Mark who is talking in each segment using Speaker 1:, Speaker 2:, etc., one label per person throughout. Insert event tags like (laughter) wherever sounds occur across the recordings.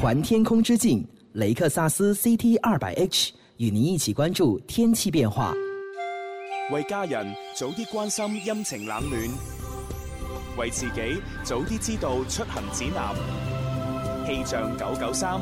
Speaker 1: 环天空之境，雷克萨斯 CT 二百 H 与您一起关注天气变化。
Speaker 2: 为家人早啲关心阴晴冷暖，为自己早啲知道出行指南。气象九九三，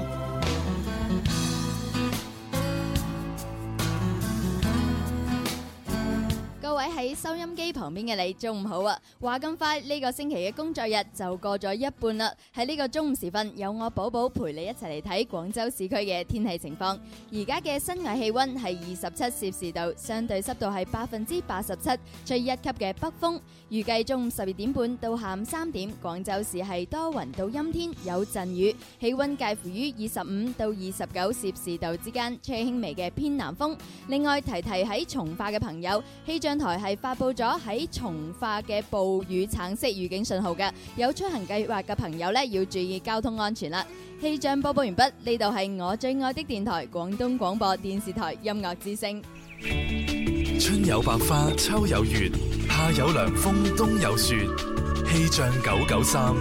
Speaker 3: 各位喺收音機旁邊嘅你，中午好啊！話咁快，呢、個星期嘅工作日就過咗一半啦。喺呢個中午時分，有我寶寶陪你一齊嚟睇廣州市區嘅天氣情況。而家嘅室外氣温係二十七攝氏度，相對濕度係百分之八十七，吹一級嘅北風。預計中午十二點半到下午三點，廣州市係多雲到陰天，有陣雨，氣温介乎於二十五到二十九攝氏度之間，吹輕微嘅偏南風。另外提提喺從化嘅朋友，氣象台係發布咗喺從化嘅暴雨橙色預警信號嘅，有出行計劃嘅朋友呢，要注意交通安全啦。氣象播報完畢，呢度係我最愛的電台廣東廣播電視台音樂之聲。
Speaker 4: 春有百花，秋有月，夏有涼風，冬有雪。氣象九九三，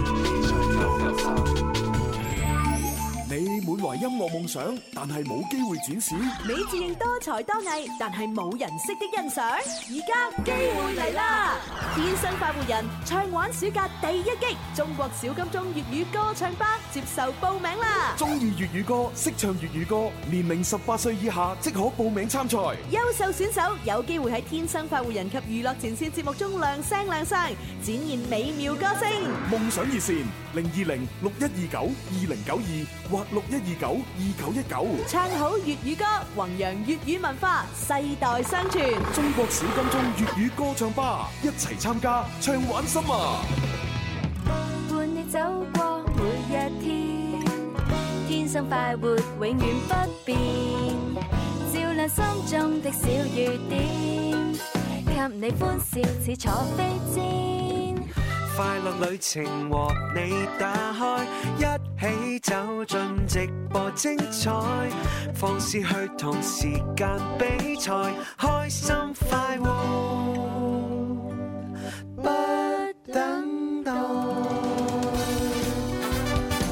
Speaker 5: 你滿懷音樂夢想，但係冇機會展示。
Speaker 6: 你自認多才多藝，但係冇人識的欣賞。而家機會嚟啦！天生快活人唱玩暑假第一擊，中國小金鐘粵語歌唱班接受報名啦！
Speaker 5: 中意粵語歌，識唱粵語歌，年齡十八歲以下即可報名參賽。
Speaker 6: 優秀選手有機會喺《天生快活人》及《娛樂前線》節目中亮聲亮相，展現美妙歌聲。
Speaker 5: 夢想熱線零二零六一二九二零九二或六一二九二九一九。
Speaker 6: 唱好粵語歌，弘揚粵語文化，世代相傳。
Speaker 5: 中國小金鐘粵語歌唱吧，一齊參加，唱玩心啊！
Speaker 7: 伴你走過每一天，天生快活永遠不變，照亮心中的小雨點，給你歡笑似坐飛氈。
Speaker 8: 快樂旅程和你打開，一起走進直播精彩，放肆去同時間比賽，開心快活，不等待。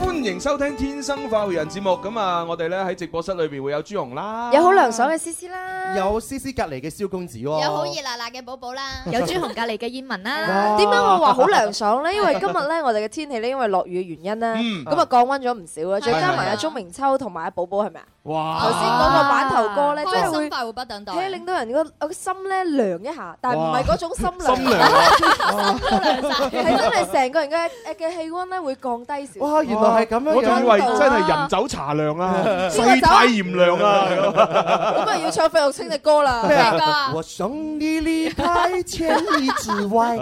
Speaker 9: 欢迎收听《天生化育人》節目，咁啊，我哋咧喺直播室裏邊會有朱紅啦，
Speaker 3: 啊
Speaker 10: 有好涼爽嘅思思啦，
Speaker 11: 有 C C 隔離嘅蕭公子喎，
Speaker 3: 有好熱辣辣嘅寶寶啦，
Speaker 10: (laughs) 有朱紅隔離嘅燕文啦
Speaker 11: 哇
Speaker 10: 點解我話好涼爽 (laughs) 呢？因
Speaker 12: (laughs)
Speaker 10: 為今日呢，我哋嘅天氣呢，因為落雨嘅原因呢，咁啊降温咗唔少啦，再加埋阿鐘明秋同埋阿寶寶係咪啊？
Speaker 11: 哇
Speaker 10: 頭先嗰個板頭歌呢，真
Speaker 3: 開
Speaker 10: 係
Speaker 3: 心
Speaker 10: 會
Speaker 3: 快活不等待。
Speaker 10: 係令到人個個心呢涼一下，但係唔係嗰種心涼，(laughs)
Speaker 11: 心涼啊！哇
Speaker 10: 係真係成個人嘅嘅氣温呢會降低少少。
Speaker 11: 哇，原來係咁樣樣，
Speaker 9: 我仲以為真係人走
Speaker 11: (laughs)
Speaker 9: 茶涼啊，世態炎涼啊，
Speaker 10: 咁啊要唱費玉清嘅歌啦， (laughs)
Speaker 11: 咩
Speaker 3: 咩歌啊
Speaker 11: 啊？我送你離開千里之外，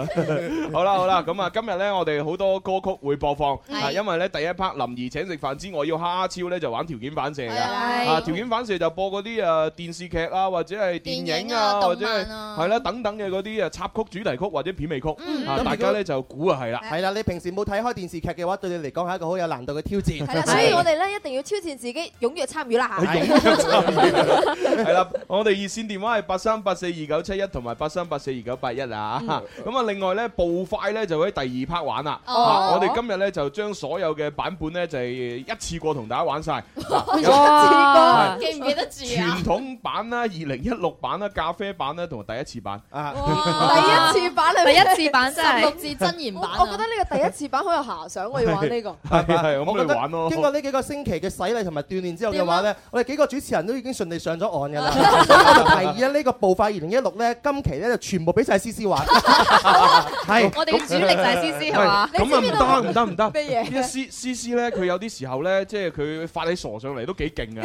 Speaker 9: 好啦好啦，咁啊，今日咧我哋好多歌曲會播放，
Speaker 3: 係
Speaker 9: 啊，因為咧第一 part 林兒請食飯之外，要蝦超咧就玩條件反射
Speaker 3: 係
Speaker 9: 㗎。
Speaker 3: 啊
Speaker 9: 啊！條件反射就播嗰啲誒電視劇啊，或者係電影
Speaker 3: 電影
Speaker 9: 啊，
Speaker 3: 啊
Speaker 9: 或者
Speaker 3: 動
Speaker 9: 係
Speaker 3: 漫啊
Speaker 9: 係啦等等
Speaker 3: (laughs)
Speaker 9: 嘅嗰啲誒啊插曲、主題曲或者片尾曲
Speaker 3: 嗯
Speaker 9: 啊，
Speaker 11: 咁
Speaker 9: 大
Speaker 11: 如
Speaker 9: 家
Speaker 11: 果
Speaker 9: 咧就估啊係啦。
Speaker 11: 係啦，你平時冇睇開電視劇嘅話，對你嚟講係一個好有難度嘅挑
Speaker 10: 係啦，
Speaker 11: 戰。
Speaker 10: 所以我哋呢一定要挑戰自己，踴躍參與啦嚇。
Speaker 9: 系啦，我哋熱線電話係八三八四二九七一同埋八三八四二九八一啊。
Speaker 3: 嗯
Speaker 9: 咁啊，另外咧步快咧就喺第二 part 玩啦。
Speaker 3: 哦
Speaker 9: 啊我哋今日咧就將所有嘅版本咧就係一次過同大家
Speaker 3: (laughs)
Speaker 9: 玩晒。啊嗱有
Speaker 10: 哇！
Speaker 3: 記唔記得住啊
Speaker 9: 傳？統版 (laughs) 啦、二零一六版啦、咖啡版啦，同埋第一次版。
Speaker 11: 啊，
Speaker 9: (laughs)
Speaker 3: 哇！
Speaker 10: 第一次版係咩
Speaker 6: 第一次版真
Speaker 3: 十六字真言
Speaker 10: 我
Speaker 3: 版啊
Speaker 10: 我覺得呢個第一次版好有遐想，我要玩呢個。
Speaker 9: (laughs) 係係，咁
Speaker 11: 我覺
Speaker 9: 你玩咯
Speaker 11: 得。經過呢幾個星期嘅洗禮同埋鍛鍊之後
Speaker 10: 啊
Speaker 11: 嘅話咧，我哋幾個主持人都已經順利上咗岸
Speaker 10: (laughs)
Speaker 11: 㗎啦。所以我就提議啊，呢個步快二零一六咧，今期咧就全部俾晒 C C 玩。 (laughs) 係。
Speaker 6: 我哋嘅主力
Speaker 7: (laughs)
Speaker 6: 就係 C C 係嘛？
Speaker 9: 喂咁啊唔得唔得唔得！
Speaker 10: 咩嘢
Speaker 9: 呢思思思咧，佢有啲時候咧，即係佢發起傻上嚟都幾
Speaker 10: (laughs)
Speaker 9: 勁嘅。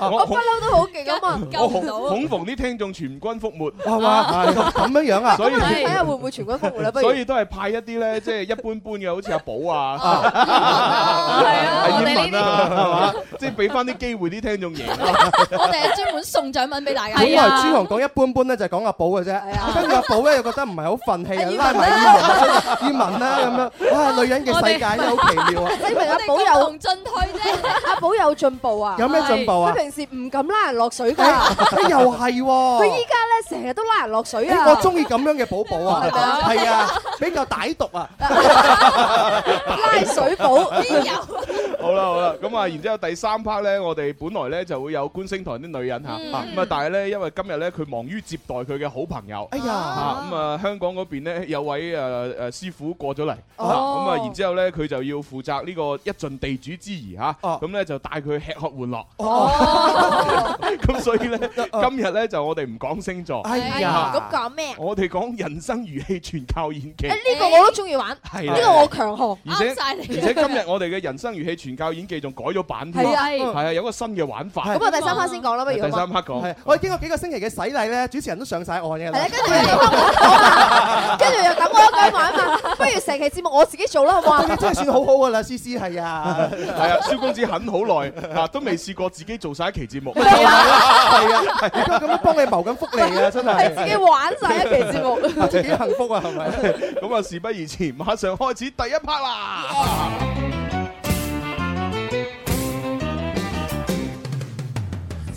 Speaker 10: 我
Speaker 9: 我
Speaker 10: 不
Speaker 9: 恐
Speaker 10: 嬲都好勁啊嘛，
Speaker 9: 我
Speaker 10: 救唔
Speaker 9: 恐
Speaker 10: 到。
Speaker 9: 恐逢啲聽眾全軍覆沒。
Speaker 11: 哇哇，咁樣樣啊！
Speaker 9: 所以
Speaker 10: 咁我哋睇
Speaker 9: (laughs)
Speaker 10: 下會唔會全軍覆沒啦？不如
Speaker 9: 所以都係派一啲咧，即係一般般嘅，好似阿
Speaker 10: (laughs)
Speaker 9: 寶啊， (laughs)
Speaker 3: 係啊
Speaker 9: 阿
Speaker 6: 我
Speaker 9: 英
Speaker 6: 哋
Speaker 9: 文
Speaker 6: 呢
Speaker 9: 啊，係嘛？即係俾翻啲機會啲聽眾贏啊。
Speaker 3: 我哋係專門送獎品俾大家。
Speaker 11: 本來朱紅講一般般咧，就係講阿寶嘅啫。跟住阿寶咧又覺得唔係好
Speaker 10: (laughs)
Speaker 11: 憤氣啊，拉埋葉文葉文啦咁樣。哇，女人嘅世界真係好
Speaker 10: (laughs)
Speaker 11: 奇妙啊！
Speaker 10: 證明阿寶有進退啫， (laughs) 阿寶有進步啊！
Speaker 11: 有咩進步啊
Speaker 10: 佢平時唔敢拉人落水㗎，
Speaker 11: 誒又係喎哎
Speaker 10: 佢依家咧成日都拉人落水啊！
Speaker 11: 誒我中意咁樣嘅
Speaker 10: (laughs)
Speaker 11: 寶寶啊，係啊，比較歹毒啊，
Speaker 10: 拉水
Speaker 9: (laughs)
Speaker 10: 寶
Speaker 11: (laughs)
Speaker 10: 哎邊有？
Speaker 9: 好啦好啦，咁啊，然之後第三 part 咧，我哋本來咧就會有觀星台啲女人嚇，
Speaker 10: 嗯
Speaker 9: 啊咁啊，但係咧因為今日咧佢忙於接待佢嘅好朋友，哎
Speaker 11: 呀，
Speaker 9: 咁啊香港嗰邊咧有位誒誒師傅過咗嚟，
Speaker 11: 哦
Speaker 9: 啊咁啊，然之後咧佢就要負責呢個一盡地主之誼嚇，咁咧就帶佢吃喝玩樂， (laughs) 咁所以咧今日咧就我哋唔講星座，
Speaker 10: 哎呀咁講咩啊
Speaker 9: 我哋講人生如戲，全靠演技。
Speaker 10: 誒哎呢個我都中意玩，
Speaker 9: 係
Speaker 10: 呢
Speaker 9: 啦
Speaker 10: 個我強項，
Speaker 9: 而且
Speaker 10: 啱晒你
Speaker 9: 而且今日我哋嘅人生如戲全靠演技仲改咗版添，
Speaker 10: 係啊
Speaker 9: 係啊，有個新嘅玩法。
Speaker 10: 咁我第三 part 先講啦不如好嗎
Speaker 9: 第三 part 講
Speaker 11: 係，我哋經過幾個星期嘅洗禮咧，主持人都上晒岸嘅啦。 (laughs)
Speaker 10: 跟住又等我一句玩嘛，不如成期節目我自己做啦，好唔好啊？
Speaker 11: 你真係算好好噶啦，思思係啊，(laughs)
Speaker 9: (laughs) 係啊，蕭公子狠好耐啊，都未試過自己做晒一期
Speaker 10: (laughs)
Speaker 9: 節目。
Speaker 11: 係啊，而家咁樣幫你謀緊福利啊，真係
Speaker 10: 係自己玩晒一期節目。
Speaker 9: (laughs)
Speaker 11: 自己幸福啊，係咪？
Speaker 9: 咁啊，事不宜遲，馬上開始第一 part 啦。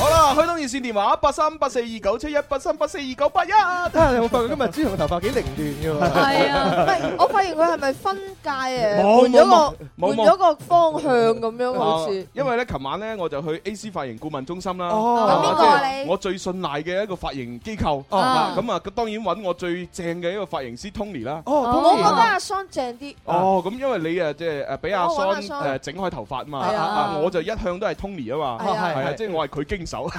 Speaker 9: 好啦，開通熱線電話八三八四二九七一八三八四二九八一。
Speaker 11: 啊，你有冇發覺今日朱紅頭髮幾凌亂嘅喎？
Speaker 10: 係
Speaker 9: (laughs)
Speaker 10: 啊，唔係我發現佢係咪分界誒？
Speaker 9: 冇
Speaker 10: 換咗個
Speaker 9: 冇冇
Speaker 10: 換
Speaker 9: 冇
Speaker 10: 咗個方向咁樣，好
Speaker 9: 啊
Speaker 10: 似
Speaker 9: 因為咧，琴晚咧我就去 A C 髮型顧問中心啦。
Speaker 10: 哦咁邊個啊
Speaker 9: 即係
Speaker 10: 你
Speaker 9: 我最信賴嘅一個髮型機構。
Speaker 10: 哦
Speaker 9: 啊咁啊，當然揾我最正嘅一個髮型師 Tony 啦。
Speaker 10: 哦我覺得啊阿桑正啲。
Speaker 9: 哦，咁因為你誒即係誒俾阿
Speaker 10: 我揾阿
Speaker 9: Son
Speaker 10: 桑
Speaker 9: 誒整開頭髮嘛，
Speaker 10: 啊係啊
Speaker 9: 啊我就一向都係 Tony 啊嘛，
Speaker 11: 係啊
Speaker 9: 係啊，
Speaker 11: 係
Speaker 9: 即係我係佢經
Speaker 10: (laughs)
Speaker 9: 手， (laughs)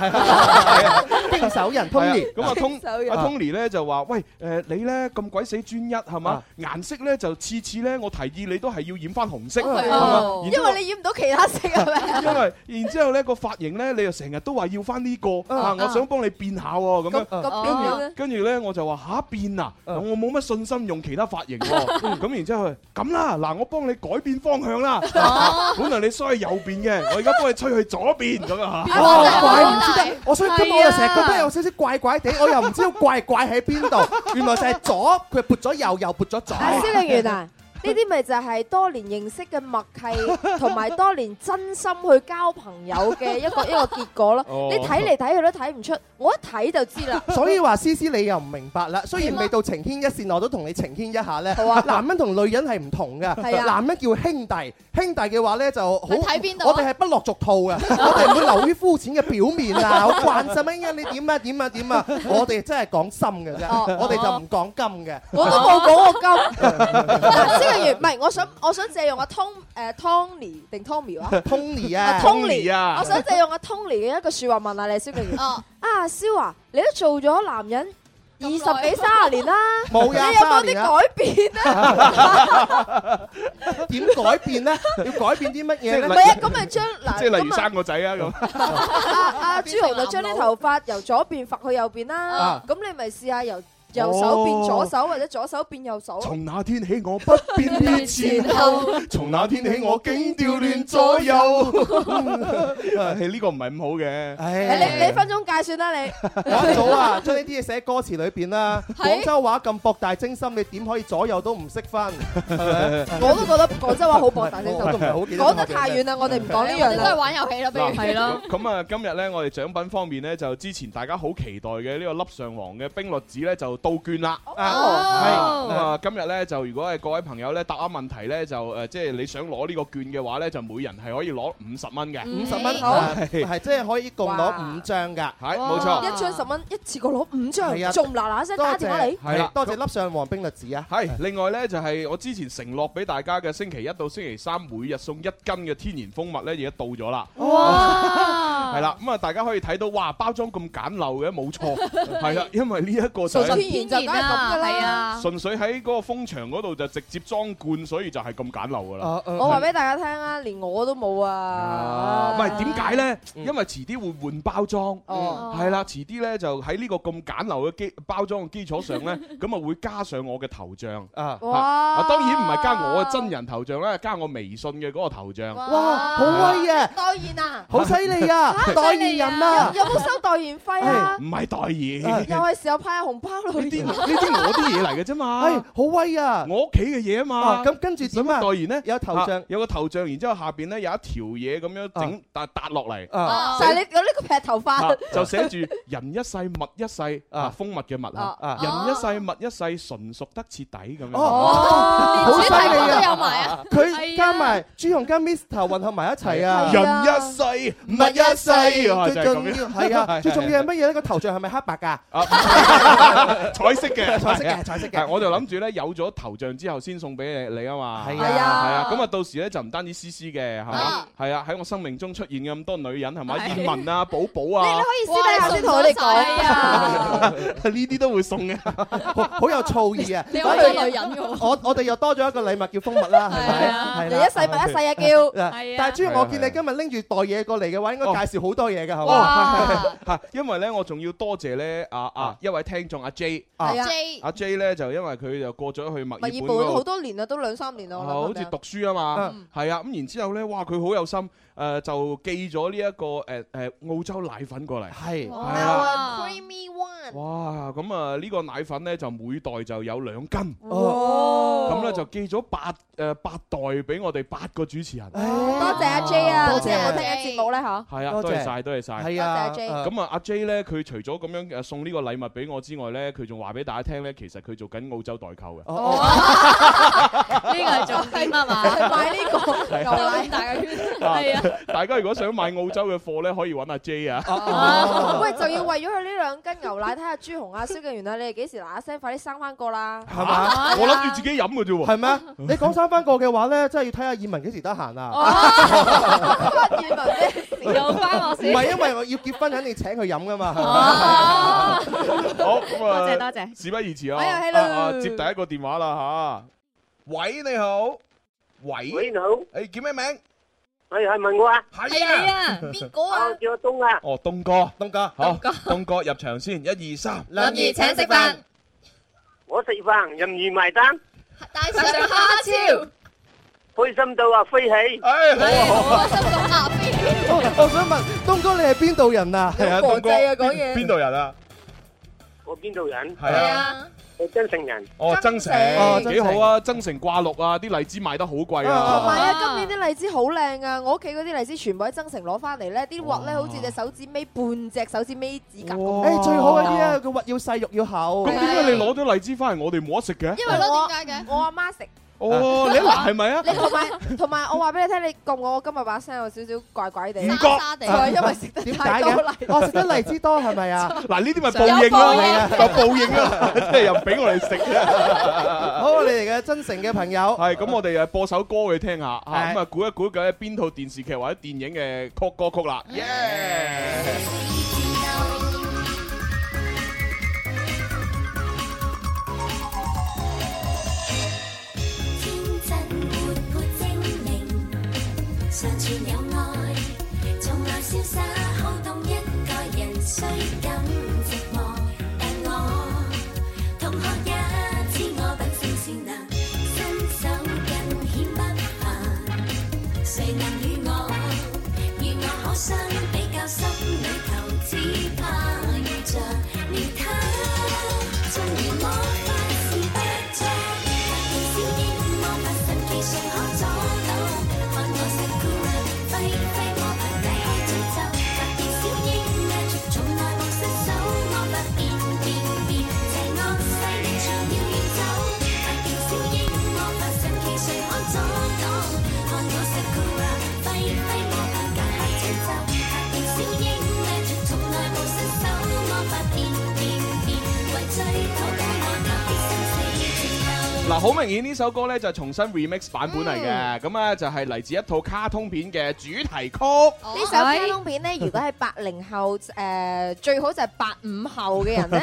Speaker 11: 經手人
Speaker 9: 係
Speaker 11: Tony，
Speaker 9: 啊咁啊
Speaker 11: 經手人
Speaker 9: ，Tony 阿 Tony 咧就話：喂誒你咧咁鬼死專一係
Speaker 11: 啊
Speaker 9: 嘛？顏色咧就次次咧，我提議你都係要染翻紅色，係嘛？
Speaker 10: 哦因為你染唔到其他色係咪？
Speaker 9: 因為然之後咧個髮型咧，你又成日都話要翻呢個啊，我想幫你變下喎咁樣。
Speaker 10: 咁咁變咗咧
Speaker 9: 跟住跟住咧我就話吓變啊，我冇乜信心用其他髮型
Speaker 10: (laughs)
Speaker 9: 喎。咁然之後佢咁啦，嗱我幫你改變方向啦。
Speaker 10: 哦
Speaker 9: (laughs) 本來你梳喺右邊嘅，我而家幫你吹去左邊咁啊。
Speaker 11: 哦，怪唔知得，我所
Speaker 10: 啊
Speaker 11: 以今日我又成日覺得有少少怪怪地，我又唔知道怪怪喺邊度，原來就係左，佢撥咗右，右撥咗左。
Speaker 10: 阿司令員啊，呢啲咪就係多年認識嘅默
Speaker 9: (laughs)
Speaker 10: 契，同埋多年真心去交朋友
Speaker 9: (laughs)
Speaker 10: 嘅一個一個結果咯。
Speaker 11: 哦
Speaker 10: 你睇嚟睇去都睇唔出，我一睇就
Speaker 9: (laughs)
Speaker 10: 知 (laughs) 啦。
Speaker 11: 所以話思思你又唔明白
Speaker 10: (laughs)
Speaker 11: 啦，雖然未到情牽一線，我都同你情牽一下咧。 (laughs) 男人同女人係唔同噶，
Speaker 10: 啊係啊
Speaker 11: 男人叫兄弟，兄弟嘅話咧就好。
Speaker 10: 你睇邊度啊
Speaker 11: 我哋係不落俗套
Speaker 10: (laughs)
Speaker 11: 嘅，我哋唔會流於膚淺嘅表面啊，好關心啊，哎呀你點啊點啊點啊，我哋真係講心嘅啫，
Speaker 10: 哦
Speaker 11: 我哋就唔講金嘅。
Speaker 10: 我都冇講
Speaker 9: (laughs)
Speaker 10: 過金。嗱，司令員，唔係，我想我想借用阿 Tom 誒 Tony 定 Tommy 啊
Speaker 11: Tony 啊
Speaker 10: Tony
Speaker 11: Tony 啊
Speaker 10: 我想借用阿 Tony 嘅一句説話問下你，司令員。啊，蕭華，你都做咗男人二十幾三十年啦，
Speaker 11: 冇
Speaker 10: 你有
Speaker 11: 呀
Speaker 10: 冇
Speaker 11: 30年
Speaker 10: 啲
Speaker 11: 啦
Speaker 10: 改變咧？
Speaker 11: (laughs) 點改變咧？要改變啲乜嘢咧？
Speaker 10: 唔係啊，咁咪將嗱，
Speaker 9: 即係例如
Speaker 10: 咁啊
Speaker 9: 生個仔啊咁。
Speaker 10: 阿阿朱紅就將啲頭髮由左邊發去右邊啦
Speaker 9: 啊，
Speaker 10: 咁你咪試下由右手變左手，或者左手變右手。
Speaker 9: 從那天起我不辨別前 (laughs) 後，從那天起我竟調 (laughs) 亂左右。
Speaker 11: (laughs)
Speaker 9: (laughs) 係呢個唔係咁好嘅。
Speaker 10: 誒你你分鐘計算啦，你
Speaker 11: 我一早啊，將呢啲嘢寫喺歌詞裏邊啦。
Speaker 10: 係
Speaker 11: 廣州話咁博大精深，你點可以左右都唔識
Speaker 9: (laughs)
Speaker 11: 分？
Speaker 10: 我都覺得廣州話好博大精深，
Speaker 11: 我都唔係好記得
Speaker 10: 講得太遠啦，我哋唔講呢樣
Speaker 3: 我哋
Speaker 10: 啦。
Speaker 3: 都係玩遊戲啦不如係咯
Speaker 9: 咁咁啊，今日咧我哋獎品方面咧，就之前大家好期待嘅呢個粒上皇嘅冰栗子咧就到券啦。啊係咁啊，今日咧就如果係各位朋友咧答啱問題咧，就誒即係你想攞呢個券嘅話咧，就每人係可以攞五十蚊嘅。
Speaker 11: 五十蚊
Speaker 9: 好
Speaker 11: 係係即係可以共攞五張㗎。
Speaker 9: 係
Speaker 10: 哇一張十蚊，一次過攞五
Speaker 11: 係啊
Speaker 10: 張，仲嗱嗱聲
Speaker 11: 多
Speaker 10: 打電話
Speaker 11: 謝
Speaker 10: 嚟。
Speaker 9: 係啦
Speaker 11: 多謝粒上黃冰栗子啊！
Speaker 9: 係，另外呢，就係、我之前承諾俾大家嘅
Speaker 7: 哦
Speaker 9: 星期一到星期三每日送一斤嘅天然蜂蜜呢，而家到咗啦。
Speaker 11: 哇
Speaker 3: 啊
Speaker 9: 係啦，咁啊大家可以睇到，哇包裝咁簡陋嘅，冇錯，係啦，因為呢一個就
Speaker 12: 純
Speaker 9: 係
Speaker 12: 天然
Speaker 7: à,
Speaker 12: 就梗係咁㗎啦係啊
Speaker 9: 純粹喺嗰個風場嗰度就直接裝罐，所以就係咁簡陋噶啦。
Speaker 10: 我話俾大家聽啊，連我都冇啊
Speaker 9: 啊，唔。係點解呢？
Speaker 11: 嗯
Speaker 9: 因為遲啲會換包裝，
Speaker 10: 哦
Speaker 9: 係啦，遲啲呢就喺呢個咁簡陋嘅基包裝嘅基礎
Speaker 11: (laughs)
Speaker 9: 上呢，咁啊會加上我嘅頭像啊
Speaker 11: 哇
Speaker 9: 啊當然唔係加我嘅真人頭像啦，加我微信嘅嗰個頭像。
Speaker 11: 哇，好威
Speaker 9: à.
Speaker 11: 啊！
Speaker 10: 代言啊，
Speaker 11: 好犀利啊
Speaker 10: 嚇
Speaker 11: 代言人啊
Speaker 10: 有有冇收代言
Speaker 11: 哎
Speaker 10: 費啊？
Speaker 9: 唔係代言，
Speaker 10: 又係時候派下紅包咯。呢
Speaker 9: 啲呢啲我啲嘢嚟嘅啫嘛，係
Speaker 11: 好威啊！
Speaker 9: 我屋企嘅嘢啊嘛，
Speaker 11: 咁跟住
Speaker 9: 點
Speaker 11: 啊
Speaker 9: 代言咧？有
Speaker 11: 頭像
Speaker 9: 有個頭像，然之後下邊咧有一條嘢咁樣整，但係搭落嚟，
Speaker 10: 啊就
Speaker 9: 寫
Speaker 10: 係你有呢個劈頭
Speaker 9: 啊 (laughs)
Speaker 10: 髮，
Speaker 9: 就寫住人一世物一世啊，蜂蜜嘅蜜啊，人一世物一世純屬得徹底咁樣。
Speaker 11: 哦，好犀利啊！
Speaker 9: 係啊
Speaker 11: 佢加埋朱紅加 Mr 混合埋一齊啊！
Speaker 9: 人一世物一世啊
Speaker 11: 最
Speaker 9: (laughs) 就係咁樣
Speaker 11: 重要係啊！最重要係乜嘢咧？個頭像係咪黑白㗎？
Speaker 9: 彩色嘅，
Speaker 11: 彩色嘅彩色嘅
Speaker 9: 係我就諗住咧有咗頭像之後先送俾你你啊嘛。
Speaker 11: 係啊
Speaker 9: 係
Speaker 11: 係啊
Speaker 9: 啊，咁啊到時咧就唔單止思思嘅，係嘛？係啊，喺我生命中出現嘅咁多女人係嘛？
Speaker 12: 係
Speaker 9: 葉文啊，寶寶啊，
Speaker 10: 私底下先同我哋講
Speaker 9: 啊， (laughs) 呢啲都會送嘅，
Speaker 11: 好有醋意啊！
Speaker 10: (laughs) 你好多女人㗎喎
Speaker 11: 我我哋又多咗一個禮物叫蜂蜜啦，係咪？係
Speaker 10: 你
Speaker 11: 啦
Speaker 10: 一世物一世啊叫。
Speaker 11: 嗱但係朱紅，我見你今日拎住袋嘢過嚟嘅話，應該介紹好多嘢㗎，係嘛？
Speaker 9: 哦，係係係 (laughs) 因為咧，我仲要多謝咧啊啊一位聽眾阿 J，
Speaker 10: 啊係啊 J
Speaker 9: 阿 J 咧就因為佢就過咗去
Speaker 10: 墨
Speaker 9: 墨爾
Speaker 10: 爾
Speaker 9: 本
Speaker 10: 本
Speaker 9: 嗰
Speaker 10: 好
Speaker 9: 度
Speaker 10: 多年啦，都兩三年啦，我諗
Speaker 9: 好
Speaker 10: 係咪
Speaker 9: 似
Speaker 10: 啊
Speaker 9: 讀書啊嘛，係啊，咁然之後咧，哇，佢好有心，誒就寄咗呢一個誒誒澳洲奶粉過嚟，係係啊，
Speaker 10: Our creamy one。
Speaker 9: 哇，咁啊呢個奶粉咧就每袋就有兩斤，
Speaker 10: 哦
Speaker 9: 咁咧就寄咗八誒八袋俾我哋八個主持人，
Speaker 10: 多謝阿 J 啊，
Speaker 11: 多謝
Speaker 10: 即係我聽嘅節目咧嚇。
Speaker 9: 係啊，
Speaker 11: 多謝
Speaker 9: 多謝晒，多謝晒，
Speaker 11: 係啊多謝阿 J
Speaker 9: 咁啊，阿 J 咧，佢除咗咁樣誒呃送呢個禮物俾我之外咧，佢仲話俾大家聽咧，其實佢做緊澳洲代購嘅。
Speaker 11: 哦
Speaker 7: (laughs)
Speaker 12: 呢個係重點啊嘛，
Speaker 10: 係買呢個
Speaker 9: 係
Speaker 12: 牛奶大嘅圈，係啊，！
Speaker 9: 大家如果想買澳洲嘅貨咧，可以揾阿 J 啊。
Speaker 11: 哦
Speaker 10: 喂，就要為咗佢呢兩斤牛奶，睇下朱紅啊、蕭敬元啊，你哋幾時嗱嗱聲快啲生翻個啦？
Speaker 9: 係嘛？ (laughs) 我諗住自己飲嘅啫喎。
Speaker 11: 係咩？你講三番過嘅話咧，真係要睇下葉文幾時得
Speaker 10: (laughs)
Speaker 11: 閒啊！
Speaker 12: 又關我事
Speaker 11: 唔係因為我要結婚，肯定請佢飲㗎嘛。
Speaker 9: 好咁啊，
Speaker 12: 多謝多謝
Speaker 9: 事不宜遲啊，
Speaker 12: 哎呀，hello
Speaker 9: 啊啊接第一個電話啦吓。喂，你好。喂。喂，你好。誒，叫咩名？
Speaker 13: 係係咪我啊？
Speaker 9: 係啊係啊邊
Speaker 13: 個
Speaker 7: à.
Speaker 13: 啊？叫阿東啊。
Speaker 9: 哦，東哥。
Speaker 11: 東哥。
Speaker 9: 好，東哥入場先，一二三。
Speaker 13: 林兒請食飯。我食飯，任意埋單，
Speaker 12: 帶上蝦超，
Speaker 13: 開心到啊飛起。
Speaker 9: 哎，
Speaker 11: 好啊好啊
Speaker 12: 開心到
Speaker 7: à,
Speaker 12: 啊飛起。
Speaker 11: 我我想問東哥你係邊度人啊？
Speaker 12: 係啊東哥國際啊講嘢
Speaker 9: 邊度人啊？
Speaker 13: 我邊度人？
Speaker 9: 係
Speaker 7: à.
Speaker 9: 啊，
Speaker 13: 我真誠人。
Speaker 9: 哦，增城
Speaker 11: 哦增城
Speaker 9: 幾好啊！增城掛綠啊，啲荔枝賣得好貴
Speaker 10: 同埋
Speaker 9: 啊。
Speaker 10: 啊，今年啲荔枝好靚啊！我屋企嗰啲荔枝全部喺增城攞翻嚟咧，啲核咧好似隻手指尾半隻手指尾指甲咁。
Speaker 11: 誒最好嗰啲啊，個核要細肉要厚。
Speaker 9: 咁點解你攞咗荔枝翻嚟，我哋冇得食嘅？
Speaker 10: 為咯，點解嘅？我阿媽食。
Speaker 9: 哦，你嗱係咪啊？
Speaker 10: 你同埋同埋，我話俾你聽，你覺唔覺我今日把聲有少少怪怪地？
Speaker 9: 唔覺
Speaker 10: 沙沙地，就係因為食得
Speaker 11: 點
Speaker 10: 太
Speaker 11: 解
Speaker 10: 多
Speaker 11: 嘅
Speaker 10: 荔？
Speaker 11: 我食得荔枝多係咪啊？
Speaker 9: 嗱，呢啲咪報應咯，
Speaker 11: 有
Speaker 9: 有報應
Speaker 11: (laughs)
Speaker 9: 啦，即係又唔俾我哋食
Speaker 11: 好，我哋嘅真誠嘅朋友。
Speaker 9: 係咁，我哋誒播首歌佢聽下，啊咁啊估一估究竟係邊套電視劇或者電影嘅曲歌曲啦。
Speaker 14: 天真活潑精靈，常存有愛，從來瀟灑好動一個人，雖感寂寞，但我同學也知我品性善良，身手更顯不凡。誰能與我與我可相比較，心裏頭只怕遇着了他，縱然我發是不錯。小英魔法神技尚可阻擋，看我石酷啊，揮揮魔法解開詛咒。特別小英壓住從來無失手，魔法變變變，邪惡勢力全要遠走。特別小英魔法神技尚可阻擋，看我石酷啊，揮揮魔法解開詛咒。特別小英壓住從來無失手，魔法變變變，為追討到我，特別生死戰鬥。
Speaker 9: 嗱，好明顯呢首歌咧就係重新 remix 版本嚟嘅，咁啊就係嚟自一套卡通片嘅主題曲。
Speaker 10: (laughs) 呢首卡通片咧，如果係八零後誒，最好就係八五後嘅人
Speaker 9: (laughs)
Speaker 10: 咧，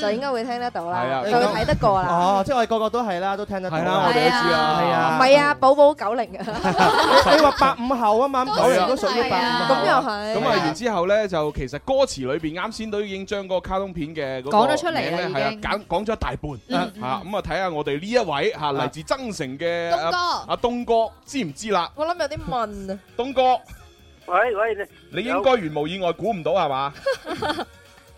Speaker 10: 就應該會聽得到
Speaker 11: 係
Speaker 10: 啦，
Speaker 11: 啊
Speaker 10: 就會睇得過啦。
Speaker 11: 哦，即係我哋個個都係啦，都聽得到
Speaker 9: 係啦我哋都知啊
Speaker 11: 係
Speaker 10: 唔
Speaker 11: 啊，
Speaker 10: 係啊，寶寶九零啊， (laughs)
Speaker 11: 你，你話八五後啊嘛，九零都屬於八五後。
Speaker 10: 咁又係。
Speaker 9: 咁啊，然之後咧就其實歌詞裏邊啱先都已經將嗰個卡通片嘅嗰個
Speaker 10: 講咗出嚟啦
Speaker 9: 名
Speaker 10: 已經嗯
Speaker 9: 呢係啊，講講咗一大半嚇，啊咁啊睇下我哋呢一位嚇嚟自增城嘅
Speaker 10: 啊東哥
Speaker 9: 啊阿東哥知唔知啦？
Speaker 10: 我諗有啲問啊。
Speaker 9: 東哥，
Speaker 13: 喂喂，
Speaker 9: 你應該如無意外估唔到係嘛？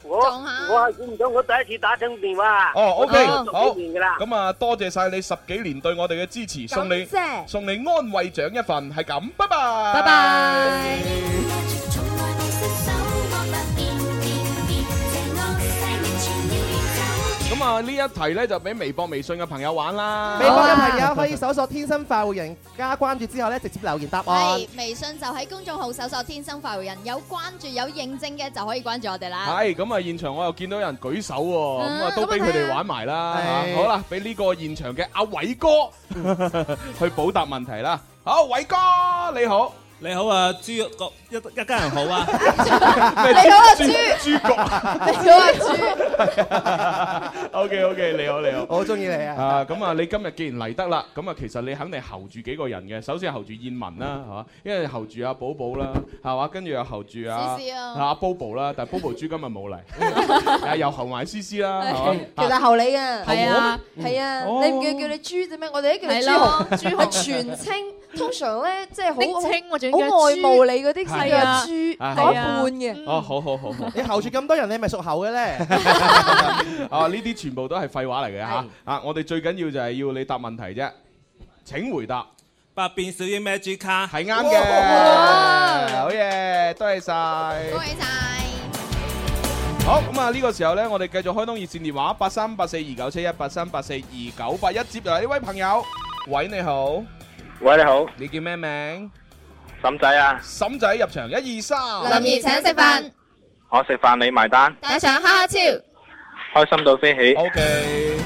Speaker 13: 我我系估唔到，我第一次打通電話。
Speaker 9: 哦，OK，
Speaker 13: 啊我都
Speaker 9: 好，
Speaker 13: 熟幾年㗎啦。
Speaker 9: 咁啊多謝晒你十幾年對我哋嘅支持，送你
Speaker 13: 謝
Speaker 9: 送你安慰獎一份，係咁，拜拜，
Speaker 14: 拜
Speaker 9: 拜。咁啊呢一題咧就俾微博、微信嘅朋友玩啦。
Speaker 11: 美國嘅朋友可以搜索天生快活人加關注之後咧，直接留言答案
Speaker 3: 係。微信就喺公眾號搜索天生快活人，有關注有認證嘅就可以關注我哋啦。
Speaker 9: 係咁啊！現場我又見到有人舉手喎，咁啊
Speaker 3: 嗯
Speaker 9: 都俾佢哋玩埋啦。
Speaker 11: 係
Speaker 9: 嚇好啦，俾呢個現場嘅阿偉哥去補答問題啦。好，偉哥你好，
Speaker 15: 你好啊，朱國一一家人好
Speaker 9: (laughs)
Speaker 15: 啊！
Speaker 9: 你好啊朱
Speaker 15: 朱國，
Speaker 9: (laughs) 你好啊朱。O K O K，你好你好，
Speaker 11: 我好中意你啊！
Speaker 9: 啊咁啊，你今日既然嚟得啦，咁啊其實你肯定候住幾個人嘅，首先係候住燕文
Speaker 11: 嗯
Speaker 9: 啦，係嘛？因為候住阿寶寶啦，係嘛？跟住又候住阿
Speaker 10: 思思啊
Speaker 9: 阿 Bobo 啦，但係 Bobo 豬今日冇嚟，
Speaker 10: (laughs)
Speaker 9: 啊又候埋思思啦，係嘛？
Speaker 10: 其實後你嘅，
Speaker 9: 係啊
Speaker 10: 係啊，
Speaker 9: 哦
Speaker 10: 你唔叫叫你豬啫咩？我哋都叫你
Speaker 12: 係
Speaker 10: 豬
Speaker 12: 咯
Speaker 10: 紅，
Speaker 12: 豬
Speaker 10: 係全稱。通常咧，即係好
Speaker 12: 昵稱我仲要叫
Speaker 10: 好愛
Speaker 12: 豬
Speaker 10: 慕你嗰啲先
Speaker 9: 係
Speaker 10: 叫
Speaker 9: 啊
Speaker 10: 豬
Speaker 9: 啊
Speaker 10: 嗰一
Speaker 9: 係啊
Speaker 10: 半嘅。
Speaker 9: 哦，好好好好。
Speaker 11: 你候住咁多人，你係咪屬猴嘅咧？
Speaker 10: 嗯
Speaker 9: 啊！呢啲全部都係廢話嚟嘅嚇。啊，我哋最緊要就係要你答問題啫。請回答。
Speaker 15: 百變小櫻 Magic 卡
Speaker 9: 係啱嘅，好嘢，多謝晒，恭喜晒。好咁啊！呢個時候呢，我哋繼續開通熱線電話八三八四二九七一八三八四二九八一，接嚟呢位朋友，喂你好，
Speaker 13: 喂你好，
Speaker 9: 你叫咩名？
Speaker 13: 沈仔啊，
Speaker 9: 沈仔入場，一二三，
Speaker 12: 林怡請食飯，
Speaker 13: 我食飯你埋單，
Speaker 12: 打上哈哈超。
Speaker 13: 開心到飛起。
Speaker 9: O K。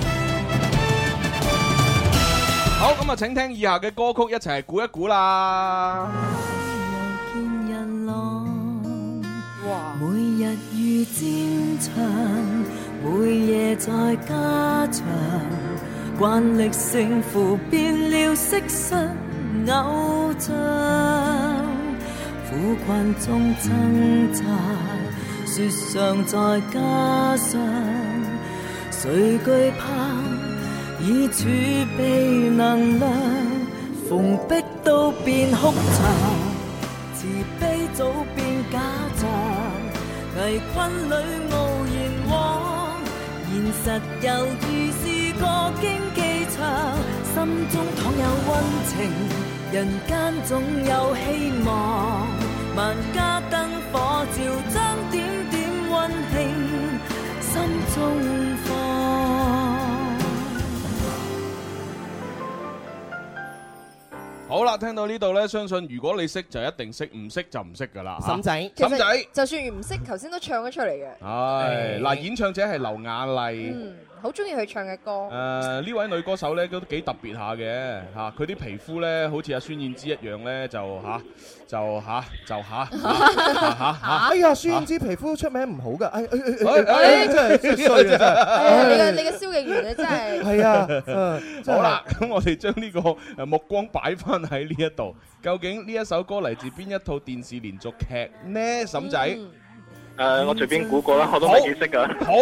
Speaker 9: 好咁啊，請聽以下嘅歌曲一齊估一估啦。
Speaker 16: 每日遇戰場，每夜在家場，慣力勝負變了色身偶像，苦困中掙扎，雪上再加霜，誰懼怕以儲備能量，逢逼都變哭牆。慈悲早變假象，危困裏傲然往，現實猶如是個競技場，心中倘有温情，人間總有希望。萬家燈火照將點點温馨心中放。
Speaker 9: 好啦，聽到呢度呢，相信如果你識就一定識，唔識就唔識噶啦。
Speaker 11: 沈仔
Speaker 10: 其
Speaker 9: 沈仔。
Speaker 10: 實就算唔識，頭先都唱咗出嚟嘅，
Speaker 9: 唉，嗱，演唱者係劉雅麗。
Speaker 10: 嗯，好中意佢唱嘅
Speaker 9: 誒
Speaker 10: (laughs) 歌。
Speaker 9: 呢位女歌手咧都幾特別下嘅嚇，佢啲皮膚咧好似阿孫燕姿一樣咧就嚇就嚇就嚇嚇嚇
Speaker 11: 哎呀，孫燕姿皮膚出名唔好噶，哎哎哎
Speaker 9: 哎
Speaker 11: 哎哎，真係真係衰啊真係
Speaker 10: 哎呀你個你個蕭敬元你真係
Speaker 9: (laughs)
Speaker 11: 係啊嗯真係
Speaker 9: 好啦，咁我哋將呢個誒目光擺翻喺呢一度，究竟呢一首歌嚟自邊一套電視連續劇呢？嬸仔，
Speaker 13: 誒，我隨便估過啦，我都唔係幾識噶。
Speaker 9: 好。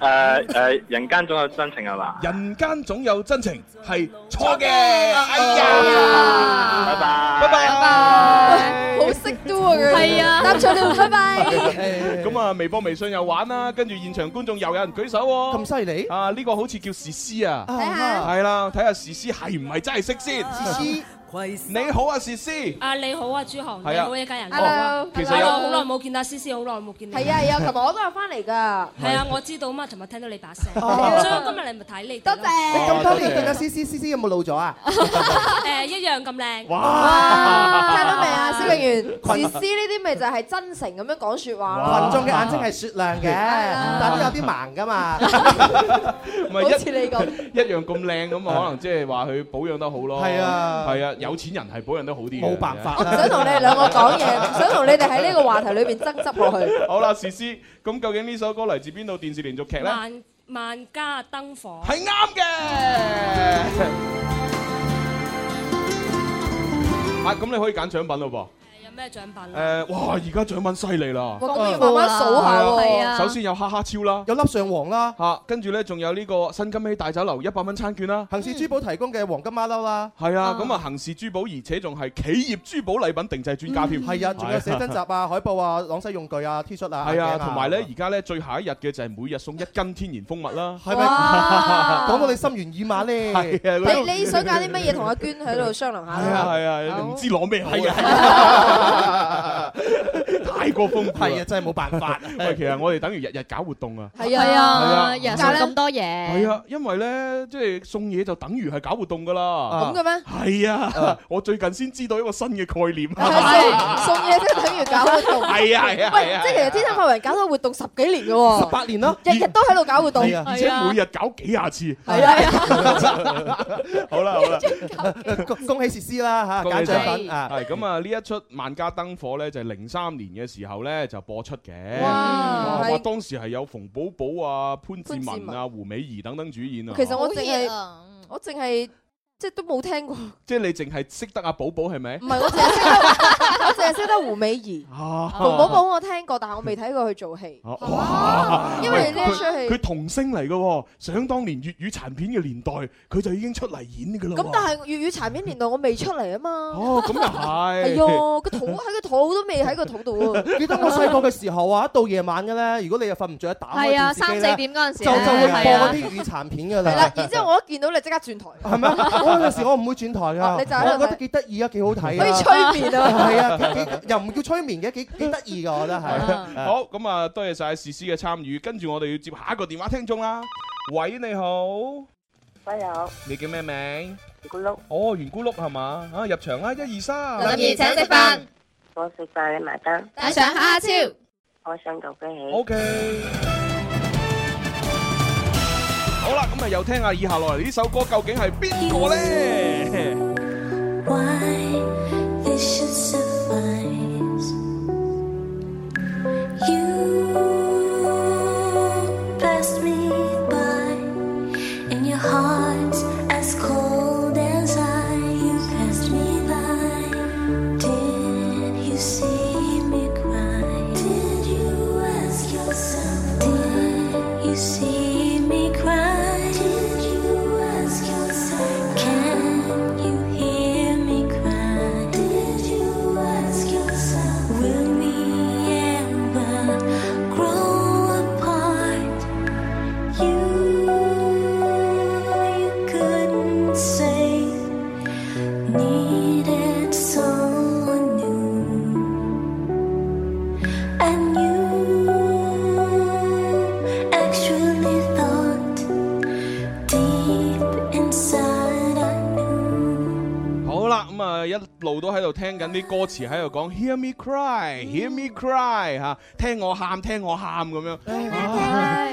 Speaker 13: 誒誒，人間總有真情係嘛？
Speaker 9: 人間總有真情係錯嘅，哎呀，
Speaker 13: 拜拜，
Speaker 9: 拜拜。
Speaker 10: 好識都啊佢，
Speaker 12: 係
Speaker 11: à.
Speaker 12: 啊
Speaker 10: 答錯了，拜拜。
Speaker 9: 咁啊，微博、微信又玩啦，跟住現場觀眾又有人舉手喎。咁
Speaker 11: 犀利
Speaker 9: 啊！呢個好似叫時師啊，
Speaker 11: 睇下
Speaker 9: 係啦，睇下時師係唔係真係識先。
Speaker 11: 思思
Speaker 9: 你好啊，薛思。
Speaker 17: 啊你好啊，朱航，
Speaker 9: 係
Speaker 17: 你
Speaker 9: 啊
Speaker 17: 好一家人。
Speaker 9: Hello
Speaker 17: 哦
Speaker 9: 其實
Speaker 17: 係啊
Speaker 9: 有
Speaker 17: 我好耐冇見啦，思思好耐冇見你。
Speaker 10: 係啊係啊，琴日我都有翻嚟㗎。
Speaker 17: 係啊，我知道嘛，琴日聽到你把聲，所以
Speaker 11: 哦
Speaker 17: 我今日嚟咪睇你。多謝
Speaker 11: 你咁多年見到
Speaker 17: 思，
Speaker 11: C C C C 有冇老咗啊？
Speaker 17: 誒一樣咁靚。
Speaker 10: 哇！聽到未啊，蕭敬元？
Speaker 11: 群
Speaker 10: 自私呢啲咪就係真誠咁樣講説話咯。
Speaker 11: 群眾嘅眼睛係雪亮嘅，但都有啲盲噶嘛。
Speaker 9: (laughs) 唔係
Speaker 10: 好
Speaker 9: 一
Speaker 10: 似你咁。
Speaker 9: (laughs) 一樣咁靚咁啊，可能即係話佢保養得好咯。
Speaker 11: 係啊
Speaker 9: 係啊，有錢人係保養得好啲嘅。
Speaker 11: 冇辦法
Speaker 10: 我唔想同你哋兩個講嘢，唔想
Speaker 9: (laughs)
Speaker 10: 同你哋喺呢個話題裏邊爭執落去。
Speaker 9: 好啦，事師，咁究竟呢首歌嚟自邊度電視連續劇咧？
Speaker 17: 萬萬家燈火。
Speaker 9: 係啱嘅。 (laughs) 啊，咁你可以揀獎品咯
Speaker 17: 有咩獎品啊？
Speaker 9: 噃。誒，哇！而家獎品犀利啦。
Speaker 17: 哇咁要慢慢數下喎
Speaker 9: 係
Speaker 17: 係
Speaker 9: 啊
Speaker 17: 啊
Speaker 9: 首先有哈哈超啦，
Speaker 11: 有粒上皇啦。
Speaker 9: 嚇，跟住咧仲有呢個新金禧大酒樓一百蚊餐券啦。
Speaker 11: 行事珠寶提供嘅黃金馬騮啦，
Speaker 9: 係啊，咁啊行事珠寶，而且仲係企業珠寶禮品定製專家添。
Speaker 11: 係啊，仲有寫真集啊、海報啊、朗西用具啊、T 恤啊，(laughs)
Speaker 9: 係啊，
Speaker 11: 眼鏡
Speaker 9: 同埋咧，而家咧最下一日嘅就係每日送一斤天然蜂蜜啦。
Speaker 11: (laughs) 係咪講到你心猿意馬咧？
Speaker 9: 係啊
Speaker 10: 你你想揀啲乜嘢同阿娟喺度商量下
Speaker 9: 係
Speaker 10: 啦？
Speaker 9: 啊係啊，唔知攞咩好啊。太過豐富
Speaker 11: 係啊真係冇辦法。
Speaker 9: (laughs) 喂，其實我哋等於日日搞活動啊。
Speaker 3: 係啊，日
Speaker 9: 係
Speaker 3: 日
Speaker 9: 啊
Speaker 3: 送咁多嘢，
Speaker 9: 係啊，因為咧，即係送嘢就等於係搞活動噶啦。
Speaker 10: 咁嘅咩
Speaker 9: 係啊，我最近先知道一個新嘅概念。
Speaker 10: 啊係送嘢即係等於搞活動。
Speaker 9: 係啊係啊係
Speaker 10: 喂
Speaker 9: 啊，
Speaker 10: 即係其實天生發圍搞咗活動十幾哦年嘅喎。
Speaker 11: 十八年啦，
Speaker 10: 日日都喺度搞活動。
Speaker 11: 啊
Speaker 9: 而而且啊
Speaker 10: 啊
Speaker 9: 每日搞幾廿次。
Speaker 10: 係啊係
Speaker 9: 好啦好啦。
Speaker 11: (laughs) 恭 (laughs) 恭喜薛師啦嚇，揀獎品啊！
Speaker 9: 係咁啊！呢一出《萬家燈火》咧，就係零三年嘅時候咧就播出嘅。
Speaker 10: 哇
Speaker 9: 哇！
Speaker 10: 係
Speaker 9: 當時係有馮寶寶啊、潘志
Speaker 10: 潘志
Speaker 9: 文啊、
Speaker 10: 文
Speaker 9: 胡美儀等等主演啊。
Speaker 10: 其實我淨
Speaker 3: 好 hit
Speaker 10: 係我淨係即係都冇聽過， (laughs) 唔
Speaker 9: 即係你淨係識得阿寶寶係咪？唔
Speaker 10: 係我淨係識得我淨係識得胡美
Speaker 11: (laughs)
Speaker 10: 儀。
Speaker 9: 啊
Speaker 10: 馮寶寶我聽過，但係我未睇過佢做戲。
Speaker 9: 哇！
Speaker 10: 因為呢一
Speaker 9: 佢
Speaker 10: 出戲
Speaker 9: 佢童星嚟嘅喎，想當年粵語殘片嘅年代，佢就已經出嚟演嘅啦喎。
Speaker 10: 咁但係粵語殘片年代我未出嚟啊嘛。
Speaker 9: 哦，咁
Speaker 10: (laughs) 係
Speaker 9: 又係。
Speaker 10: 喎，個肚喺個肚都未喺個肚度喎。
Speaker 11: (laughs) 記得我細個嘅時候啊，一到夜晚嘅咧，如果你又瞓唔着，一打開
Speaker 10: 係啊
Speaker 11: 電視機
Speaker 10: 三
Speaker 11: 呢
Speaker 10: 四點嗰陣時
Speaker 11: 就就會
Speaker 10: 係啊
Speaker 11: 播嗰啲粵語殘片㗎啦。
Speaker 10: 係啦， (laughs) 然之後我一見到你即刻轉台。
Speaker 11: (laughs) 係咪啊？我有時
Speaker 10: (laughs)
Speaker 11: 我唔會轉台
Speaker 10: 哦
Speaker 11: 㗎，
Speaker 10: 你就喺
Speaker 11: 我
Speaker 10: 度睇
Speaker 11: 覺得幾得意啊，幾好睇啊，
Speaker 10: 好似催眠啊
Speaker 11: 係啊，幾幾又唔叫催眠嘅，幾幾得意㗎，我覺得係。
Speaker 9: 好咁啊，多謝晒事師嘅參與，跟住我哋要接下一個電話聽眾啦。喂，你好。
Speaker 13: 喂，有
Speaker 9: 你叫咩名？圓
Speaker 13: 咕碌。
Speaker 9: 哦，圓咕碌係嘛？啊，入場啦，一二三。
Speaker 13: 林怡請食飯。我食飯你埋單，
Speaker 3: 帶上蝦超。
Speaker 13: 我想舊機器。
Speaker 9: O K。好啦，咁啊又聽下以下落嚟呢首歌究竟係邊個呢？
Speaker 14: Why this should suffice You passed me by in your heart as cold as I you passed me by Did you see me cry? Did you ask yourself? Did you see me cry? Did you ask yourself? Can you hear me cry? Did you ask yourself? Will we ever grow apart? You, you couldn't say needed someone new, and you actually thought deep inside I
Speaker 9: 好啦，咁啊一路都喺度聽緊啲歌詞喺度講 Hear me cry, hear me cry 吓，聽我喊，聽我喊咁樣。
Speaker 11: (laughs)
Speaker 9: (laughs) 唉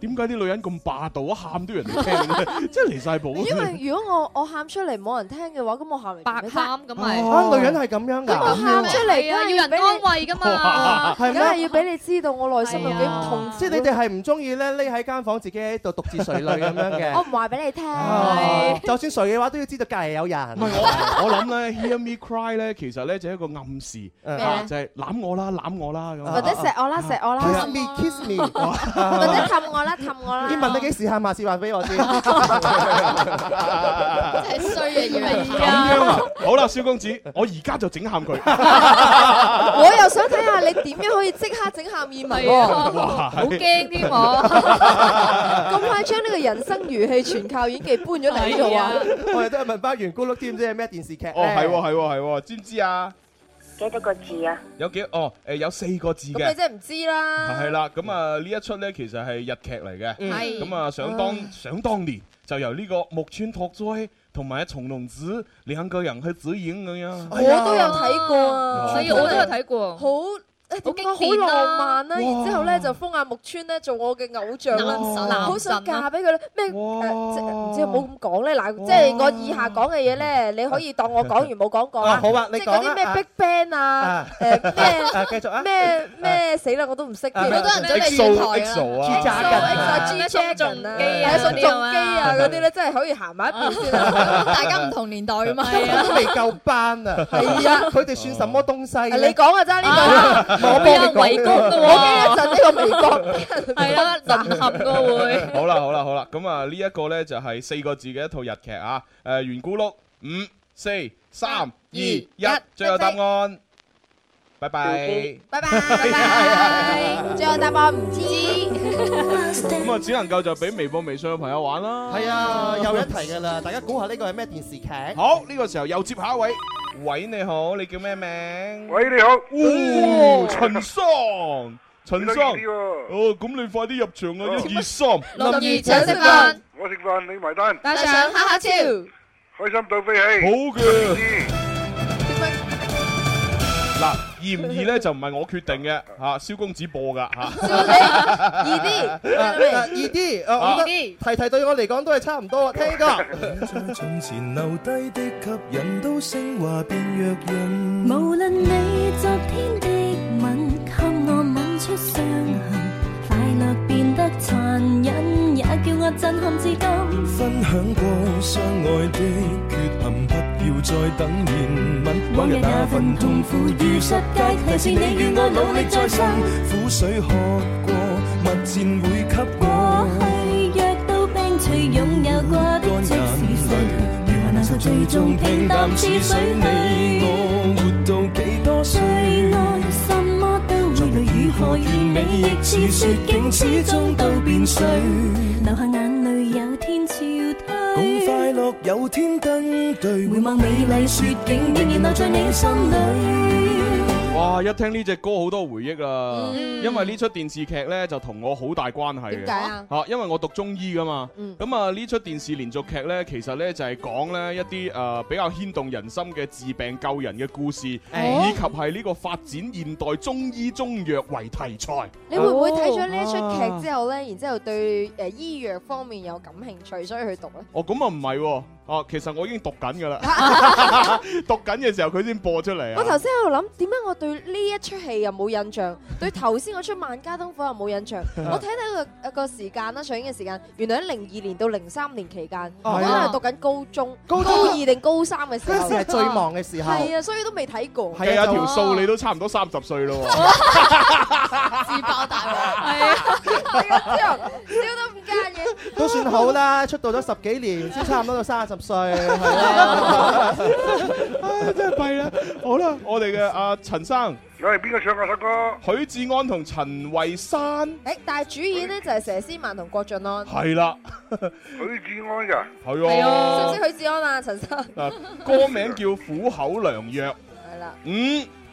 Speaker 9: 點解啲女人咁霸道，一喊都要人哋聽嘅？ (laughs) 真係離晒譜。啊
Speaker 10: 因為如果我我喊出嚟冇人聽嘅話，咁我喊嚟白喊咁
Speaker 11: 咪啊女人係咁樣㗎
Speaker 10: 哦咁我喊出嚟，
Speaker 3: 係啊
Speaker 10: 梗係俾你
Speaker 3: 要人安慰㗎嘛
Speaker 11: (laughs)
Speaker 3: 啊
Speaker 11: 係咩
Speaker 10: 梗係要俾你知道我內心有幾唔痛苦。
Speaker 11: 即係你哋係唔中意咧，匿喺間房自己喺度獨自垂淚咁樣嘅。
Speaker 10: 我唔話俾你聽。
Speaker 11: 哦就算垂嘅話，都要知道隔離有人。
Speaker 9: 唔係 (laughs) 我，我諗咧，Hear Me Cry 咧，其實咧就係一個暗示，
Speaker 11: 咩
Speaker 9: 啊
Speaker 10: 咧
Speaker 9: 就係攬我啦，攬我啦咁。啊
Speaker 10: 或者錫我啦，錫我啦
Speaker 11: Kiss me, 啊 kiss me。
Speaker 10: 或者氹我啦，氹我啦。
Speaker 11: 要問你幾時喊下次話俾我
Speaker 10: (laughs)
Speaker 11: 知。
Speaker 3: (laughs) 真係衰啊，以
Speaker 9: 咁
Speaker 3: 為
Speaker 9: 樣啊！好啦，蕭公子，我而家就整喊佢。
Speaker 10: (laughs) 我又想睇下你
Speaker 3: 啊
Speaker 10: 點樣可以即刻整喊耳文喎，(laughs)
Speaker 9: 哇
Speaker 10: 好驚添我，咁解將呢個人生如戲全靠演技搬咗嚟呢度啊？
Speaker 11: 我哋都係問翻袁咕碌知唔知係咩電視劇咧？
Speaker 9: 哦，係喎，係喎，係喎，知唔知啊？
Speaker 10: 幾多個字啊？
Speaker 9: 有幾哦？誒，有四個字
Speaker 10: 咁
Speaker 9: 嘅
Speaker 10: 你。真係唔知啦。
Speaker 9: 係啦，咁啊呢一出咧其實係日劇嚟嘅，
Speaker 10: 嗯係
Speaker 9: 咁啊想當
Speaker 10: 啊
Speaker 9: 想當年就由呢個木村拓哉同埋松隆子兩個人去主演咁樣。
Speaker 10: 我都有睇過啊，
Speaker 7: 哎
Speaker 9: 所以我都有
Speaker 10: 睇過，好。誒點講
Speaker 12: 經典
Speaker 10: 好
Speaker 12: 啦
Speaker 10: 浪漫啦，然之後咧就封阿木村咧做我嘅偶像啦
Speaker 12: 男神，
Speaker 10: 好想嫁俾佢咧咩呃誒，即係唔知有冇咁講咧嗱，即係我以下講嘅嘢咧，你可以當我講完冇講過
Speaker 11: 嗯啊好啊你
Speaker 10: 即係嗰
Speaker 11: 講啊
Speaker 10: 啲咩
Speaker 11: 啊
Speaker 10: Big Bang 啊
Speaker 11: 啊，
Speaker 10: 誒咩
Speaker 11: 啊，繼續啊！
Speaker 10: 咩咩死啦，我都唔識，
Speaker 11: 啊
Speaker 10: 好多人準備
Speaker 11: ，EXO
Speaker 10: 轉台啦
Speaker 11: EXO 啊
Speaker 10: ，EXO
Speaker 11: 咩
Speaker 10: G Dragon 啊，
Speaker 11: 機啊
Speaker 10: 係啊，宋
Speaker 11: 嗰
Speaker 10: 仲
Speaker 11: 啲
Speaker 10: 基
Speaker 11: 啊嘛
Speaker 10: 啊嗰啲咧，真係可以行埋一邊先啊，
Speaker 3: 大家唔同年代啊嘛，
Speaker 11: 都 (laughs) 未夠班啊！
Speaker 10: 係啊
Speaker 11: 佢哋算什麼東西咧？
Speaker 10: 你講啊，真係呢個。
Speaker 11: 我幫你講呢個
Speaker 10: 我驚一陣呢個微 (laughs) 博
Speaker 12: 係啦，淪陷個會。
Speaker 9: (laughs) 好啦，好啦，好啦，咁啊呢一個咧就係四個字嘅一套日劇啊。誒，圓咕碌，五、四、三、二、一，最後答案。拜拜。
Speaker 10: 拜拜拜拜，最後答案
Speaker 11: (laughs)
Speaker 10: 唔知。
Speaker 9: 咁啊，只能夠就俾微博、微信嘅朋友玩啦。
Speaker 11: 係啊，又一題㗎啦！大家估下呢個係咩電視劇？
Speaker 9: 好，呢個時候又接下一位。喂，你好，你叫咩名？
Speaker 13: 喂，你好。嗯
Speaker 9: 哦，秦桑，秦桑
Speaker 13: 你都要呢。
Speaker 9: 哦，咁你快啲入場
Speaker 13: 哦
Speaker 9: 啊！一二三，
Speaker 13: 林
Speaker 9: 兒
Speaker 13: 兒請食飯，我食飯你埋單，
Speaker 10: 帶上哈哈超，
Speaker 13: 開心到飛起。
Speaker 9: 好嘅。嗱，易唔易咧就唔係我決定嘅嚇，蕭公子播㗎嚇。
Speaker 11: 二 D，二啊 D，我啊覺得題題對我嚟講都係差唔多啊。聽呢個。
Speaker 4: 將從前留低的吸引都升華變藥引。
Speaker 14: 無論你昨天的吻，給我吻出傷痕，快樂變得殘忍，也叫我震撼至今。
Speaker 4: 分享過相愛的缺陷，不要再等言吻。
Speaker 14: 往日那份痛苦與失街，提示你與我努力再生。
Speaker 4: 苦水喝過，蜜餞會給
Speaker 14: 過
Speaker 4: 我。
Speaker 14: 去若到病除，擁有過的即是逝去，如何能夠最終平淡似水
Speaker 4: 你
Speaker 14: 去？
Speaker 4: 我活到幾多歲？
Speaker 14: 愛什麼都會累，如何完美亦似雪景，始終都變碎。流下眼淚，有天潮退。
Speaker 4: 共快樂有天登對。
Speaker 14: 回望美麗雪景，仍然留在你心裏。
Speaker 9: 哇！一聽呢只歌好多回憶啊，因為呢出電視劇呢就同我好大關係嘅。
Speaker 10: 點解啊
Speaker 9: 嚇因為我讀中醫噶嘛。
Speaker 10: 嗯
Speaker 9: 咁啊，呢出電視連續劇呢，其實呢就係講呢一啲誒比較牽動人心嘅治病救人嘅故事，以及
Speaker 10: 哦
Speaker 9: 係呢個發展現代中醫中藥為題材。
Speaker 10: 你會唔會睇咗呢一出劇之後咧，然之後對誒醫藥方面有感興趣，所以去讀咧？
Speaker 9: 哦，咁啊唔係喎，哦，其實我已經讀緊
Speaker 10: (laughs)
Speaker 9: 㗎啦， (laughs) 讀緊嘅時候佢先播出嚟啊。
Speaker 10: 我頭先喺度諗，點解我對呢一出戲又冇印象，對頭先嗰出《萬家燈火》又冇印象？我睇睇個個時間啦，上映嘅時間，原來喺零二年到零三年期間，我
Speaker 11: 哦係
Speaker 10: 可
Speaker 11: 啊
Speaker 10: 能讀緊高中，
Speaker 11: Oh，高中
Speaker 10: 高二定高三嘅時候，
Speaker 11: 嗰時係最忙嘅時候
Speaker 10: 係啊，所啊以都未睇過。
Speaker 9: 計下條數，你都差唔多三十歲咯喎。
Speaker 11: 都算好啦，出道咗十幾年，先差唔多到三十歲，係啦。
Speaker 9: 唉真係弊啦！好啦，我哋嘅阿陳生，
Speaker 13: 我係邊個唱嗰首歌？
Speaker 9: 許志安同陳慧珊，
Speaker 10: 誒，但係主演咧就係佘詩曼同郭晉安。
Speaker 9: 係啦，
Speaker 13: (laughs) 許志安噶，
Speaker 9: 係
Speaker 10: 係
Speaker 9: 啊
Speaker 10: 啊，識唔識許志安啊，陳生？
Speaker 9: 啊，歌名叫《苦口良藥》。
Speaker 10: 係啦，
Speaker 9: 五、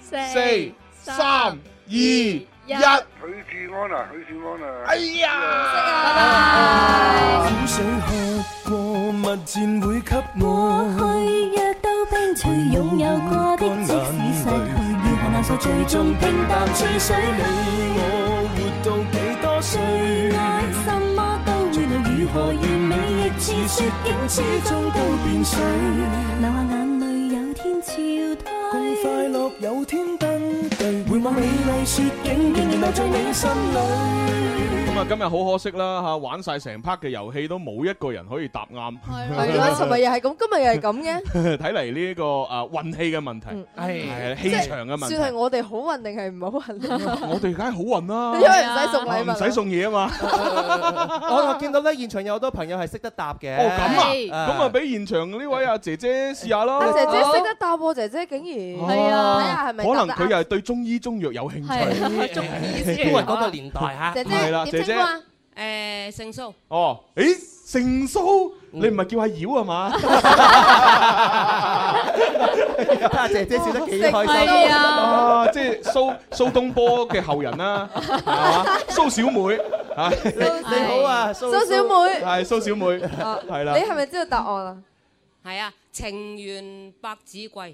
Speaker 9: 四
Speaker 10: 四、
Speaker 9: 三、二、一。Dạ.
Speaker 13: 許志安啊，許志安啊。
Speaker 9: 哎呀！
Speaker 4: 苦水喝過，蜜餞會給
Speaker 14: 過
Speaker 4: 我。
Speaker 14: 去若到冰除，擁有過的即使逝去，如何能受最終平淡似水裏？
Speaker 4: 我活到幾多歲？
Speaker 14: 愛什麼都會累，如何完美亦似雪景，始終都變水。流下眼淚，有天潮退。
Speaker 4: 快樂有天登對。
Speaker 14: 回望美麗雪景，仍然留在你心裏。
Speaker 9: 咁啊，今日好可惜啦吓，玩晒成 part 嘅遊戲都冇一個人可以答啱。 (laughs)
Speaker 10: 係點解尋日又係咁，今日又係咁嘅？
Speaker 9: 睇嚟呢個啊運氣嘅問題，係氣場嘅問題。
Speaker 10: 算係我哋好運定係唔好運？
Speaker 9: 我哋梗係好運啦，
Speaker 10: 因為唔使送禮物
Speaker 9: 唔使送嘢啊嘛。
Speaker 11: 我我見到咧，現場有好多朋友係識得答嘅。
Speaker 9: 哦咁啊，
Speaker 11: 係
Speaker 9: 咁啊俾現場呢位阿姐姐試下啦。
Speaker 10: 阿姐姐識得答喎，姐姐竟然
Speaker 9: 係啊
Speaker 10: 睇下係咪
Speaker 9: 可
Speaker 10: 答
Speaker 9: 能
Speaker 10: 得
Speaker 9: 佢
Speaker 10: 啱
Speaker 9: 又係對中醫中藥有興趣。
Speaker 10: 係中醫先
Speaker 9: 因為
Speaker 10: 嗰個
Speaker 11: 年代
Speaker 9: 嚇姐姐係啦點姐姐稱呼啊
Speaker 17: 誒誒性騷。
Speaker 9: 哦，誒，性騷，你唔係叫阿妖
Speaker 11: (laughs)
Speaker 9: 啊嘛？
Speaker 11: 睇下姐姐笑得幾開心。
Speaker 9: 係啊，即係蘇蘇東坡嘅後人啦，係嘛？蘇小妹啊，
Speaker 11: 你你好啊蘇
Speaker 10: 蘇小妹
Speaker 9: 係蘇小妹，
Speaker 10: 啊
Speaker 9: 係啦
Speaker 10: 你。係咪知道答案啊？
Speaker 17: 係啊，情緣百子貴。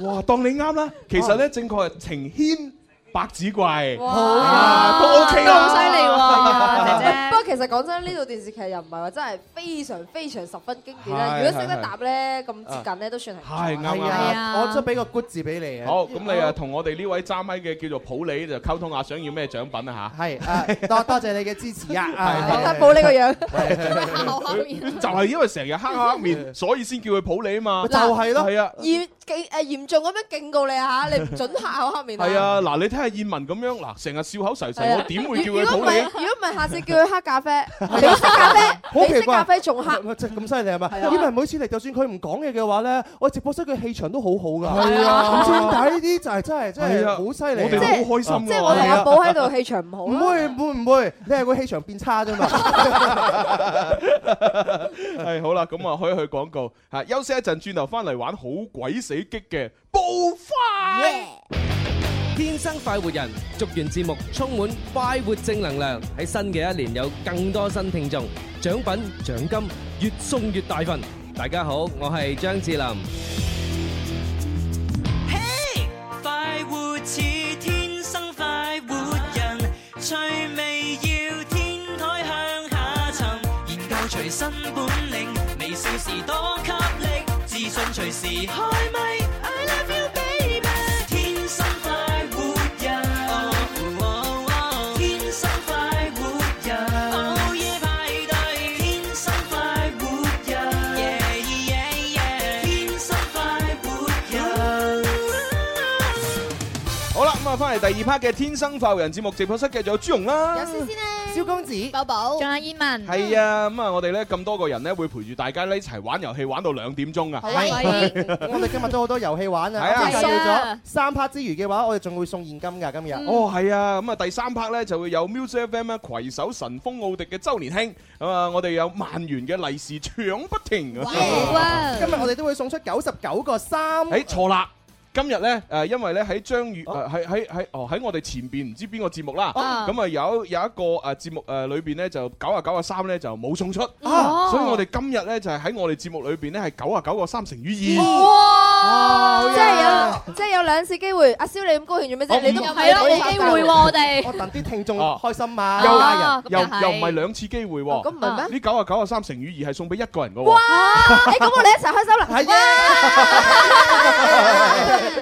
Speaker 9: 哇，當你啱啦，其實咧正確係情牽百子貴，
Speaker 10: 哇
Speaker 9: 啊都 OK 啦，Dạ, (laughs)
Speaker 10: 不過其實講真，呢套電視劇又唔係話真係非常非常十分經典啦。
Speaker 9: 係
Speaker 10: 如果識得答咧，咁接近咧都算係唔錯。
Speaker 9: 係啱
Speaker 11: 啊
Speaker 9: 啊！
Speaker 11: 我真係俾個 good 字俾你啊！
Speaker 9: 好，咁你啊同我哋呢位揸咪嘅叫做普洱就溝通下，想要咩獎品啊嚇？
Speaker 11: 係啊，多多謝你嘅支持啊！
Speaker 9: 係
Speaker 11: 啊
Speaker 9: 係
Speaker 10: 冇呢個樣。啊
Speaker 9: (laughs) 就係因為成日黑黑
Speaker 11: (laughs)
Speaker 9: 面，所以先叫佢普洱嘛。
Speaker 11: 就係咯
Speaker 9: 係啊。
Speaker 10: 嚴警誒嚴重咁樣警告你啊 (laughs) 嚇，你唔準嚇口黑面啊。
Speaker 9: 係啊，嗱，你睇下燕文咁樣，嗱，成日笑口噬噬，
Speaker 10: 係啊
Speaker 9: 我點會叫
Speaker 10: 如
Speaker 9: 佢
Speaker 10: 如
Speaker 9: 抱
Speaker 10: 果唔係
Speaker 9: 你？
Speaker 10: 如果唔係，下次叫佢黑咖啡，你識咖啡，
Speaker 11: 好
Speaker 10: 你
Speaker 11: 奇
Speaker 10: 識咖
Speaker 11: 怪，
Speaker 10: 啡仲
Speaker 11: (laughs)
Speaker 10: 黑。
Speaker 11: 真係咁犀利係嘛
Speaker 10: 係啊？
Speaker 11: 因為每次嚟，就算佢唔講嘢嘅話咧，我直播室嘅氣場都好好㗎。
Speaker 10: 係啊
Speaker 11: 唔知點解呢啲就係真係真
Speaker 9: 係
Speaker 11: 係
Speaker 9: 啊
Speaker 11: 好犀利啊。
Speaker 9: 我哋都好開心㗎
Speaker 10: 即係我同
Speaker 11: 係啊
Speaker 10: 阿寶喺度氣場唔好
Speaker 11: 唔
Speaker 10: 啦。
Speaker 11: 會唔會唔會，你係個氣場變差啫嘛。
Speaker 9: (laughs) 係好啦，咁啊可以去廣告嚇，休息一陣，轉頭翻嚟玩好鬼死激嘅暴快。
Speaker 18: 天生快活人，祝願節目充滿快活正能量，喺新嘅一年有更多新聽眾，獎品獎金越送越大份。大家好，我係張智霖。
Speaker 19: 快活似天生快活人，趣味要天台向下沉，研究隨身本領，微笑時多給力，自信隨時開咪。I love you baby，天生快活人，哦哦天生快活人，午夜派對，天生快活人，yeah yeah yeah，天生快活人。
Speaker 9: 好啦，咁啊翻嚟第二 part 嘅天生快活人節目直播室嘅仲有朱容啦。
Speaker 11: 蕭公子、
Speaker 3: 寶寶，仲有燕文，
Speaker 9: 係啊，咁啊，我哋咧咁多個人咧，會陪住大家咧一齊玩遊戲，玩到兩點鐘啊！
Speaker 11: 我哋今日都好多遊戲玩
Speaker 9: 係啊
Speaker 11: 啊！我哋介紹咗三 part 之餘嘅話，我哋仲會送現金㗎今日。
Speaker 9: 哦，係啊，咁啊第三 part 咧就會有 Music FM 咧攜手神風奧迪嘅周年慶，咁啊我哋有萬元嘅利是搶不停。啊
Speaker 11: 今日我哋都會送出九十九個衫。
Speaker 9: 誒錯啦！今日咧誒，因為咧喺張宇誒喺喺喺哦喺我哋前邊唔知邊個節目啦，
Speaker 11: 啊
Speaker 9: 咁啊有有一個誒節目誒裏邊咧就九啊九啊三咧就冇送出，
Speaker 11: 哦
Speaker 9: 所以我哋今日咧就係喺我哋節目裏邊咧係九啊九個三乘以二。
Speaker 10: 哇！
Speaker 9: 好嘢
Speaker 10: 即係有即係有兩次機會，阿蕭你咁高興做咩啫？你都
Speaker 12: 係咯冇機會喎我哋
Speaker 11: 我等啲聽眾
Speaker 9: 哦
Speaker 11: 開心嘛，
Speaker 9: 又
Speaker 11: 家人。
Speaker 9: 又
Speaker 12: 咁又係
Speaker 9: (laughs) 又唔係兩次機會喎，
Speaker 11: 咁唔係咩
Speaker 9: 呢九啊九啊三乘以二係送俾一個人嘅
Speaker 10: 哇誒
Speaker 9: 喎，！
Speaker 10: 咁我哋一齊開心啦！
Speaker 11: 係
Speaker 9: (laughs)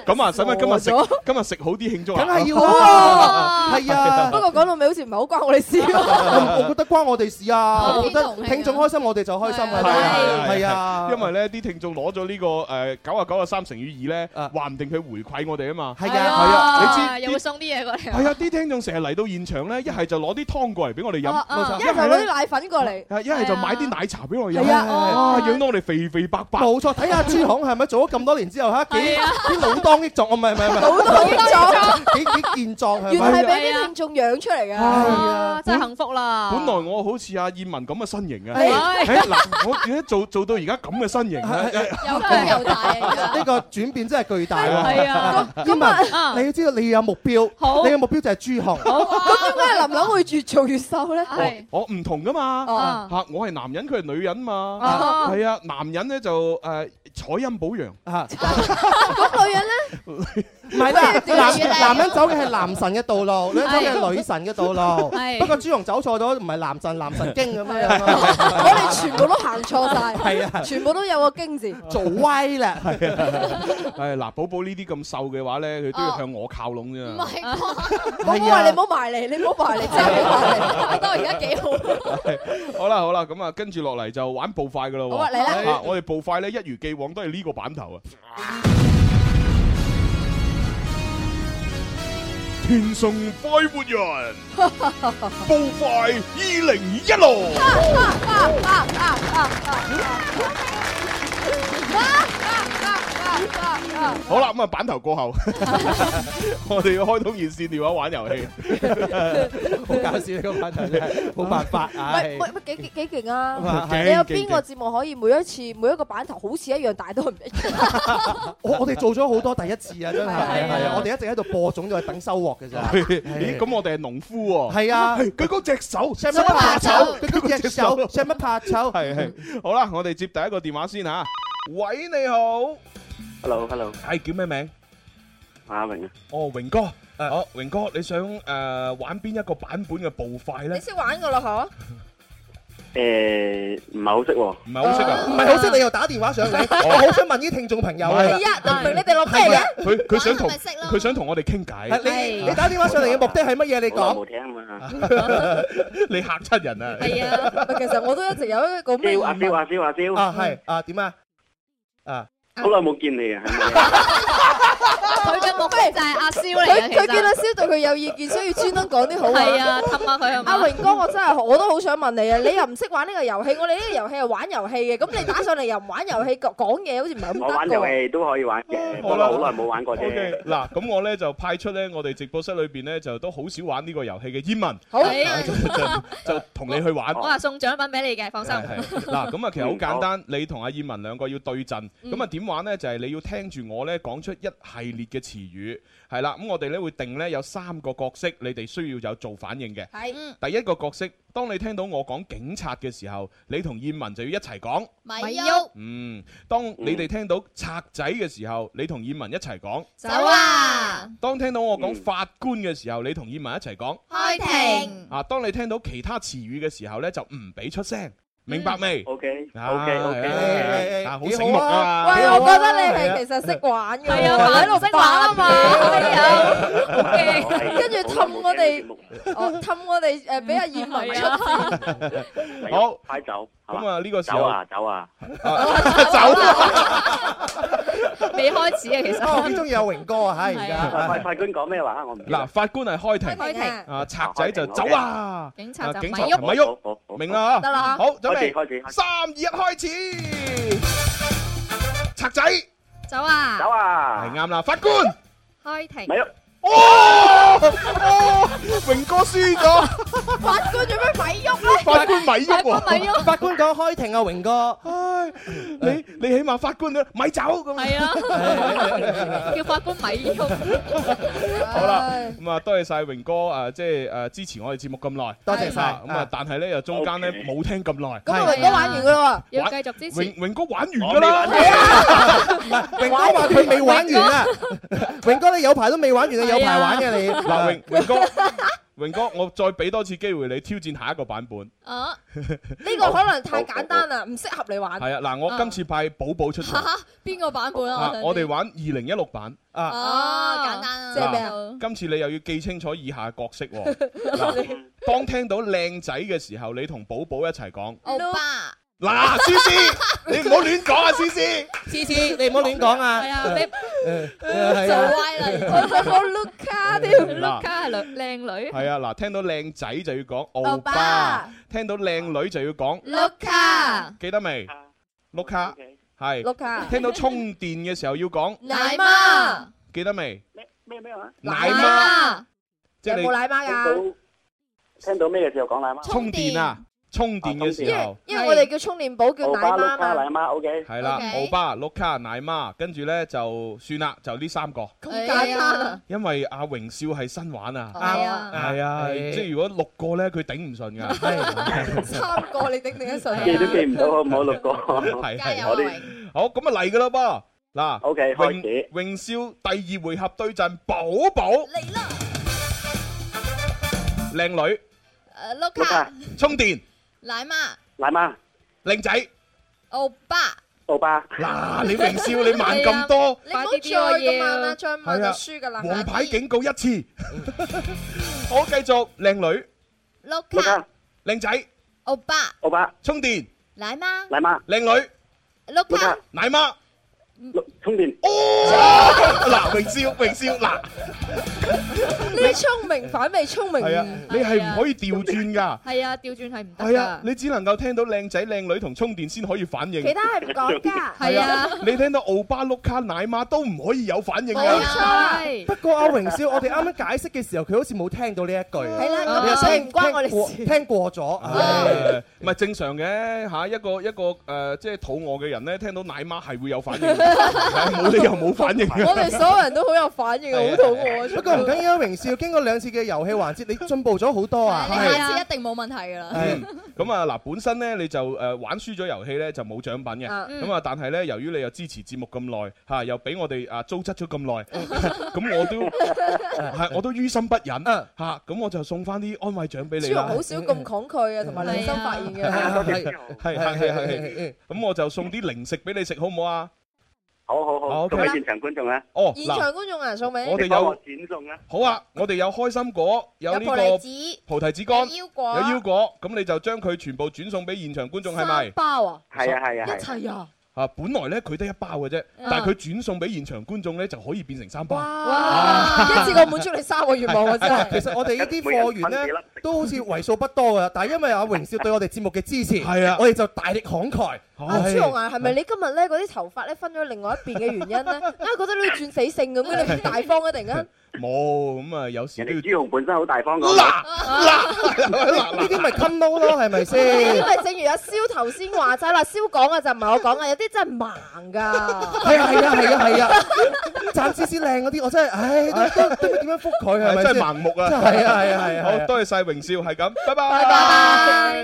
Speaker 9: 咁啊，使唔使今日食今日食好啲慶祝啊？
Speaker 11: 梗係要
Speaker 9: (laughs)
Speaker 11: 啊係啊
Speaker 10: 不過講到尾好似唔係好關我哋事
Speaker 11: 我我
Speaker 10: 喎。
Speaker 11: 覺得關我哋事啊！
Speaker 10: 哦
Speaker 11: 我覺得聽眾開心，我哋就開心㗎啦。
Speaker 9: 係
Speaker 11: 係啊，
Speaker 9: 因為咧啲聽眾攞咗呢個誒九啊九啊三乘以二咧，話唔定佢回饋我哋啊嘛。
Speaker 11: 係
Speaker 12: 啊
Speaker 9: 係啊，你
Speaker 12: 又
Speaker 9: 知
Speaker 12: 會
Speaker 9: 啲
Speaker 12: 送啲嘢過嚟。
Speaker 9: 係啊，啲聽眾成日嚟到現場咧，一係就攞啲湯過嚟俾我哋飲，
Speaker 10: 啊啊一係
Speaker 9: 係
Speaker 10: 就攞啲奶粉過嚟，
Speaker 9: 係一係就買啲奶茶俾我哋飲，
Speaker 10: 係啊
Speaker 9: 哇，養到我哋肥肥白白。
Speaker 11: 冇錯，睇下朱孔係咪做咗咁多年之後嚇，幾
Speaker 10: 係啊
Speaker 11: 啲老當益壯，哦唔係唔係唔係，
Speaker 10: 老當益壯
Speaker 11: 壯，幾幾健壯係咪？
Speaker 10: 原係俾啲聽眾養出嚟
Speaker 9: 啊
Speaker 10: 㗎，真係幸福啦
Speaker 9: 本來我好似阿燕文咁嘅身形啊，
Speaker 10: 係
Speaker 9: 誒嗱，我而家做做到而家咁嘅身形咧，
Speaker 3: 又高又大啊！
Speaker 11: 呢個轉變真係巨大
Speaker 9: 係啊
Speaker 11: 咁英文，你要知道你要有目標，
Speaker 10: 好
Speaker 11: 你嘅目標就係朱紅。
Speaker 10: 咁點解林林會越做越瘦咧？係
Speaker 9: 我哦唔同噶嘛
Speaker 10: 哦，
Speaker 9: 嚇我係男人，佢係女人嘛，
Speaker 10: 哦
Speaker 9: 係啊，男人咧就誒採陰補陽，
Speaker 10: 咁女人咧？
Speaker 11: 唔係
Speaker 10: 不如調
Speaker 11: 啦，
Speaker 10: 轉你
Speaker 11: 男男人走嘅係男神嘅道路，女人走嘅係
Speaker 10: 係
Speaker 11: 女神嘅道路。
Speaker 10: 係
Speaker 11: 不過朱紅走錯咗，唔係男神，男神經咁樣樣咯。
Speaker 10: 我哋全部都行錯晒，
Speaker 11: 係啊
Speaker 10: 全部都有個經字，
Speaker 11: 做威啦。
Speaker 9: (laughs) 係啊，係嗱，寶寶呢啲咁瘦嘅話咧，佢
Speaker 10: 哦
Speaker 9: 都要向我靠攏啫。
Speaker 10: 寶寶話你唔好埋嚟，你唔好埋嚟，真係唔好埋嚟。我覺得我而家幾好。
Speaker 9: (laughs) 好啦好啦，咁啊，跟住落嚟就玩步快噶啦喎。
Speaker 10: 好啊嚟啦
Speaker 9: 啊我哋步快咧，一如既往都係呢個版頭啊。天生快活人，步快二零一六。
Speaker 10: 啊啊啊啊啊啊啊啊啊啊啊
Speaker 9: 好啦，咁啊板頭過後， (laughs) 我哋要開通熱線電話玩遊戲，
Speaker 11: 好搞笑呢個板頭真係冇辦法啊！
Speaker 10: 喂喂，幾幾幾勁啊！
Speaker 11: 勁
Speaker 10: 你有
Speaker 11: 勁
Speaker 10: 邊個節目可以每一次每一個版頭好似一樣，但係都唔一樣？
Speaker 11: 我我哋做咗好多第一次啊，真係
Speaker 10: 係啊
Speaker 11: 係啊！我哋一直喺度播種，就係等收穫嘅
Speaker 9: (laughs)
Speaker 11: 咋。
Speaker 9: 咦？咁我哋係農夫喎，
Speaker 11: 係啊，
Speaker 9: 舉高隻手，
Speaker 11: 使乜怕醜？舉高隻手，使乜怕醜？
Speaker 9: (laughs) 係係，好啦，我哋接第一個電話先吓。喂，你好
Speaker 13: Hello，Hello，
Speaker 9: 係叫咩名？
Speaker 13: 阿榮啊，
Speaker 9: 哦，榮哥，誒，好，榮哥，你想誒玩邊一個版本嘅步快咧
Speaker 10: 你？識玩噶啦嗬？
Speaker 13: 誒唔係好識喎，
Speaker 9: 唔係好識啊，
Speaker 11: 唔係好識你又打電話上嚟，
Speaker 9: 哦
Speaker 11: 我好想問啲聽眾朋友啊！
Speaker 9: 係
Speaker 10: 啊都唔明你哋諗咩
Speaker 11: 嘢？
Speaker 9: 佢佢想同佢想同我哋傾偈。
Speaker 11: 啊你你打電話上嚟嘅目的係乜嘢？你講。
Speaker 13: 聽啊嘛，
Speaker 9: (laughs)
Speaker 10: (laughs)
Speaker 9: 你嚇親人啊！
Speaker 10: 係啊，其實我都一直有一個咩疑
Speaker 13: 阿蕉
Speaker 10: 問。
Speaker 13: 阿蕉阿蕉，
Speaker 11: 啊係啊點啊啊！
Speaker 13: 好耐冇見你啊，係咪？
Speaker 10: 佢嘅目標就係阿蕭
Speaker 12: 嚟
Speaker 10: 佢
Speaker 12: 嘅其實
Speaker 10: 佢見阿蕭對佢有意見，所以專登講啲好話。
Speaker 12: 係啊氹下佢係嘛
Speaker 10: 阿榮哥，我真係我都好想問你啊！你又唔識玩呢個遊戲，我哋呢個遊戲係玩遊戲嘅，咁你打上嚟又唔玩遊戲，講講嘢好似唔係
Speaker 13: 我
Speaker 10: 咁
Speaker 13: 玩
Speaker 10: 得
Speaker 13: 遊
Speaker 10: 㗎。
Speaker 13: 戲都可以玩嘅，不過
Speaker 9: 好啦
Speaker 13: 好耐冇玩過
Speaker 9: O K，
Speaker 13: 啫。
Speaker 9: 嗱，咁我咧就派出咧，我哋直播室裏邊咧就都好少玩呢個遊戲嘅煙民，
Speaker 12: 好
Speaker 9: 啊就就同你去玩。
Speaker 12: 我話啊送獎品俾你嘅，放心。
Speaker 9: 係係嗱，咁啊，其實好簡單，你同阿燕文兩個要對陣，
Speaker 12: 嗯
Speaker 9: 咁啊點玩呢？就係你要聽住我呢講出一系列嘅詞語，係啦，咁我哋呢會定呢有三個角色，你哋需要有做反應嘅。
Speaker 10: 係
Speaker 9: 第一個角色，當你聽到我講警察嘅時候，你同燕文就要一齊講。
Speaker 3: 咪喐
Speaker 9: 嗯，當你哋聽到賊仔嘅時候，你同燕文一齊講。
Speaker 3: 走啊，
Speaker 9: 當聽到我講法官嘅時候，你同燕文一齊講。
Speaker 3: 開庭，
Speaker 9: 啊，當你聽到其他詞語嘅時候呢，就唔俾出聲，明白未
Speaker 13: ？OK
Speaker 9: OK
Speaker 11: OK，
Speaker 9: 啊，好
Speaker 11: 幾好
Speaker 9: 醒目啊！
Speaker 10: 喂，我覺得你係其實識玩嘅，
Speaker 12: 係啊
Speaker 10: 喺度
Speaker 12: 識
Speaker 10: 打
Speaker 12: 玩
Speaker 10: 啊嘛，
Speaker 12: 係
Speaker 13: 啊
Speaker 10: 跟住氹我哋，哦氹我哋誒俾阿燕文出戰。
Speaker 9: 好，
Speaker 13: 快走，
Speaker 9: 咁啊呢個時候
Speaker 13: 走啊走啊，
Speaker 11: (laughs)
Speaker 9: (laughs)
Speaker 12: 未開始啊，其實。
Speaker 11: 我幾中意阿榮哥啊！嚇而
Speaker 13: 法
Speaker 11: 家。
Speaker 13: 法官講咩話？
Speaker 11: (laughs)
Speaker 13: 我唔
Speaker 9: 嗱，法官係開庭，
Speaker 12: 開庭
Speaker 9: 啊，賊仔就走啊，
Speaker 12: 警察就咪
Speaker 9: 啊警察
Speaker 12: 喐
Speaker 9: 唔咪喐，明啦嚇
Speaker 12: 得啦
Speaker 9: 好，準備
Speaker 13: 開始開始
Speaker 9: 三二一，開始。賊仔係
Speaker 12: 走
Speaker 7: à?
Speaker 12: 啊！
Speaker 9: à?
Speaker 13: 走啊！
Speaker 9: 啱啦，法官，
Speaker 12: 開庭。
Speaker 13: 咪喐
Speaker 9: 哦哦，榮哥輸咗，
Speaker 10: 法官做咩咪喐咧？
Speaker 9: 法官咪喐喎，
Speaker 11: 法官講開庭啊，榮哥。
Speaker 9: 唉， (laughs) 你你起碼法官都咪走咁。
Speaker 12: 係啊， (laughs) 叫法官咪喐。
Speaker 9: (laughs) 好啦，咁啊，多謝晒榮哥啊，即係誒支持我哋節目咁耐，
Speaker 11: 多謝晒
Speaker 9: 啊咁啊，但係咧又中間咧冇聽咁耐，
Speaker 10: 咁阿榮哥玩完㗎
Speaker 7: à?
Speaker 10: 啦
Speaker 12: 要繼續支持。
Speaker 9: 榮榮哥玩完㗎啦，
Speaker 11: (laughs) 榮哥話佢未玩完啊！榮哥你有排都未玩完啊，有排玩嘅你。
Speaker 9: 嗱，榮榮哥，榮哥，我再俾多次機會你挑戰下一個版本。 (laughs)
Speaker 10: 啊，呢個可能太簡單啦，唔適合你玩。
Speaker 9: 係啊，嗱，
Speaker 10: Ờ.
Speaker 9: 我
Speaker 10: (laughs)
Speaker 9: 今次派寶寶出場，
Speaker 10: 邊個版本
Speaker 9: 啊，我哋玩二零一六版啊。
Speaker 10: 哦，簡
Speaker 3: 單啊
Speaker 10: 即係咩啊？
Speaker 9: 嗱今次你又要記清楚以下角色喎。嗱，當聽到靚仔嘅時候，你同寶寶一齊講。
Speaker 3: 歐巴，
Speaker 9: 嗱，思思，你唔好亂講啊，思思。
Speaker 11: 思思，
Speaker 9: (laughs)
Speaker 11: 你唔好亂講啊！
Speaker 12: 係啊，你
Speaker 11: 係啊
Speaker 12: (laughs) 啦！
Speaker 10: 我 look 卡添
Speaker 9: 嗱
Speaker 12: ，look 卡係女靚女。
Speaker 9: (laughs) 係啊，嗱，聽到靚仔就要講
Speaker 12: 歐
Speaker 9: 奧
Speaker 12: 巴
Speaker 9: 巴，聽到靚女就要講
Speaker 12: look 卡
Speaker 9: 記得未？碌卡係。
Speaker 10: 碌卡
Speaker 9: 聽到充電嘅時候要講，
Speaker 10: 奶媽，
Speaker 9: 記得未？
Speaker 13: 咩咩話？
Speaker 9: 奶媽，即
Speaker 10: 有
Speaker 9: 係你
Speaker 10: 冇奶媽㗎？
Speaker 13: 聽到咩嘅時候講奶媽？
Speaker 9: 充電啊！充電嘅時候
Speaker 10: 因為我哋叫充電寶叫
Speaker 13: 奧
Speaker 10: 奶
Speaker 13: 巴
Speaker 10: 媽
Speaker 13: 碌卡奶
Speaker 10: 嘛。
Speaker 13: 媽，OK。
Speaker 9: 係啦，
Speaker 10: OK
Speaker 9: 奧巴、碌卡、奶媽，跟住咧就算啦，就呢三個。
Speaker 10: 咁簡單啊！
Speaker 9: 因為阿榮少係新玩啊，
Speaker 10: 係啊
Speaker 9: 係啊，即係如果六個咧，佢頂唔順㗎。
Speaker 10: 三個你頂定一順啊
Speaker 13: 記都記唔到，好唔好六個？
Speaker 9: 係
Speaker 10: 加油
Speaker 9: 係，
Speaker 10: 啊
Speaker 9: 我哋好咁啊嚟㗎啦噃。嗱
Speaker 13: ，OK，開始。
Speaker 9: 榮少第二回合對陣寶寶，嚟啦！靚女，
Speaker 3: 誒碌卡，
Speaker 9: 充電，
Speaker 3: 奶媽，
Speaker 13: 奶媽，
Speaker 9: 靚仔。
Speaker 3: 歐巴，
Speaker 13: 奧巴。
Speaker 9: 嗱，你榮少你慢咁多，
Speaker 10: 你唔好再咁慢啦，再慢就輸㗎啦。
Speaker 9: 黃牌警告一次。 (laughs) 我繼續，靚女，
Speaker 3: 碌卡，
Speaker 9: 靚仔，
Speaker 3: 歐巴，
Speaker 13: 奧巴，
Speaker 9: 充電，
Speaker 3: 奶媽，
Speaker 13: 奶媽，
Speaker 9: 靚女，
Speaker 3: 碌卡，
Speaker 9: 奶媽。
Speaker 13: 充電。
Speaker 9: (laughs) 嗱，榮少，榮少，嗱，
Speaker 10: 呢聰明反被聰明
Speaker 9: 係啊，
Speaker 10: 誤。
Speaker 9: 你係唔可以調轉㗎。
Speaker 12: 係啊，調轉係唔得
Speaker 9: 係
Speaker 10: (laughs)
Speaker 9: 啊
Speaker 12: 㗎，。
Speaker 9: 你只能夠聽到靚仔靚女同充電先可以反應。
Speaker 10: 其他
Speaker 13: (laughs)
Speaker 10: 係唔講㗎
Speaker 9: 係
Speaker 10: 係啊
Speaker 9: 你聽到奧巴碌卡奶媽都唔可以有反應㗎。
Speaker 11: 不過阿榮少，我哋啱啱解釋嘅時候，佢好似冇聽到呢一句。係
Speaker 10: 啦咁啊所以唔關我哋
Speaker 11: 事。聽過咗，
Speaker 9: 誒唔係正常嘅嚇，一個一個誒即係肚餓嘅人咧，聽到奶媽係會有反應嘅，係冇理由冇反應嘅。
Speaker 10: 我哋所有人都好有反應，好肚餓啊！
Speaker 11: 不過唔緊要，榮少經過兩次嘅遊戲環節，你進步咗好多啊！
Speaker 3: 你下次一定冇問題㗎啦。
Speaker 9: 嗯咁啊嗱，本身咧你就誒玩輸咗遊戲咧就冇獎品嘅，
Speaker 3: 啊嗯
Speaker 9: 咁啊但係咧由於你又支持節目咁耐嚇，又俾我哋啊糟質咗咁耐， (laughs) 咁我都係我都於心不忍嚇，咁我就送翻啲安慰獎俾你
Speaker 10: 朱
Speaker 9: 啦。
Speaker 10: 紅好
Speaker 9: (laughs)
Speaker 10: 少咁抗拒啊，同埋良心發現嘅。
Speaker 9: 係係係係係，咁我就送啲零食俾你食好唔好啊？
Speaker 13: 好好好，
Speaker 9: OK
Speaker 13: 送俾現場觀眾啊！
Speaker 9: 哦，
Speaker 10: 現場觀眾有人送俾
Speaker 9: 我哋
Speaker 13: 你幫我
Speaker 9: 有
Speaker 13: 剪送啦。
Speaker 9: 好啊，我哋有開心果，有呢
Speaker 10: 有菩
Speaker 9: 個
Speaker 10: 提子
Speaker 9: 菩提子乾，
Speaker 10: 有腰果
Speaker 9: 有腰果，咁你就將佢全部轉送俾現場觀眾係咪？
Speaker 10: 包啊，
Speaker 7: à,
Speaker 9: 係啊係啊係啊
Speaker 10: 一齊啊！
Speaker 9: 啊，本來咧佢得一包嘅啫，
Speaker 10: 嗯
Speaker 9: 但係佢轉送俾現場觀眾咧就可以變成三包。
Speaker 10: 哇！一次過滿足你三個願望啊！真 (laughs) 係。
Speaker 11: 其實我哋呢啲貨源咧都好似為數不多噶，但係因為阿榮少對我哋節目嘅支持，係啊，我哋就大力慷慨。
Speaker 10: 阿朱紅啊，係咪你今日咧嗰啲頭髮咧分咗另外一邊嘅原因咧？ (laughs) 啊，覺得你轉死性咁嘅，你唔大方啊！突然 (laughs) 間，
Speaker 9: 冇咁啊，有時都要。
Speaker 13: 朱紅本身好大方㗎。
Speaker 11: 呢啲咪襟撈咯，係咪
Speaker 10: 呢
Speaker 11: 先
Speaker 10: 啲？咪正如阿蕭頭先話齋啦，蕭講嘅啊就唔係我講嘅，有啲真係盲㗎。
Speaker 11: 係啊係啊係啊係啊！賺知先靚嗰啲，我真係，唉，都都都唔知點樣覆佢係咪
Speaker 9: 係真係
Speaker 11: 先
Speaker 9: 盲目啊！
Speaker 11: 真係啊係啊係啊！
Speaker 9: 好多謝晒榮少，係咁，拜
Speaker 10: 拜
Speaker 9: 拜。
Speaker 10: 拜！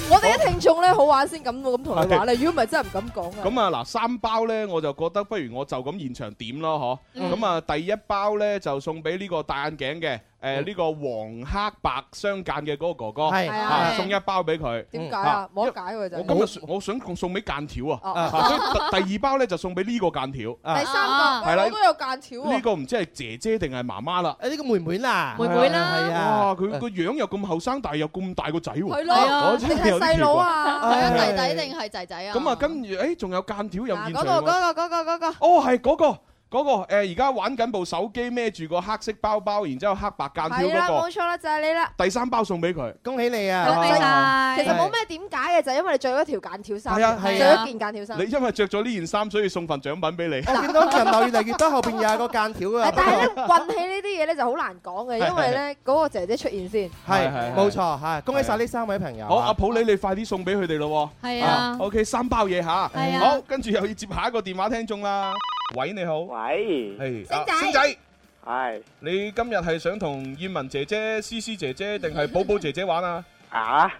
Speaker 10: (laughs) 我哋啲聽眾咧好玩先咁咁同你玩咧，如果唔係真係唔敢講啊！
Speaker 9: 咁啊嗱，三包呢，我就覺得不如我就咁現場點咯，嗬。
Speaker 10: 嗯
Speaker 9: 咁啊，第一包呢，就送俾呢個戴眼鏡嘅，誒呢個黃黑白相間嘅嗰個哥哥，
Speaker 10: 嗯係係啊
Speaker 9: 啊
Speaker 10: 係
Speaker 9: 送一包俾佢。
Speaker 10: 點解啊？冇得解喎就
Speaker 9: 我
Speaker 10: 係。
Speaker 9: 今日想我想送俾間條啊，
Speaker 10: 哦
Speaker 9: 啊所以第第二包咧就送俾呢個間條。
Speaker 11: 啊
Speaker 10: 第三個，
Speaker 9: 啊係啦
Speaker 10: 我都有間條喎。
Speaker 9: 呢個唔知係姐姐定係媽媽啦。
Speaker 11: 啊誒呢個妹妹啦，
Speaker 10: 妹妹啦
Speaker 11: 係啊
Speaker 9: 哇！佢個樣又咁後生，但係又咁大個仔喎。
Speaker 3: 係咯
Speaker 9: 啊我真係有啲
Speaker 3: 定係細佬
Speaker 9: 奇
Speaker 3: 啊
Speaker 9: 怪
Speaker 3: 係啊弟弟定係仔仔啊
Speaker 9: 咁啊，跟住誒仲有間條有現
Speaker 10: 嗰
Speaker 9: 場
Speaker 10: 個
Speaker 9: 喎。
Speaker 10: 嗰個嗰個嗰個。
Speaker 9: 哦，係嗰個。嗰個誒而家玩緊部手機，孭住個黑色包包，然之後黑白間條
Speaker 10: 係啦，冇
Speaker 9: 嗰
Speaker 10: 錯啦，就係你啦。
Speaker 9: 個，第三包送俾佢。
Speaker 11: 恭喜你
Speaker 10: 恭喜
Speaker 9: 啊
Speaker 10: 其實冇咩點解嘅，就係因為你着咗一條間條衫，
Speaker 9: 係啊係
Speaker 10: 着
Speaker 9: 啊
Speaker 10: 一件間條衫。
Speaker 9: 你因為着咗呢件衫，所以送份獎品俾 (laughs) 你。
Speaker 11: 我見到人流越嚟越多，後邊又有個間條啊！
Speaker 10: 但係咧，運氣呢啲嘢咧就好難講嘅，因為咧嗰個姐姐出現先。
Speaker 11: 係
Speaker 9: 係
Speaker 11: 冇錯嚇，恭喜晒呢三位朋友。
Speaker 9: 好，阿普你你快啲送俾佢哋咯喎。
Speaker 10: 係啊
Speaker 9: O K，三包嘢吓。
Speaker 10: 係啊
Speaker 9: 好，跟住又要接下一個電話聽眾啦。喂，你好。
Speaker 13: 喂。
Speaker 9: 係。
Speaker 13: 星
Speaker 9: 啊
Speaker 13: 仔
Speaker 9: 星仔。
Speaker 13: 係。
Speaker 9: 你今日係想同燕文姐姐、思思姐姐定係寶寶姐姐玩啊？
Speaker 13: 啊？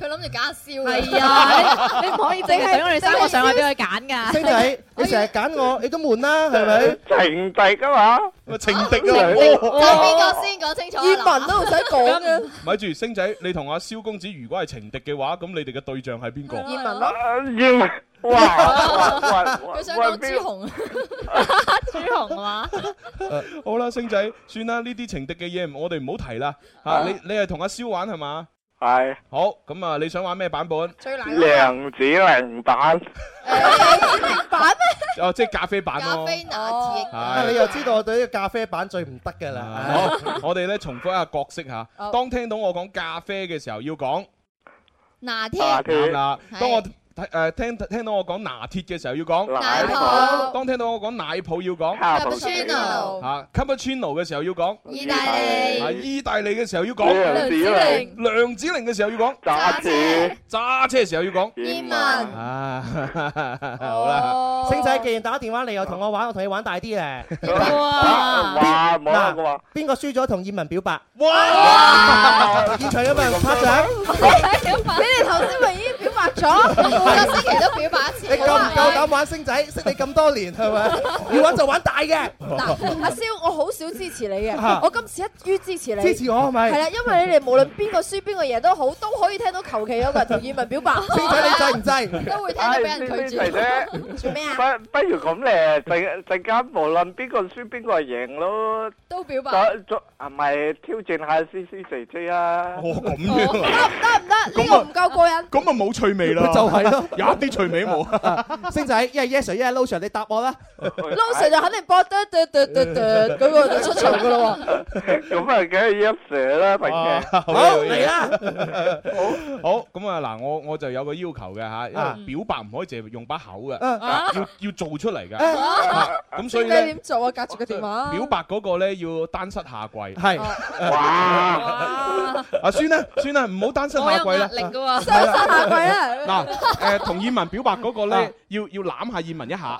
Speaker 3: 佢諗住揀阿蕭㗎
Speaker 12: 係
Speaker 3: (laughs)
Speaker 12: 啊，你你唔可以淨係俾我哋三個上去俾佢揀
Speaker 11: 星
Speaker 12: 㗎。
Speaker 11: 仔，你成日揀我，你都悶啦，係咪？
Speaker 13: 情敵噶嘛，
Speaker 9: 情敵
Speaker 11: 啊情
Speaker 9: 啊！
Speaker 11: 敵
Speaker 10: (laughs)
Speaker 3: 揀邊個先講清楚啊？
Speaker 10: 葉文都唔使 (laughs) 講嘅，
Speaker 9: 咪住，星仔，你同阿蕭公子如果係情敵嘅話，咁你哋嘅對象係邊個？
Speaker 10: 葉文咯。
Speaker 7: Ờ,
Speaker 13: 英文哇哇
Speaker 3: 佢想講朱
Speaker 7: (laughs)
Speaker 3: 紅，
Speaker 12: 朱紅啊嘛，
Speaker 9: (laughs) 好啦，星仔，算啦，呢啲情敵嘅嘢唔我哋唔好提啦。嚇，
Speaker 13: 啊
Speaker 9: 你你係同阿蕭玩係嘛？
Speaker 13: 係。
Speaker 9: 好，咁啊，你想玩咩版本？
Speaker 10: 最難
Speaker 13: 梁子玲版。
Speaker 10: 版
Speaker 9: 哦，即係咖啡版咯。
Speaker 3: 拿鐵
Speaker 11: 啊，你又知道我對呢個咖啡版最唔得㗎啦。
Speaker 9: 啊好，我哋咧重複一下角色嚇
Speaker 3: 好。
Speaker 9: 當聽到我講咖啡嘅時候，要講
Speaker 3: 拿
Speaker 9: 啱
Speaker 3: 鐵，
Speaker 9: 啦。
Speaker 3: 係
Speaker 9: 當我誒聽聽到我講拿鐵嘅時候，要講
Speaker 3: 奶泡
Speaker 9: 當聽到我講奶泡，要講
Speaker 3: Cappuccino
Speaker 9: 嚇 cappuccino 嘅時候要講
Speaker 3: 意大利
Speaker 9: 啊意大利嘅時候要講
Speaker 3: 梁子玲
Speaker 9: 梁子玲嘅時候要講
Speaker 13: 揸車，
Speaker 9: 揸車嘅時候要講
Speaker 3: 英文
Speaker 9: 啊，好啦，
Speaker 11: 星仔，既然打電話嚟又同我玩，我同你玩大啲咧。
Speaker 13: 哇
Speaker 7: dạ. À,
Speaker 13: 哇冇啦
Speaker 11: 嗱，邊個輸咗同葉文表白？
Speaker 9: 哇！
Speaker 11: 現場有冇人拍掌？
Speaker 10: 你哋頭先咪已經表白咗，每個星期都表白一次。
Speaker 11: 你夠唔夠膽玩星仔？識你咁多年係咪？要玩就玩大嘅。
Speaker 10: 嗱，阿蕭，我好少支持你嘅
Speaker 11: 啊，
Speaker 10: 我今次一於支持你。
Speaker 11: 支持我係咪
Speaker 10: 係啦，因為你哋無論邊個輸邊個贏都好，都可以聽到求其有個人同葉文表白。
Speaker 11: 星仔你制唔
Speaker 10: (laughs)
Speaker 11: 制？
Speaker 10: 都會聽到俾人拒絕。做咩啊？
Speaker 13: 不不如咁咧，陣陣間無論邊個輸邊個贏咯，
Speaker 10: 都表白。
Speaker 7: à,
Speaker 13: 再再唔係挑戰下思思姐姐啊！
Speaker 9: 我咁樣
Speaker 10: 得唔得？啦，呢個唔夠過
Speaker 11: (laughs)
Speaker 10: 癮。
Speaker 9: 咁啊冇趣味啦，
Speaker 11: 就係咯，
Speaker 9: (laughs) 有一啲趣味都
Speaker 3: (laughs)
Speaker 9: 冇。
Speaker 11: 星仔，一係 yes sir，一係 no sir，你答我啦。
Speaker 10: 撈 Sir 就肯定搏得得得得得嗰個就出場噶啦
Speaker 13: 咁啊，梗係 yes sir 啦，平嘅。
Speaker 9: 啊好
Speaker 13: 嚟
Speaker 11: 啦，
Speaker 9: (laughs) 好好咁啊嗱，我我就有個要求嘅嚇，
Speaker 13: 啊
Speaker 9: 因為表白唔可以淨係用把口嘅，
Speaker 10: 啊
Speaker 9: 要要做出嚟嘅。
Speaker 10: 啊
Speaker 9: 啊咁所以
Speaker 10: 點解
Speaker 9: 咧呃
Speaker 10: 點。做啊？隔住個電話。
Speaker 9: 表白嗰個咧要單膝下跪，啊
Speaker 11: 係
Speaker 9: (laughs) 哇！阿孫咧，孫咧唔好單膝下跪啦，
Speaker 12: 我有壓力㗎喎
Speaker 9: 係
Speaker 12: 雙
Speaker 9: 啦
Speaker 12: 膝下跪啦
Speaker 9: 嗱，誒同燕文表白嗰個咧，要要攬下燕文一下。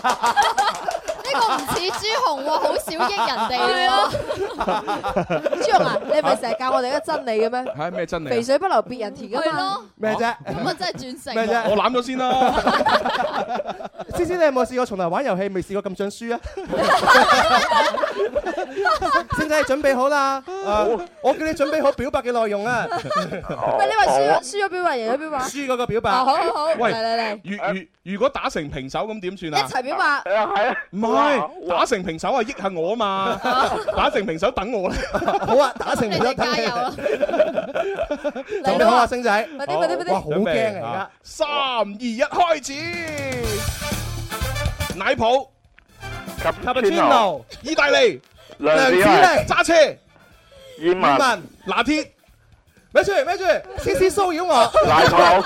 Speaker 3: 呢個唔似朱紅喎，好少益人 (laughs) 哋
Speaker 10: 係啊
Speaker 3: 喎。
Speaker 10: 朱紅啊，你係咪成日教我哋一個真理嘅咩？
Speaker 9: 係咩真理啊？
Speaker 10: 肥水不流別人田㗎嘛。
Speaker 11: 咩啫？
Speaker 3: 咁啊，真係轉成
Speaker 11: 咩啫
Speaker 9: 我攬咗先啦。
Speaker 11: (laughs) 思思，你有冇試過從來玩遊戲未試過咁想輸啊？星仔，你準備好啦！啊我叫你準備好表白嘅內容啊！
Speaker 10: (laughs) 喂，你話輸輸咗邊位，贏咗邊位？
Speaker 11: 輸嗰個表白。
Speaker 10: 哦好好好，嚟
Speaker 9: 喂
Speaker 10: 嚟嚟，
Speaker 9: 如如如果打成平手咁點算啊？
Speaker 10: 一齊表白。
Speaker 13: 係啊
Speaker 9: 唔係打成平手係益下我啊嘛，打成平手等我啦。
Speaker 11: 好啊，打成平手等你準備好啦，星仔。
Speaker 9: 快啲快啲快啲
Speaker 11: 哇，好驚啊！
Speaker 9: 三二一，開始。奶泡、
Speaker 11: Cappuccino
Speaker 9: 意大利、
Speaker 11: 梁子玲
Speaker 9: 揸車、
Speaker 13: 燕
Speaker 11: (laughs) 文文
Speaker 9: 拿鐵。
Speaker 11: 而家。咪住咪住，思思騷擾我。
Speaker 13: 奶
Speaker 11: (laughs)
Speaker 13: 泡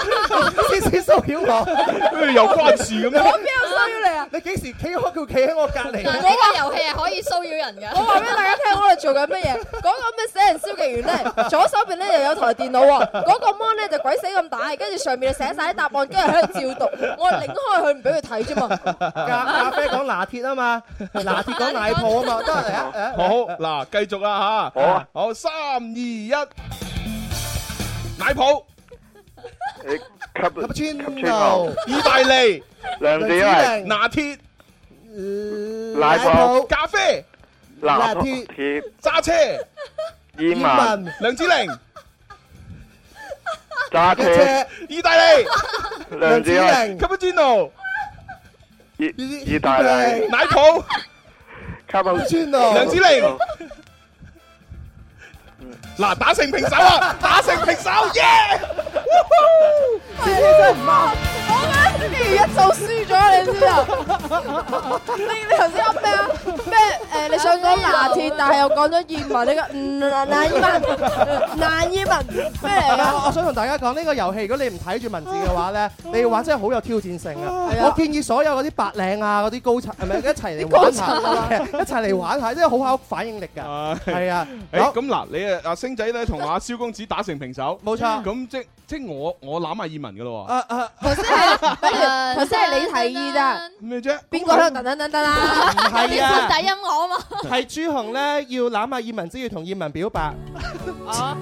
Speaker 11: 思思騷擾我。
Speaker 9: 誒哎有關事嘅咩
Speaker 10: 我邊有騷擾你啊？
Speaker 11: 你幾時企開佢企喺我隔離？
Speaker 3: 嗱，呢個遊戲係可以騷擾人㗎。
Speaker 10: (laughs) 我話俾大家聽，我哋做緊乜嘢？嗰個咩死人消極員咧，左手邊咧又有台電腦喎，嗰個 mon 咧就鬼死咁大，跟住上面就寫晒啲答案，跟住喺度照讀，我係擰開佢唔俾佢睇 (laughs) 啫嘛。
Speaker 11: 咖咖啡講拿鐵啊嘛，拿鐵講奶泡啊嘛，得嚟啊！
Speaker 9: 好，嗱，繼續啦吓。
Speaker 13: 好啊，
Speaker 9: 好，三二一，奶泡、
Speaker 13: 你吸吸穿牛，
Speaker 9: 意大利、
Speaker 13: 梁子玲
Speaker 9: 拿鐵、
Speaker 13: 奶泡
Speaker 9: 咖啡、
Speaker 13: 拿鐵
Speaker 9: 揸車。
Speaker 13: 燕文
Speaker 9: 梁子玲
Speaker 13: 揸車，
Speaker 9: 意大利，
Speaker 13: 梁子玲
Speaker 9: Cappuccino，
Speaker 13: 意意大利
Speaker 9: 奶泡，
Speaker 13: 卡布
Speaker 9: 梁子玲，嗱打成平手啊，打成平手，耶！
Speaker 10: 呢啲真唔啱，我覺得星期一早輸咗，你知啊？你你頭先噏咩啊？ (laughs) 咩誒？ (laughs) 你想講拿鐵，但係又講咗燕文，你個嗯嗱
Speaker 11: (laughs)
Speaker 10: 嗱燕文，嗱燕文咩嚟啊㗎？
Speaker 11: 我想同大家講呢個遊戲，如果你唔睇住文字嘅話咧，你要玩真係好有挑戰性啊！
Speaker 10: 嗯係啊
Speaker 11: 我建議所有嗰啲白領啊、嗰啲高層，係咪一齊
Speaker 10: (laughs)
Speaker 11: 嚟
Speaker 10: 高
Speaker 11: 玩下
Speaker 10: 層啊？
Speaker 11: (laughs) 一齊嚟玩下，真係好考反應力㗎。係啊
Speaker 9: 誒
Speaker 11: 好
Speaker 9: 咁嗱，你啊阿星仔咧同阿蕭公子打成平手，
Speaker 11: 冇錯
Speaker 9: 咁即即我我攬下葉文噶咯
Speaker 11: 啊啊！
Speaker 10: 頭先係不如頭先係你提議咋？
Speaker 9: 咩啫？
Speaker 10: 邊個喺度噔噔噔噔啊？
Speaker 11: 唔係啊
Speaker 3: 你先抵音我啊嘛。
Speaker 11: 係朱紅咧，要攬下葉文之，要同葉文表白。
Speaker 10: (laughs) 哦，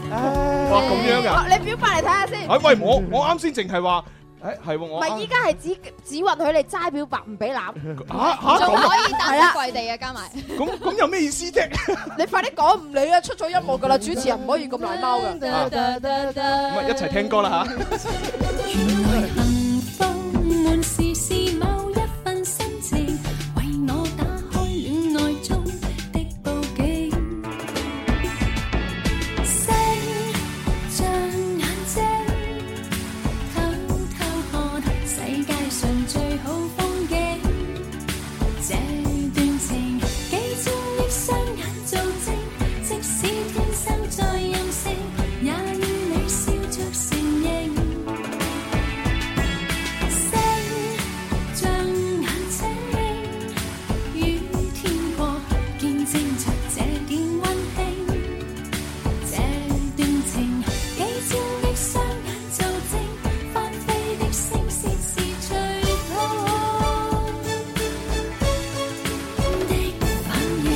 Speaker 9: 哇咁樣噶，
Speaker 10: 你表白嚟睇下先。
Speaker 9: 哎喂，我我啱先淨係話，誒係喎
Speaker 10: 唔
Speaker 9: 我
Speaker 10: 係，依
Speaker 9: 啱。
Speaker 10: 家係只只允許你齋表白，唔俾攬。
Speaker 9: 嚇嚇
Speaker 3: 仲
Speaker 9: 咁啊
Speaker 3: 可以打
Speaker 10: 係啦
Speaker 3: 啲跪地嘅加埋。
Speaker 9: 咁咁有咩意思啫？
Speaker 10: 啊 (laughs) 你快啲講唔理啦，出咗音樂噶啦，主持人唔可以咁賴貓 (laughs) 噶。
Speaker 9: 咁啊一齊聽歌啦嚇。
Speaker 14: 充滿時是某一份心情，為我打開戀愛中的報警。星像眼睛，偷偷看世界上最好風景。這段情幾千億雙眼做證，即使天生再任性，也要你笑着承認。星像眼睛，雨天過，見證着這點溫馨。這段情幾千億雙眼做證，翻飛的星屑是最好的反應。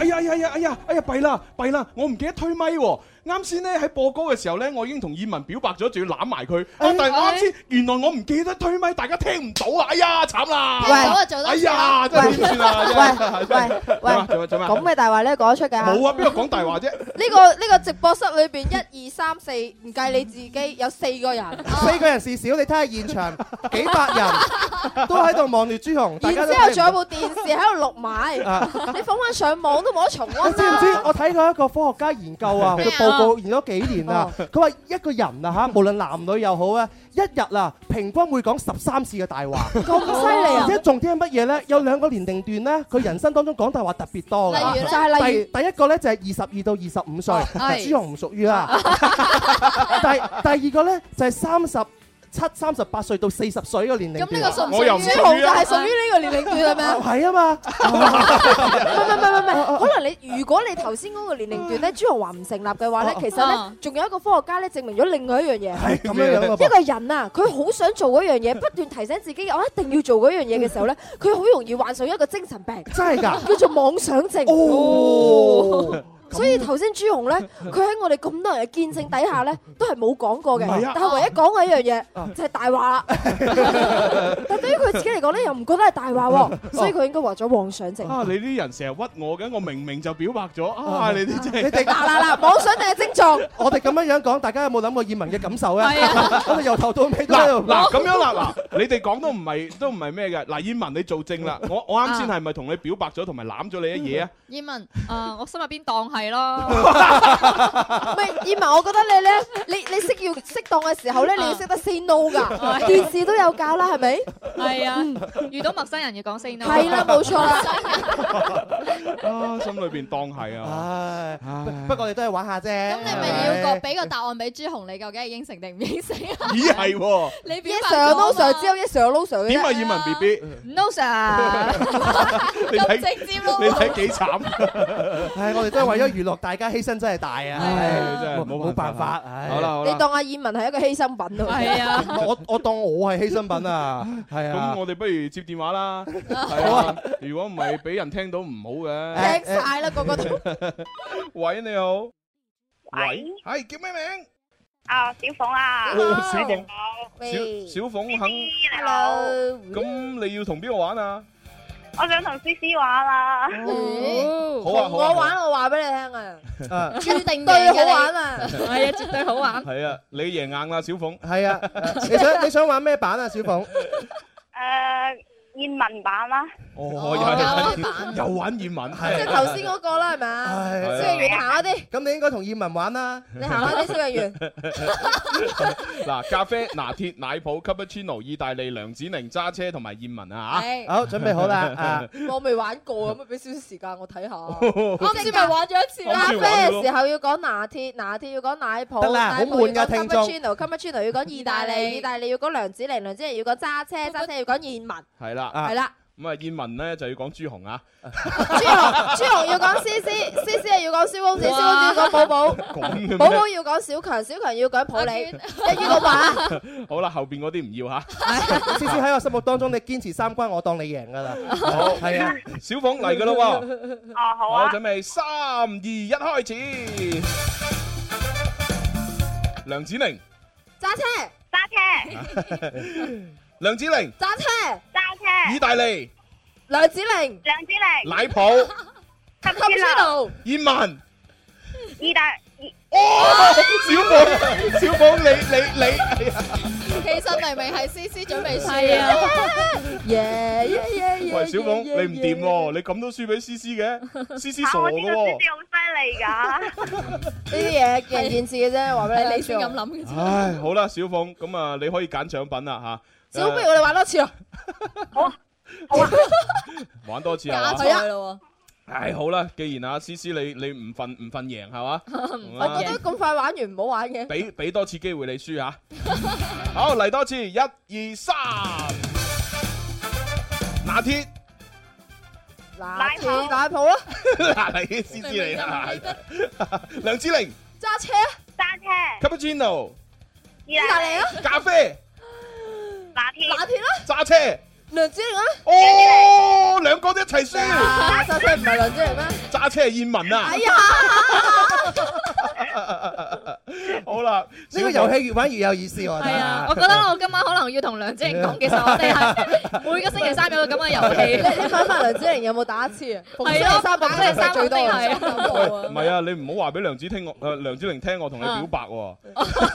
Speaker 9: 哎呀哎呀哎呀哎呀哎呀弊啦弊啦！我唔記得推咪喎。啱先咧喺播歌嘅時候咧，我已經同燕文表白咗，仲要攬埋佢。啊！但係我啱先原來我唔記得推咪，大家聽唔到啊！哎呀慘啦！
Speaker 10: 聽到啊
Speaker 3: 做
Speaker 10: 得
Speaker 9: 哎呀真係點算啊！喂喂喂，做咩做
Speaker 10: 咁
Speaker 9: 咩？
Speaker 10: 嘅大話咧講得出㗎。
Speaker 9: 冇啊！邊個講大話啫？
Speaker 10: 呢個呢個直播室裏邊一二三四
Speaker 9: (laughs)
Speaker 10: 唔計你自己有四個人，
Speaker 11: 四個人事少，你睇下現場幾百人，
Speaker 9: (laughs)
Speaker 11: 都喺度望住朱紅，大家
Speaker 10: 然之
Speaker 11: 都
Speaker 10: 後
Speaker 11: 睇唔
Speaker 10: 仲有
Speaker 11: 到
Speaker 10: 部電視喺度錄埋，
Speaker 11: 啊
Speaker 10: (laughs) 你放翻上網都冇得重啊温
Speaker 11: 哎你知唔知
Speaker 10: 啦。？
Speaker 11: 我睇過一個科學家研究啊，
Speaker 10: 咩
Speaker 11: 佢
Speaker 10: 啊哦
Speaker 11: 報告研究咗幾年啊。佢話一個人啊嚇，無論男女又好啊，一日啊平均會講十三次嘅大話。
Speaker 10: 咁犀利啊
Speaker 11: 而且重點係乜嘢咧？有兩個年齡段咧，佢人生當中講大話特別多㗎。
Speaker 10: 例如呢就係例如
Speaker 11: 第第一個咧就係二十二到二十五歲
Speaker 10: 哦，係哦
Speaker 11: 朱紅唔屬於啦。 (laughs) 第第二個咧就係三十。七三十八歲到四十歲個年齡段，
Speaker 10: 咁呢個屬唔我又唔屬於啊朱紅就係屬於呢個年齡段係
Speaker 11: (laughs)
Speaker 10: 咪啊
Speaker 9: 哦
Speaker 11: 係啊
Speaker 10: (laughs)
Speaker 9: (laughs)
Speaker 11: 嘛，
Speaker 10: 唔係唔係唔係唔係，可能你如果你頭先嗰個年齡段咧，朱紅話唔成立嘅話咧，其實
Speaker 11: 啊
Speaker 10: 咧仲有一個科學家咧證明咗另外一樣嘢，係
Speaker 11: 咁樣樣嘅噃
Speaker 10: 一個人啊，佢好想做嗰樣嘢，不斷提醒自己我一定要做嗰樣嘢嘅時
Speaker 11: (laughs)
Speaker 10: 候咧，佢好容易患上一個精神病，
Speaker 11: 真係㗎
Speaker 10: 叫做妄想症。
Speaker 11: 哦。
Speaker 10: 所以頭先朱紅
Speaker 11: (laughs)
Speaker 10: 咧，佢喺我哋咁多人嘅見證底下咧，都係冇講過嘅
Speaker 11: 唔係啊。
Speaker 10: 但係唯一講嘅一樣嘢就係大
Speaker 11: (laughs)
Speaker 10: 話啦。但對於佢自己嚟講咧，又唔覺得係大話喎，所以佢應該話咗妄想症。
Speaker 9: 啊！你啲人成日屈我嘅，我明明就表白咗啊！你哋真係
Speaker 11: 你哋
Speaker 10: 哦嗱嗱嗱妄想定係症狀？
Speaker 11: 我哋咁樣樣講，大家有冇諗過葉文嘅感受咧？
Speaker 9: 係啊
Speaker 11: 我哋由頭到尾都喺
Speaker 9: 嗱
Speaker 11: 度
Speaker 9: 嗱咁樣 (laughs) 啦，嗱你哋講都唔係都唔係咩嘅。嗱，燕文你做證啦，我我啱先係咪同你表白咗，同埋攬咗你一嘢啊？
Speaker 12: 葉文，啊，我心入邊當係咯。
Speaker 10: 唔係，燕文，我覺得你咧，你你識要適當嘅時候咧，你要識得 say no 噶。
Speaker 12: (laughs) 係
Speaker 10: 電視都有教啦，係咪？
Speaker 12: 係啊，遇到陌生人要講 say no。
Speaker 10: 係啦，冇錯啦。
Speaker 9: 啊，心裏邊當係
Speaker 11: 啊！唉，不過你都係玩下啫。咁你
Speaker 3: 咪要個俾個答案俾朱紅，你究竟係應承定唔應承啊？
Speaker 9: 咦係喎，
Speaker 3: 你表
Speaker 10: Yes
Speaker 3: 白
Speaker 10: sir
Speaker 3: 咗
Speaker 10: no
Speaker 3: 啊
Speaker 10: sir，
Speaker 3: 嘛
Speaker 10: 只有 yes sir no sir 嘅
Speaker 9: 點啊，
Speaker 10: 啫。
Speaker 9: 燕文 B B，
Speaker 12: No sir，
Speaker 9: 你睇
Speaker 12: 咁直接咯
Speaker 9: 你睇幾慘？
Speaker 11: 唉，我哋都係為咗娛樂大家，犧牲真係大啊！
Speaker 9: 唉真係
Speaker 11: 冇冇辦法。唉，
Speaker 9: 好啦好
Speaker 10: 你
Speaker 9: 啦，
Speaker 10: 當阿燕文係一個犧牲品咯。
Speaker 12: 係啊
Speaker 11: 我我當我係犧牲品啊！係啊
Speaker 9: 咁。我哋不如接電話啦。係啊，如果唔係俾人聽到唔好嘅。
Speaker 10: 聽晒啦，個個都。
Speaker 9: (laughs) 喂，你好。喂，係叫咩名？
Speaker 20: 啊，小鳳啊，
Speaker 9: 哦小鳳小
Speaker 20: 喂
Speaker 9: 小鳳肯，
Speaker 20: ，hello，
Speaker 9: 咁你要同邊個玩啊？
Speaker 20: 我想同 C C 玩啦，
Speaker 10: 咦
Speaker 9: 好啊
Speaker 10: 同
Speaker 9: 好啊
Speaker 10: 我玩，我話俾你聽啊，
Speaker 9: (laughs)
Speaker 11: 啊
Speaker 10: 絕
Speaker 3: 定
Speaker 10: 對
Speaker 3: 贏嘅
Speaker 10: 好
Speaker 3: 你
Speaker 10: 玩啊，
Speaker 12: 係啊，絕對好玩。
Speaker 9: 係啊，你贏硬啦，小鳳。
Speaker 11: 係
Speaker 9: (laughs)
Speaker 11: 啊，你想你想玩咩版啊，小鳳？
Speaker 20: 誒，燕文版啦，
Speaker 9: 哦，
Speaker 10: 有玩
Speaker 9: 又又玩葉文，
Speaker 10: 即係
Speaker 11: à.
Speaker 10: 頭先嗰個啦，係咪啊？
Speaker 11: 唉
Speaker 10: 蕭敬元行下啲，
Speaker 11: 咁你應該同葉文玩啦。
Speaker 10: 你行下啲蕭敬元。
Speaker 9: (laughs) 嗱，咖啡、拿鐵、奶泡、cappuccino、意大利、梁子寧、揸車同埋燕文啊
Speaker 10: 係
Speaker 11: 好準備好啦
Speaker 9: (laughs)
Speaker 11: 啊
Speaker 10: (laughs) 我未玩過，咁咪俾少少時間我睇下。
Speaker 9: 啱
Speaker 3: 先咪玩咗一次
Speaker 9: 咯
Speaker 10: 咖啡
Speaker 9: 啱先玩
Speaker 10: 嘅
Speaker 9: 咗
Speaker 10: 時候要講拿鐵，拿鐵要講奶泡，
Speaker 11: 得啦
Speaker 10: 奶泡
Speaker 11: 好悶㗎
Speaker 10: 要講
Speaker 11: 聽眾
Speaker 10: Cappuccino，Cappuccino 要講意大利，意大利要講梁子玲，梁子玲要講揸車，揸車要講燕文，
Speaker 9: 係啦，
Speaker 10: 係啦。
Speaker 9: 咁啊，燕文咧就要講朱紅啊，
Speaker 10: 朱紅朱紅要講 C C，C C 係要講蕭公子，蕭公子要講寶寶，
Speaker 9: 咁嘅咩
Speaker 10: 寶寶要講小強，小強要講普洱，一於個話。
Speaker 9: 好啦，後邊嗰啲唔
Speaker 10: (laughs)
Speaker 9: 要
Speaker 11: (laughs)
Speaker 9: 吓。
Speaker 11: 思思喺我心目當中，你堅持三關，我當你贏噶啦。
Speaker 9: 好，
Speaker 11: 係啊，
Speaker 9: 小鳳嚟噶咯喎，
Speaker 20: 哦好
Speaker 9: 好
Speaker 20: 啊，
Speaker 9: 準備三二一開始。梁子
Speaker 20: (laughs)
Speaker 9: 寧，
Speaker 10: 揸車，
Speaker 20: 揸車，
Speaker 9: 梁子寧，
Speaker 10: 揸車，
Speaker 20: 揸車，
Speaker 9: 意大利，
Speaker 10: 梁子玲，
Speaker 20: 梁子玲，
Speaker 9: 奶泡，
Speaker 10: Cappuccino，
Speaker 9: 燕文。
Speaker 20: 意大，
Speaker 9: 哦，小鳳，小鳳你你你，哎呀
Speaker 3: 其實明明係 C C 準備輸
Speaker 10: 係
Speaker 3: 啊，
Speaker 10: 啊，
Speaker 9: (laughs)
Speaker 10: 耶耶耶耶！
Speaker 9: 喂，小鳳你唔掂喎，你咁都輸俾思思嘅，思思傻
Speaker 20: 啊我
Speaker 9: 嘅
Speaker 20: 知道 C C。好
Speaker 9: 喎
Speaker 20: 犀利噶，
Speaker 10: (laughs) 呢啲嘢見仁見智嘅啫，話俾你
Speaker 3: 你先咁諗嘅啫。
Speaker 9: 唉，好啦，小鳳，咁啊，你可以揀獎品啦吓。
Speaker 10: 小不如我哋玩多次咯，
Speaker 9: 誒玩多次
Speaker 3: 加
Speaker 9: 啊。
Speaker 3: 菜咯
Speaker 9: 唉，好啦，既然啊，思思你你唔瞓唔瞓贏係嘛？唔
Speaker 10: 我覺得咁快玩完唔好玩嘅。
Speaker 9: 俾俾多次機會你輸嚇。好嚟多次，一二三，拿 (laughs) 鐵，
Speaker 10: 奶泡奶泡啦，
Speaker 9: 嗱嚟思思嚟啦，梁子玲
Speaker 10: 揸車
Speaker 20: 揸車，
Speaker 9: ，cappuccino，
Speaker 20: 意
Speaker 10: 意大利啊，
Speaker 9: 咖啡，
Speaker 20: 拿鐵，
Speaker 10: 拿鐵啦，
Speaker 9: 揸車。
Speaker 10: 梁子玲啊，
Speaker 9: 哦，兩個都一齊輸，
Speaker 10: 啊揸車唔係梁子玲咩？
Speaker 9: 揸車係燕文啊！
Speaker 10: 哎呀，
Speaker 9: 好啦，
Speaker 11: 呢個遊戲越玩越有意思喎。
Speaker 12: 係啊，我覺得我今晚可能要同梁子瑩講，其實我哋係每個星期三有個咁嘅遊
Speaker 10: 你
Speaker 12: 戲。
Speaker 10: 你問一問梁子玲有冇打一次啊？逢星期
Speaker 12: 係
Speaker 10: 三
Speaker 12: 咯
Speaker 10: 打一次係最多
Speaker 12: 逢星期
Speaker 10: 嘅
Speaker 12: 三打一次。
Speaker 9: 唔係啊，你唔好話俾梁子聽我，誒梁子玲聽我同你表白喎。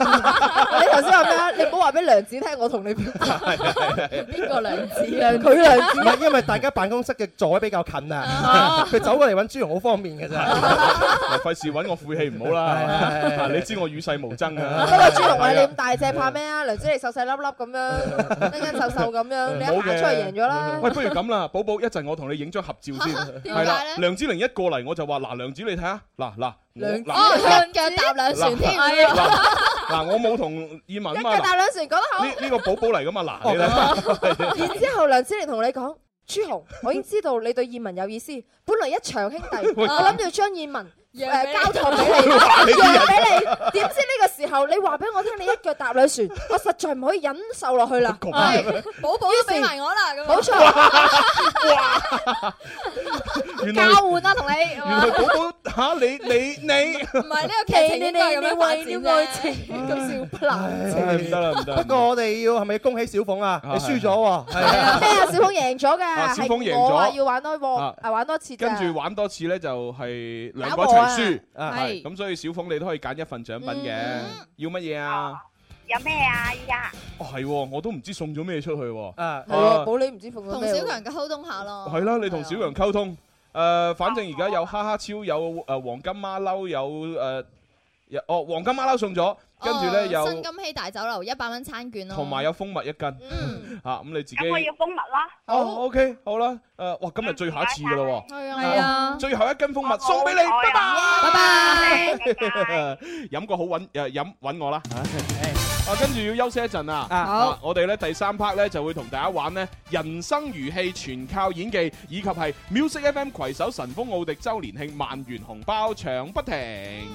Speaker 10: 你頭先話咩啊？你唔好話俾梁子聽，我同你表白。邊個梁子啊？ (laughs) 佢梁
Speaker 11: 唔
Speaker 10: 子。
Speaker 11: 係因為大家辦公室嘅座位比較近
Speaker 10: 哦
Speaker 11: 啊，佢走過嚟揾朱紅好方便嘅咋。
Speaker 9: 費事揾我晦氣唔好啦，啊你知我與世無爭啊。
Speaker 10: 不過朱
Speaker 9: Ờ,
Speaker 10: 紅話
Speaker 9: dạ.
Speaker 10: 你咁大隻怕咩啊？梁子玲瘦細粒粒咁樣，跟跟瘦瘦咁樣，你一行
Speaker 9: 好
Speaker 10: 出
Speaker 9: 嘅
Speaker 10: 去贏咗啦。
Speaker 9: 喂，不如咁啦，寶寶一陣我同你影張合照先。
Speaker 10: 點
Speaker 9: 係啦
Speaker 10: 解咧，
Speaker 9: 梁子玲一過嚟我就話嗱，梁子你睇下，嗱嗱，我
Speaker 10: 梁子
Speaker 9: 嗱
Speaker 10: 哦
Speaker 3: 腳踏兩船添，
Speaker 10: 係
Speaker 9: 嗱嗱，我冇同燕文啊
Speaker 10: 一腳
Speaker 9: 嘛
Speaker 10: 踏
Speaker 9: 嗱
Speaker 10: 兩船講得好。
Speaker 9: 呢呢個寶寶嚟噶嘛，嗱你睇。
Speaker 10: 然之後，梁子玲同你講：朱紅，我已經知道你對葉文有意思。本來一場兄弟，我
Speaker 9: 喂
Speaker 10: 諗住將葉文
Speaker 12: 讓俾
Speaker 10: 誒
Speaker 12: 你
Speaker 10: 交託
Speaker 7: (laughs)
Speaker 10: 俾你，
Speaker 12: 哇你啲人
Speaker 10: 讓俾你。點知呢個時候你話俾我聽，你一腳踏兩船，我實在唔可以忍受落去啦。
Speaker 3: 係寶寶都俾埋我啦，咁冇
Speaker 7: (laughs)
Speaker 3: 錯，
Speaker 9: 原來
Speaker 12: 交換啦，同你。
Speaker 9: 原來寶寶吓你你你，
Speaker 3: 唔係呢個劇情應該係咁樣發展
Speaker 10: 你你你為
Speaker 3: 啫
Speaker 10: 了愛情咁少不能。
Speaker 9: 唉唔得啦唔得啦。
Speaker 11: 不過我哋要係咪要恭喜小鳳啊？你輸咗喎，係
Speaker 10: 咩
Speaker 11: 啊。
Speaker 10: 啊？小鳳贏咗㗎，
Speaker 9: 啊小鳳贏
Speaker 10: 係
Speaker 9: 咗
Speaker 10: 我話要玩多鑊
Speaker 9: 啊，
Speaker 10: 啊玩多次啫。
Speaker 9: 跟住玩多次咧，就係兩個一
Speaker 10: 打
Speaker 9: 齊輸，
Speaker 10: 和啊
Speaker 9: 係
Speaker 10: 係
Speaker 9: 咁，所以小鳳你都可以揀一份獎品嘅，要乜嘢啊？
Speaker 20: 有咩啊？依家
Speaker 9: 哦，係喎，我都唔知送咗咩出去喎。
Speaker 11: 啊
Speaker 10: 係
Speaker 9: Ờ.
Speaker 10: 喎，寶你唔知放咗
Speaker 3: 同
Speaker 10: 咩喎？
Speaker 3: 小強嘅溝通下咯。
Speaker 9: 係啦，你同小楊溝通。誒、反正而家有哈哈超，有誒、黃金馬騮，有誒、有哦黃金馬騮送咗，跟住
Speaker 3: 哦
Speaker 9: 咧有
Speaker 3: 新金禧大酒樓一百蚊餐券咯，
Speaker 9: 同埋有蜂蜜一斤。 (laughs)
Speaker 3: 嗯，
Speaker 9: 嚇咁、你自己
Speaker 20: 咁我要蜂蜜啦。
Speaker 9: 哦，OK，好啦。誒、呃哇，今日最後一次噶啦喎。
Speaker 3: 係啊，
Speaker 12: 係啊，
Speaker 9: 最後一斤蜂蜜送俾你，拜拜，拜拜。飲個好揾誒飲揾我啦。 (laughs) 啊，跟住要休息一陣啊。啊，我哋咧第三 part 咧就會同大家玩呢人生如戲，全靠演技，以及係 Music FM 攜手神風奧迪周年慶萬元紅包搶不停。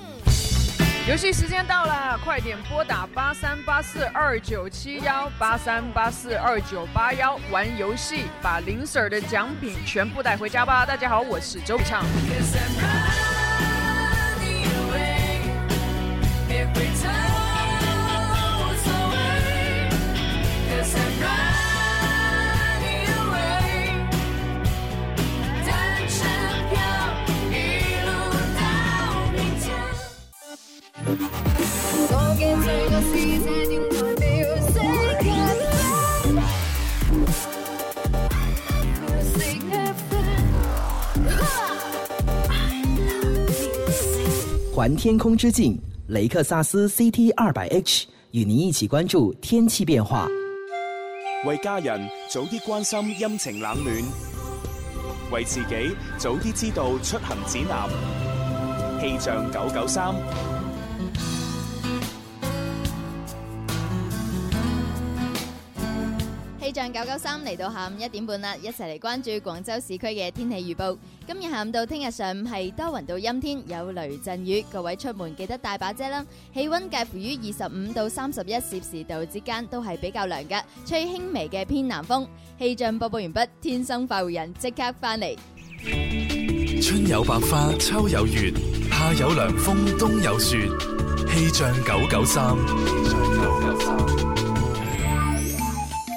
Speaker 1: 游戏时间到了，快点拨打八三八四二九七幺八三八四二九八幺玩游戏，把林 Sir 的奖品全部带回家吧！大家好，我是周笔畅。
Speaker 14: 我嘅罪惡是這點愛描寫嘅。Music FM，
Speaker 21: 环天空之境，雷克萨斯 CT 二百 H 与您一起关注天气变化。
Speaker 2: 为家人早啲关心阴晴冷暖，为自己早啲知道出行指南。气象九九三，
Speaker 3: 氣象九九三嚟到下午一點半啦，一齊嚟關注廣州市區嘅天氣預報。今日下午到聽日上午係多雲到陰天，有雷陣雨，各位出門記得帶把遮啦。氣温介乎於二十五到三十一攝氏度之間，都係比較涼嘅，吹輕微嘅偏南風。氣象播報完畢，天生快活人即刻
Speaker 10: (laughs)
Speaker 3: 翻嚟。
Speaker 4: 春有百花，秋有月，夏有涼風，冬有雪。氣象九九三，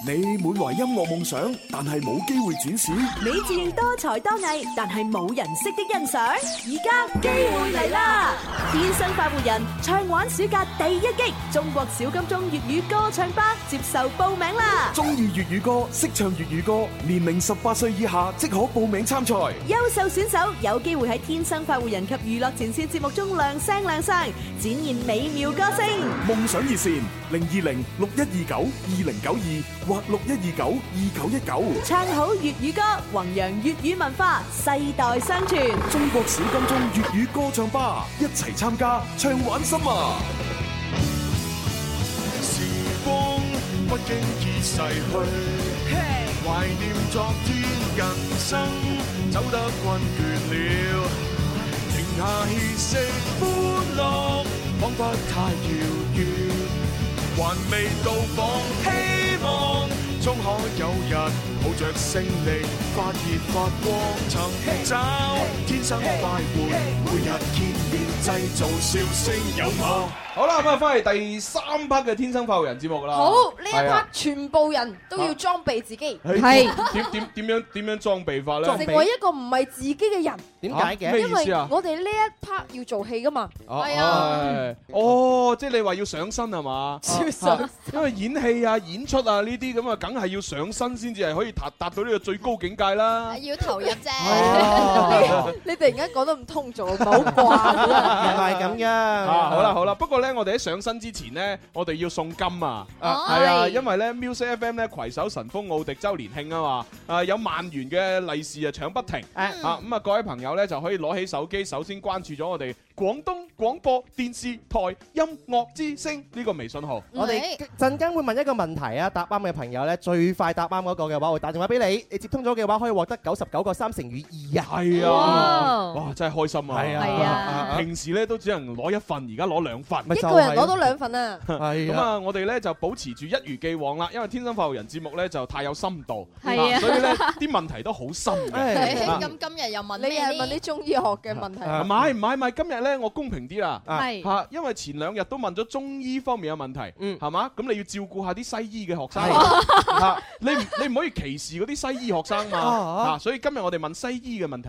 Speaker 5: 你滿懷音樂夢想，但係冇機會展示。
Speaker 6: 你自認多才多藝，但係冇人識得欣賞。而家機會嚟啦！天生快活人唱玩暑假第一擊，中國小金鐘粵語歌唱班接受報名啦！
Speaker 5: 中意粵語歌，識唱粵語歌，年齡十八歲以下即可報名參賽。
Speaker 6: 優秀選手有機會喺《天生快活人》及《娛樂前線》節目中亮聲亮相，展現美妙歌聲。
Speaker 5: 夢想熱線零二零六一二九二零九二或六一二九二九一九。
Speaker 6: 唱好粵語歌，弘揚粵語文化，世代相傳。
Speaker 5: 中國小金鐘粵語歌唱吧，一齊參加，唱玩心啊！
Speaker 22: 時光不經意逝去，懷念昨天，人生走得困倦了，停下歇息，歡樂彷彿太遙遠，還未到訪，希望終可有日抱着勝利發熱發光，尋找天生快活，每日見面製造笑聲有我。
Speaker 9: 好啦，咁啊，翻嚟第三 part 嘅《天生快活人》節目啦。
Speaker 10: 好，呢一
Speaker 9: 係
Speaker 10: part
Speaker 9: 啊
Speaker 10: 全部人都要裝備自己，
Speaker 9: 係點點點樣點樣裝備法咧？
Speaker 10: 成為一個唔係自己嘅人。
Speaker 9: 點解嘅
Speaker 10: 因
Speaker 9: 咩意思
Speaker 10: 為
Speaker 9: 啊
Speaker 10: 我哋呢一 part 要做戲噶嘛。
Speaker 9: 哦
Speaker 10: 係啊，，
Speaker 9: 係哦，即係你話要上身係嘛？啊
Speaker 10: 要上身
Speaker 9: 因為演戲啊、演出啊呢啲咁啊，梗係要上身先至係可以達達到呢個最高境界
Speaker 10: 啊
Speaker 9: 啦。
Speaker 3: 啊要投入啫。
Speaker 9: 啊
Speaker 10: (laughs) 你你突然間講得唔通咗，唔係好
Speaker 9: (laughs)
Speaker 10: 慣
Speaker 11: 唔係咁嘅。
Speaker 9: 啊，好啦好啦，不過咧，我哋喺上身之前咧，我哋要送金啊，
Speaker 11: 哦
Speaker 9: 係
Speaker 10: 哎
Speaker 9: 啊，因為咧 Music FM 咧攜手神風奧迪周年慶啊嘛，啊有萬元嘅利是啊搶不停，啊
Speaker 10: 嗯
Speaker 9: 咁啊各位朋友咧就可以攞起手機，首先關注咗我哋廣東廣播電視台音樂之聲呢個微信號，
Speaker 11: 我
Speaker 10: 嗯
Speaker 11: 哋陣間會問一個問題啊，答啱嘅朋友咧，最快答啱嗰個嘅話，會打電話俾你。你接通咗嘅話，可以獲得九十九個三乘以二啊！
Speaker 9: 係啊，哇真係開心啊，
Speaker 11: 係啊係啊
Speaker 9: 平時咧都只能攞一份，而家攞兩份，
Speaker 10: 一個人攞到兩份啊！
Speaker 9: 咁啊，我哋咧就保持住一如既往啦，因為《天生快活人》節目咧就太有深度，
Speaker 3: 係啊
Speaker 9: 所以咧啲問題都好深
Speaker 10: (laughs)
Speaker 9: 嘅。啊
Speaker 3: 咁今日又問
Speaker 10: 你
Speaker 3: 咩
Speaker 10: 係問
Speaker 3: 呢
Speaker 10: 啲？中醫學嘅問題，
Speaker 9: 唔係唔係唔係，今日咧我公平啲啦，
Speaker 11: 啊
Speaker 10: 係
Speaker 9: 嚇，因為前兩日都問咗中醫方面嘅問題，
Speaker 11: 嗯
Speaker 9: 係嘛？咁你要照顧下啲西醫嘅學生， (laughs) 嚇你唔你唔可以歧視嗰啲西醫學生嘛，
Speaker 11: 啊
Speaker 9: 嚇，所以今日我哋問西醫嘅問題，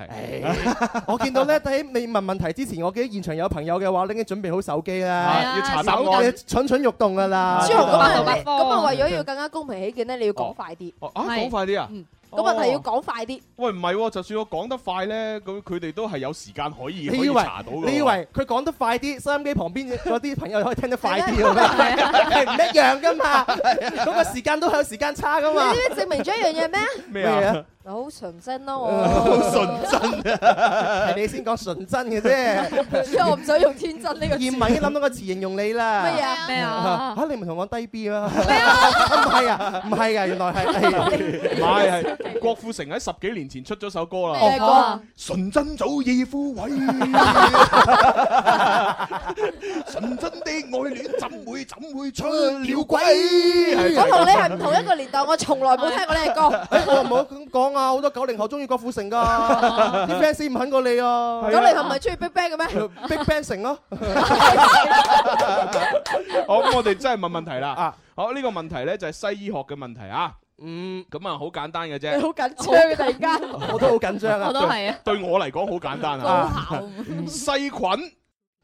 Speaker 11: 我見到咧喺你問問題之前，我記得現場有朋友嘅話，已經準備好手機啦，
Speaker 9: 係啊要查答
Speaker 11: 手
Speaker 9: 案
Speaker 11: 機蠢蠢欲動噶啦。
Speaker 10: 朱紅咁
Speaker 11: 知道
Speaker 10: 啊，咁啊，為咗要更加公平起見咧，你要講快啲。
Speaker 9: 哦啊講快啲啊！
Speaker 10: 個問題要講快啲。
Speaker 9: 喂，唔係喎，就算我講得快咧，咁佢哋都係有時間可以可
Speaker 11: 你以
Speaker 9: 以
Speaker 11: 為
Speaker 9: 查到嘅喎。
Speaker 11: 你以為佢講得快啲，收音機旁邊嗰啲朋友可以聽得快啲㗎嘛？係唔一樣噶嘛？嗰個時間都有時間差噶
Speaker 10: 你呢
Speaker 11: 嘛？
Speaker 10: 啲證明咗一樣嘢咩？
Speaker 11: 咩 (laughs) 啊？
Speaker 10: 好純真咯，
Speaker 11: 好
Speaker 10: 我
Speaker 11: 純真啊！係你先講純真嘅啫，
Speaker 10: 因為我唔想用天真呢個字。
Speaker 11: 葉文已經諗到個詞形容你啦。
Speaker 10: 乜嘢啊咩啊
Speaker 11: 嚇你咪同我低 B 啦？ (laughs) 唔係啊，唔係啊，原來係
Speaker 9: 唔係係郭富城喺十幾年前出咗首歌啦。
Speaker 11: 咩歌啊
Speaker 9: 純真早已枯萎，純真的愛戀怎會怎會出了鬼？
Speaker 10: 我同你係唔同一個年代，我從來冇聽過呢
Speaker 11: (laughs)
Speaker 10: 隻歌。
Speaker 11: 誒我唔好咁講啊！好多九零後中意郭富
Speaker 9: (laughs)
Speaker 11: 城㗎，啲 fans 唔肯過你啊！
Speaker 10: 九零後唔係中意 BigBang 嘅咩？
Speaker 11: Big Bang 城咯，
Speaker 9: 好，哦咁我哋真係問問題
Speaker 11: 啊
Speaker 9: 啦。好，呢個問題咧就係西醫學嘅問題啊。嗯，咁啊好簡單嘅啫。
Speaker 10: 你好緊
Speaker 11: 啊
Speaker 10: 張嘅突然間。
Speaker 11: 我都好緊張啊！
Speaker 7: à?
Speaker 9: 對我嚟講好簡單啊。細菌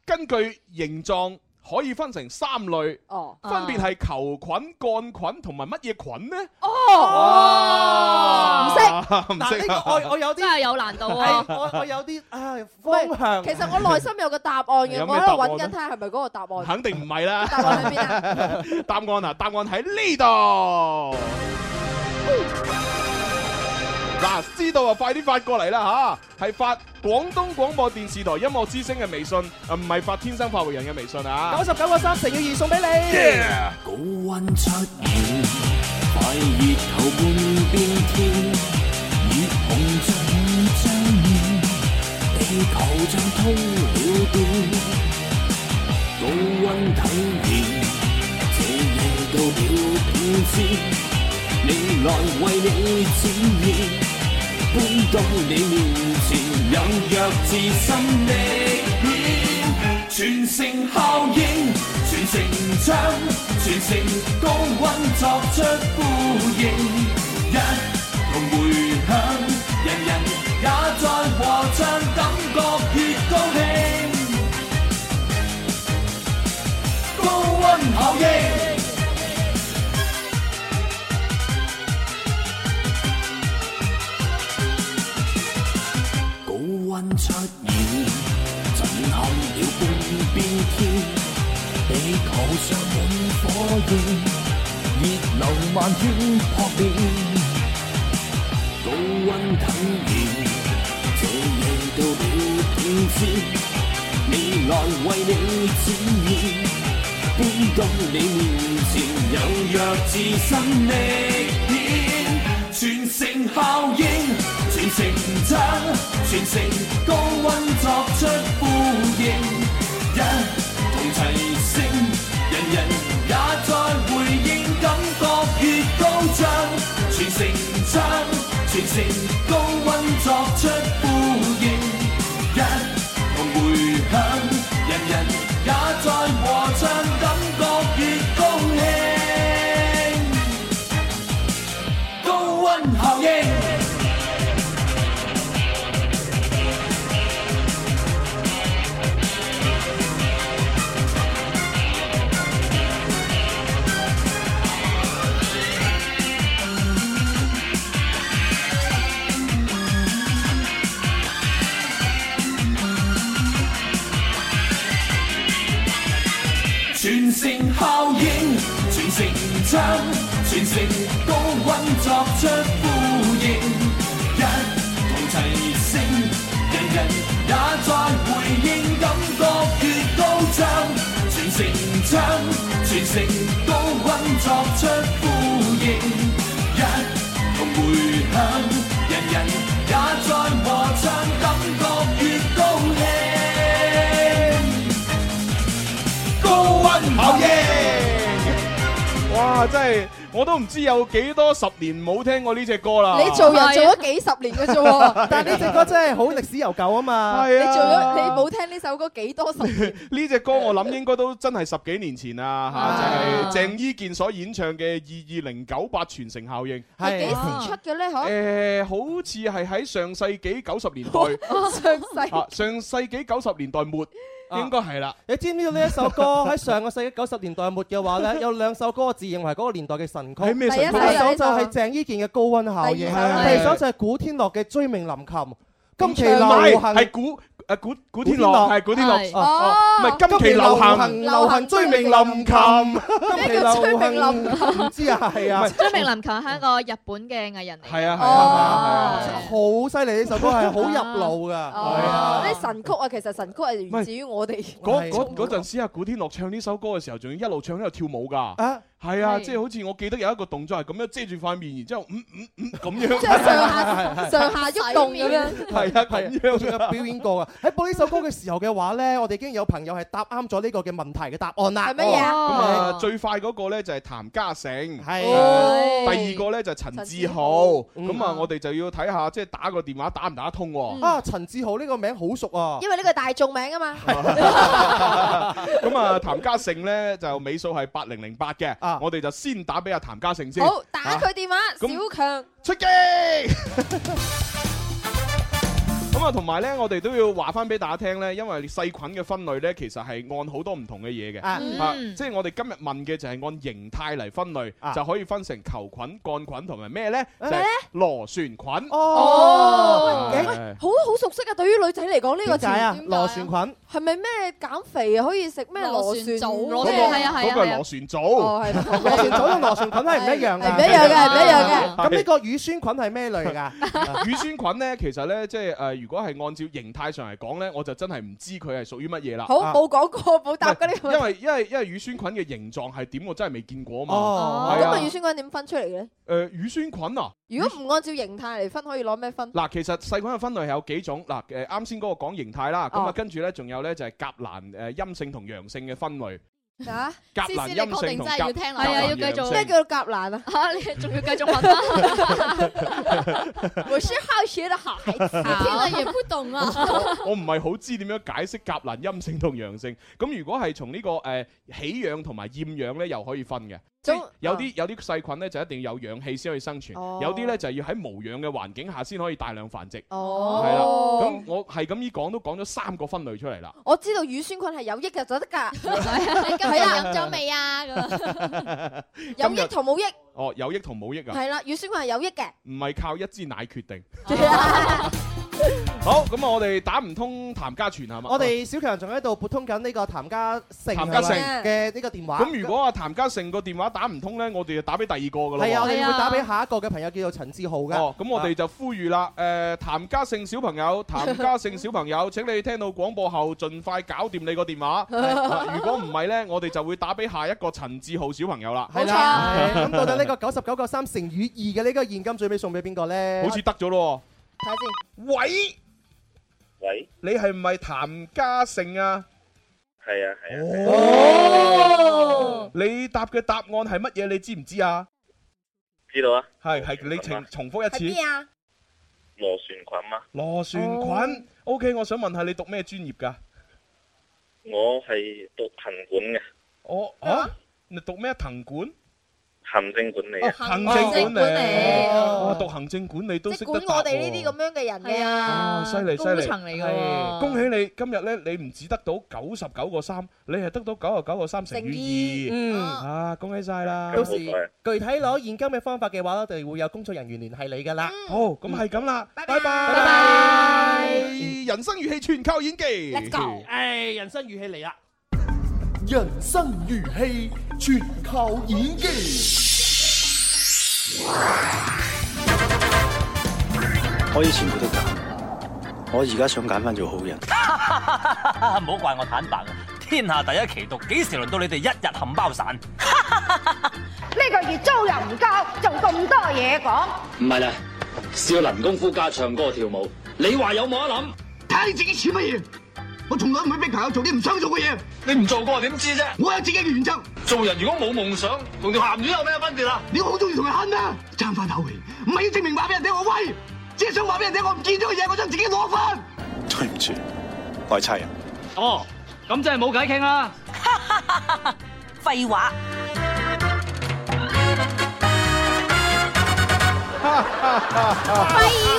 Speaker 9: 根據形狀可以分成三類，
Speaker 10: 哦
Speaker 11: 啊
Speaker 9: 分別係球菌、桿菌同埋乜嘢菌呢？
Speaker 10: 哦，唔識。
Speaker 9: 唔識 (laughs) 啊
Speaker 11: 我我有啲真係有難
Speaker 12: 度
Speaker 7: à?
Speaker 12: 啊
Speaker 11: 我我有啲啊
Speaker 10: 喂
Speaker 11: 方向。
Speaker 10: 其實我內心有個答案嘅，
Speaker 9: 有
Speaker 10: 我
Speaker 9: 咩
Speaker 10: 喺
Speaker 9: 答
Speaker 10: 度
Speaker 9: 案
Speaker 10: 揾
Speaker 9: 呢
Speaker 10: 緊睇下係咪嗰個答案。
Speaker 9: 肯定唔係啦。
Speaker 10: 答案喺邊啊？
Speaker 9: 答案啊，答案喺呢度。嗱，知道啊，快啲發過嚟啦吓，係發廣東廣播電視台音樂之聲嘅微信，啊唔係發天生快活人嘅微信啊。
Speaker 11: 九十九個三乘以二送俾你。
Speaker 7: 高温出現，快熱球半邊天，熱紅像張面，地球像通了電，高温體現，這夜到了變天，你來為你展現，搬到你面前，冷若自心的煙。全城效應，全城將，全城高溫作出呼應，一同回響，人人也在和唱，感覺越高興。高溫效應。高温出現，震撼了半邊天，地球上滿火焰，熱流漫圈撲面，高温體現，這夜到了變天，你來為你展現，搬到你面前，有若自身歷險。全城效應，全城將，全城高溫作出呼應，一同齊聲，人人也在回應，感覺越高漲，全城將，全城高溫作出呼應，一同回響，人人也在和唱。槍，全城高温作出呼應，一同齊聲，人人也在回應，感覺越高漲，全城槍，全城高温作出呼應，一同回響，人人也在和唱，感覺越高興，高温
Speaker 9: 好嘢！哇，真係我都唔知有幾多十年冇聽過呢只歌啦。
Speaker 10: 你做人
Speaker 11: 啊
Speaker 10: 做咗幾十年嘅啫
Speaker 11: (laughs)
Speaker 10: 喎，
Speaker 11: 但係呢只歌真係好歷史悠久啊嘛。
Speaker 10: 你做咗你冇聽呢首歌幾多十年？
Speaker 9: (laughs) 呢只歌我諗應該都真係十幾年
Speaker 11: (laughs)
Speaker 9: 前
Speaker 11: 啊
Speaker 9: 啦，嚇就係鄭伊健所演唱嘅《二二零九八傳承效
Speaker 11: (laughs)
Speaker 9: 應》。
Speaker 10: 係幾時出嘅咧？嗬？
Speaker 9: (laughs) 誒，好似係喺上世紀九十
Speaker 11: (laughs)
Speaker 9: 年代，
Speaker 10: 上世
Speaker 9: 啊上世紀九十年代末
Speaker 11: 啊
Speaker 9: 應該係啦。
Speaker 11: 你知唔知道呢一首歌喺上個世紀九十年代末嘅
Speaker 9: (laughs)
Speaker 11: 話咧，有兩首歌我自認為嗰個年代嘅神曲。
Speaker 9: 係咩神曲第一首
Speaker 11: 第一首就係鄭伊健嘅《高温效應》，
Speaker 9: 第二首呢
Speaker 11: 第二首就係古天樂嘅《追命林琴》。今期
Speaker 9: 唔
Speaker 11: 流
Speaker 9: 係
Speaker 11: 行
Speaker 9: 係古誒古古天樂係古天樂，
Speaker 11: 係
Speaker 9: 哦唔係今期
Speaker 11: 今期
Speaker 9: 流
Speaker 11: 流
Speaker 9: 行
Speaker 11: 行流行追命林琴， (laughs) 今期
Speaker 12: 咩
Speaker 11: 流
Speaker 12: 叫追命
Speaker 11: 行
Speaker 12: 林琴
Speaker 11: 唔知啊，係啊，
Speaker 12: 張明林琴係一個日本嘅藝人嚟。
Speaker 9: 係啊係啊係啊係啊。
Speaker 11: 好犀利呢首歌係好入腦㗎。
Speaker 10: 哦，呢神曲啊，其實神曲係源自於我哋。 (laughs)
Speaker 9: 嗰嗰嗰陣時啊，古天樂唱呢首歌嘅時候，仲要一路唱一路跳舞㗎。係啊，
Speaker 10: 係
Speaker 9: 即係好似我記得有一個動作係咁樣遮住塊面，然之後嗯嗯嗯
Speaker 11: (laughs)
Speaker 9: 咁樣。
Speaker 11: 即係上下
Speaker 9: 係係係
Speaker 10: 上下喐動咁樣
Speaker 9: 係啊，咁樣
Speaker 11: 仲有表演過啊！喺播呢首歌嘅時候嘅話咧，我哋已經有朋友係答啱咗呢個嘅問題嘅答案哦啦。係
Speaker 10: 乜嘢啊
Speaker 9: 咁啊，最快嗰個咧就係譚家成，
Speaker 11: 係嗯
Speaker 9: 哦
Speaker 11: 係
Speaker 9: 第二個咧就係陳
Speaker 11: 陳
Speaker 9: 志
Speaker 11: 志
Speaker 9: 豪。
Speaker 11: 豪
Speaker 9: 咁啊，我哋就要睇下即係打個電話打唔打得通
Speaker 10: 嗯
Speaker 9: 喎。
Speaker 11: 啊，陳志豪呢個名好熟啊！
Speaker 10: 因為呢個係大眾名啊嘛，
Speaker 9: 咁啊，譚家成咧就尾數係八零零八嘅，
Speaker 11: 啊
Speaker 9: 我哋就先打俾阿譚家成先。
Speaker 10: 好打
Speaker 9: 啊
Speaker 10: 佢電話，小強
Speaker 9: 出擊。咁啊，同埋咧，我哋都要話翻俾大家聽咧，因為細菌嘅分類咧，其實係按好多唔同嘅嘢嘅，
Speaker 11: 啊嗯
Speaker 9: 即係我哋今日問嘅就係按形態嚟分類，
Speaker 11: 啊
Speaker 9: 就可以分成球菌、桿菌同埋咩咧？就
Speaker 10: 咩
Speaker 9: 係
Speaker 10: 呢
Speaker 9: 螺旋菌。啊
Speaker 10: 哦，喂
Speaker 9: 係
Speaker 10: 好好熟悉啊！對於女仔嚟講呢個詞
Speaker 11: 點解啊
Speaker 10: 點解
Speaker 11: 螺旋菌
Speaker 10: 係咪咩減肥啊可以食咩螺旋
Speaker 12: 螺旋
Speaker 10: 咩
Speaker 12: 藻係啊係啊
Speaker 9: 嗰個係螺旋藻。
Speaker 10: 哦係
Speaker 11: 螺旋藻同螺旋菌係唔一樣㗎，
Speaker 10: 係
Speaker 11: 啊
Speaker 10: 唔一樣嘅係唔一樣嘅
Speaker 11: 咁呢個乳酸菌係咩類㗎？
Speaker 9: (laughs) 乳酸菌咧，其實咧，即係誒，如果係按照形態上嚟講咧，我就真係唔知佢係屬於乜嘢啦。
Speaker 10: 好
Speaker 9: 啊
Speaker 10: 冇講過冇答過呢個問
Speaker 9: 因
Speaker 10: 題。
Speaker 9: 為因為因為乳酸菌嘅形狀係點，我真係未見過啊嘛。
Speaker 10: 哦，
Speaker 9: 係
Speaker 10: 咁
Speaker 9: 啊
Speaker 10: 啊乳酸菌點分出嚟嘅咧？
Speaker 9: 誒乳酸菌啊。
Speaker 10: 如果唔按照形態嚟分，可以攞咩分？
Speaker 9: 嗱，其實細菌嘅分類係有幾種，嗱誒啱先嗰個講形態啦，咁啊
Speaker 10: 哦
Speaker 9: 跟住咧仲有咧就係甲蘭誒陰性同陽性嘅
Speaker 10: (laughs)
Speaker 9: 分類， (laughs)
Speaker 10: 啊！
Speaker 9: 甲男
Speaker 10: 思思
Speaker 9: 陰性同甲
Speaker 10: 落
Speaker 9: 係啊
Speaker 10: 去
Speaker 9: 要繼續
Speaker 10: 咩叫夾難啊？
Speaker 12: 嚇，你仲
Speaker 10: (laughs)
Speaker 12: 要繼續問
Speaker 10: 啊？我是好學的孩 (laughs) 子，聽
Speaker 12: 了也不
Speaker 9: (laughs)
Speaker 12: 懂啊
Speaker 9: 我我唔係好知點樣解釋甲蘭陰性同陽性，咁如果係從呢個誒喜氧同埋厭氧咧又可以分嘅。即係
Speaker 10: 總
Speaker 9: 有啲有啲細菌咧就一定要有氧氣先可以生存，
Speaker 10: 哦
Speaker 9: 有啲咧就要喺無氧嘅環境下先可以大量繁殖。
Speaker 10: 哦
Speaker 9: 係啦，咁我係咁依講都講咗三個分類出嚟啦。
Speaker 10: (laughs) 我知道乳酸菌係有益嘅就得㗎。
Speaker 12: 你今日飲咗未啊？
Speaker 10: (laughs) 有益同冇益
Speaker 9: 哦，有益同冇益啊？
Speaker 10: 係啦，乳酸菌係有益嘅。
Speaker 9: 唔係靠一支奶決定。好，咁我哋打唔通譚家全係嘛？啊
Speaker 11: 我哋小強仲喺度撥通緊呢個譚家成
Speaker 9: 哦譚家成
Speaker 11: 嘅呢個電話。
Speaker 9: 咁如果阿譚家成個電話打唔通呢，我哋就打俾第二個噶啦。
Speaker 11: 係啊，我哋會打俾下一個嘅朋友叫做陳志豪嘅。
Speaker 9: 哦，咁我哋就呼籲啦，誒譚家勝小
Speaker 11: (laughs)
Speaker 9: 朋友，譚家勝小朋友，請你聽到廣播後，盡快搞掂你個電話。啊如果唔係呢，我哋就會打俾下一個陳志浩小朋友啦。
Speaker 11: 啊係啦，係咁到底呢個九十九個三乘以二嘅呢個現金最尾送俾邊個咧？
Speaker 9: 好似得咗咯
Speaker 10: 睇下先。
Speaker 9: 喎。喂喂，你係咪譚家勝啊？係啊係啊。哦，你答嘅答案係乜嘢？你知唔知啊？
Speaker 8: 知道啊？
Speaker 9: 係係，你重重複一次。
Speaker 10: 啊？
Speaker 8: 螺旋菌嘛，
Speaker 9: 螺旋菌。O K，我想問下你讀咩專業㗎？
Speaker 8: 我係讀行管嘅，
Speaker 9: 我啊，你讀咩藤管？
Speaker 8: 行政管理啊
Speaker 9: 哦
Speaker 8: 嘅。
Speaker 9: 行政管理。哦，讀行政管理都識得
Speaker 10: 管我哋呢啲咁樣嘅人嘅
Speaker 9: 啊，犀利犀利，
Speaker 10: 㗎
Speaker 9: 係
Speaker 10: 喎
Speaker 9: 恭喜你今日咧，你唔止得到九十九個三，你係得到九十九個三乘以二。
Speaker 11: 嗯
Speaker 9: 啊，恭喜晒啦！
Speaker 11: 到時具體攞現金嘅方法嘅話，我哋會有工作人員聯繫你㗎啦。
Speaker 9: 好，咁係咁啦，拜拜
Speaker 11: 拜
Speaker 9: 拜。人生如戲，全靠演技。
Speaker 11: Let's go
Speaker 7: 唉，人生如戲嚟啦！人生如戲，全靠演技。
Speaker 23: 我以前冇得揀，我而家想揀翻做好人。
Speaker 15: (laughs) 唔好怪我坦白啊！天下第一奇毒，幾時輪到你哋一日冚包散？
Speaker 16: 呢個月租又唔交，仲咁多嘢講。
Speaker 24: 唔係啦，少林功夫加唱歌跳舞，你話有冇得諗？
Speaker 25: 睇你自己似乜嘢？我從來唔會逼朋友做啲唔想做嘅嘢。
Speaker 24: 你唔做過點知啫？
Speaker 25: 我有自己嘅原則。
Speaker 24: 做人如果冇夢想，同條鹹魚有咩分別啊？
Speaker 25: 你好中意同人恨啊？爭翻口氣，唔係要證明話俾人聽我威，只係想話俾人聽我唔見咗嘅嘢，我想自己攞翻。
Speaker 23: 對唔住，我係差人。
Speaker 15: 哦，咁真係冇偈傾啦。
Speaker 6: 廢話。
Speaker 9: 廢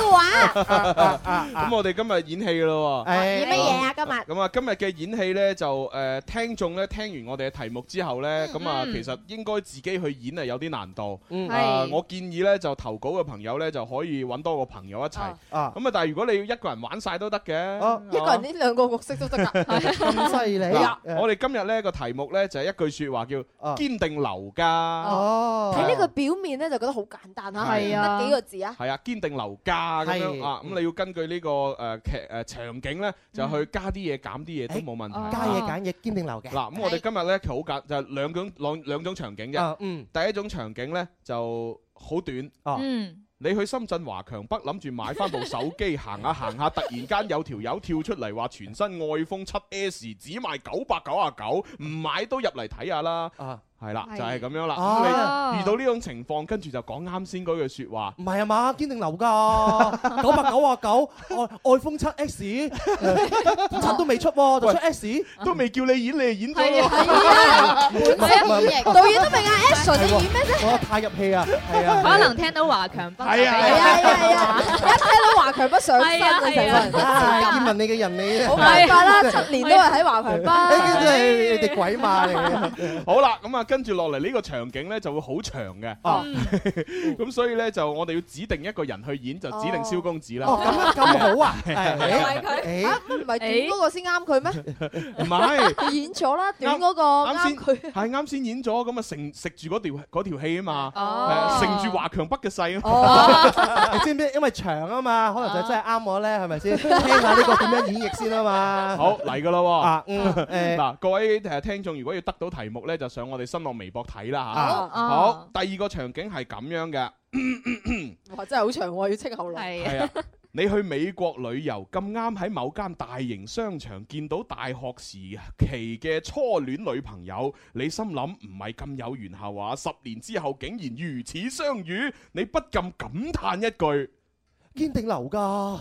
Speaker 7: 啊
Speaker 26: 話
Speaker 9: 咁我哋今日演戲噶咯喎，
Speaker 26: 演乜嘢啊今日
Speaker 9: 咁啊，今日嘅演戲咧就誒聽眾咧聽完我哋嘅題目之後咧，咁啊
Speaker 26: 嗯
Speaker 9: 其實應該自己去演啊係有啲難度。
Speaker 26: 嗯
Speaker 9: 啊
Speaker 26: 係
Speaker 9: 我建議咧就投稿嘅朋友咧就可以揾多個朋友一齊。咁
Speaker 11: 啊，
Speaker 9: 但係如果你要一個人玩晒都得嘅，啊
Speaker 10: 一個人呢兩個角色都得
Speaker 16: (laughs)
Speaker 10: 㗎，
Speaker 11: 咁犀利
Speaker 9: 嗱我哋今日咧個題目咧就係一句説話叫堅定流家。
Speaker 10: 哦睇呢個表面咧就覺得好簡單嚇，
Speaker 9: 係啊
Speaker 10: 得幾個字啊，
Speaker 9: 係啊，堅定留家咁樣
Speaker 11: 係嗯
Speaker 9: 啊，咁你要根據呢個誒劇誒場景咧，就去加啲嘢減啲嘢都冇問題。
Speaker 11: 哦加嘢揀嘢堅定流嘅。
Speaker 9: 嗯嗱，咁我哋今日咧其實好簡，就係兩種兩兩種場景啫
Speaker 11: 啊。嗯，
Speaker 9: 第一種場景咧就好短。
Speaker 11: 啊
Speaker 26: 嗯。
Speaker 9: 你去深圳華強北諗住買翻部手機，行下行下，突然間有條友跳出嚟話全新愛 p 七 S 只賣九百九啊九，唔買都入嚟睇下啦。
Speaker 11: 啊，
Speaker 9: 係啦，
Speaker 11: 係
Speaker 9: 就係咁樣啦。
Speaker 11: 啊
Speaker 9: 咁你遇到呢種情況，跟住就講啱先嗰句説話。
Speaker 11: 唔係啊嘛，堅定流
Speaker 9: (laughs)
Speaker 11: 㗎，九百九啊九，愛愛風七 S，七都未出喎，就出 S，
Speaker 9: 都未叫你演，你係演
Speaker 11: 咗
Speaker 9: (laughs)
Speaker 10: 啊本色演繹導演都未嗌 action，你演咩
Speaker 11: 啫？我太入戲啊，係啊，
Speaker 12: 可能聽到華強北
Speaker 11: 係啊
Speaker 12: 係
Speaker 11: 係啊係
Speaker 10: 啊一聽到華強北上身啊，成個人真
Speaker 11: 唉
Speaker 10: 係。
Speaker 11: 葉問你嘅人你
Speaker 10: 冇辦法啦七年都係喺
Speaker 11: 哎
Speaker 10: 華
Speaker 11: (laughs)
Speaker 10: 強北
Speaker 11: 呢啲真係你哋鬼馬
Speaker 9: (laughs)
Speaker 11: 嚟嘅。
Speaker 9: 好啦，咁啊，跟住落嚟呢個場景呢就會好長嘅，
Speaker 11: 哦
Speaker 9: (laughs) 咁所以呢，就我哋要指定一個人去演，就指定蕭公子啦。
Speaker 10: 哦咁啊咁好啊
Speaker 9: (laughs) 係
Speaker 10: 係佢啊，唔係短嗰個先啱佢咩？
Speaker 9: 唔
Speaker 10: (laughs)
Speaker 9: 係
Speaker 10: 佢演咗啦，短
Speaker 9: 啱
Speaker 10: 嗰個
Speaker 9: 啱
Speaker 10: 啱
Speaker 9: 先
Speaker 10: 佢。
Speaker 9: 係啱先演咗，咁啊承食住嗰條嗰條戲啊嘛，
Speaker 10: 哦
Speaker 9: 誒承住華強北嘅勢啊嘛。
Speaker 11: 哦
Speaker 9: (laughs)
Speaker 11: 你知唔知？因為長啊嘛，可能就真係啱我咧，係咪先？聽下呢個點樣演繹先啊嘛。
Speaker 9: 好嚟噶啦 (laughs)
Speaker 11: 啊
Speaker 9: 喎！
Speaker 11: 嗯誒
Speaker 9: 嗱，各位誒聽眾，如果要得到題目呢，就上我哋新浪微博睇啦
Speaker 10: 好
Speaker 9: 嚇。
Speaker 10: 啊
Speaker 9: 好，第二個場景係咁樣嘅。
Speaker 10: 哇！真係好長喎，要清喉嚨。
Speaker 9: 係啊，你去美國旅遊咁啱喺某間大型商場見到大學時期嘅初戀女朋友，你心諗唔係咁有緣下話，十年之後竟然如此相遇，你不禁感嘆一句。
Speaker 11: 堅定流㗎，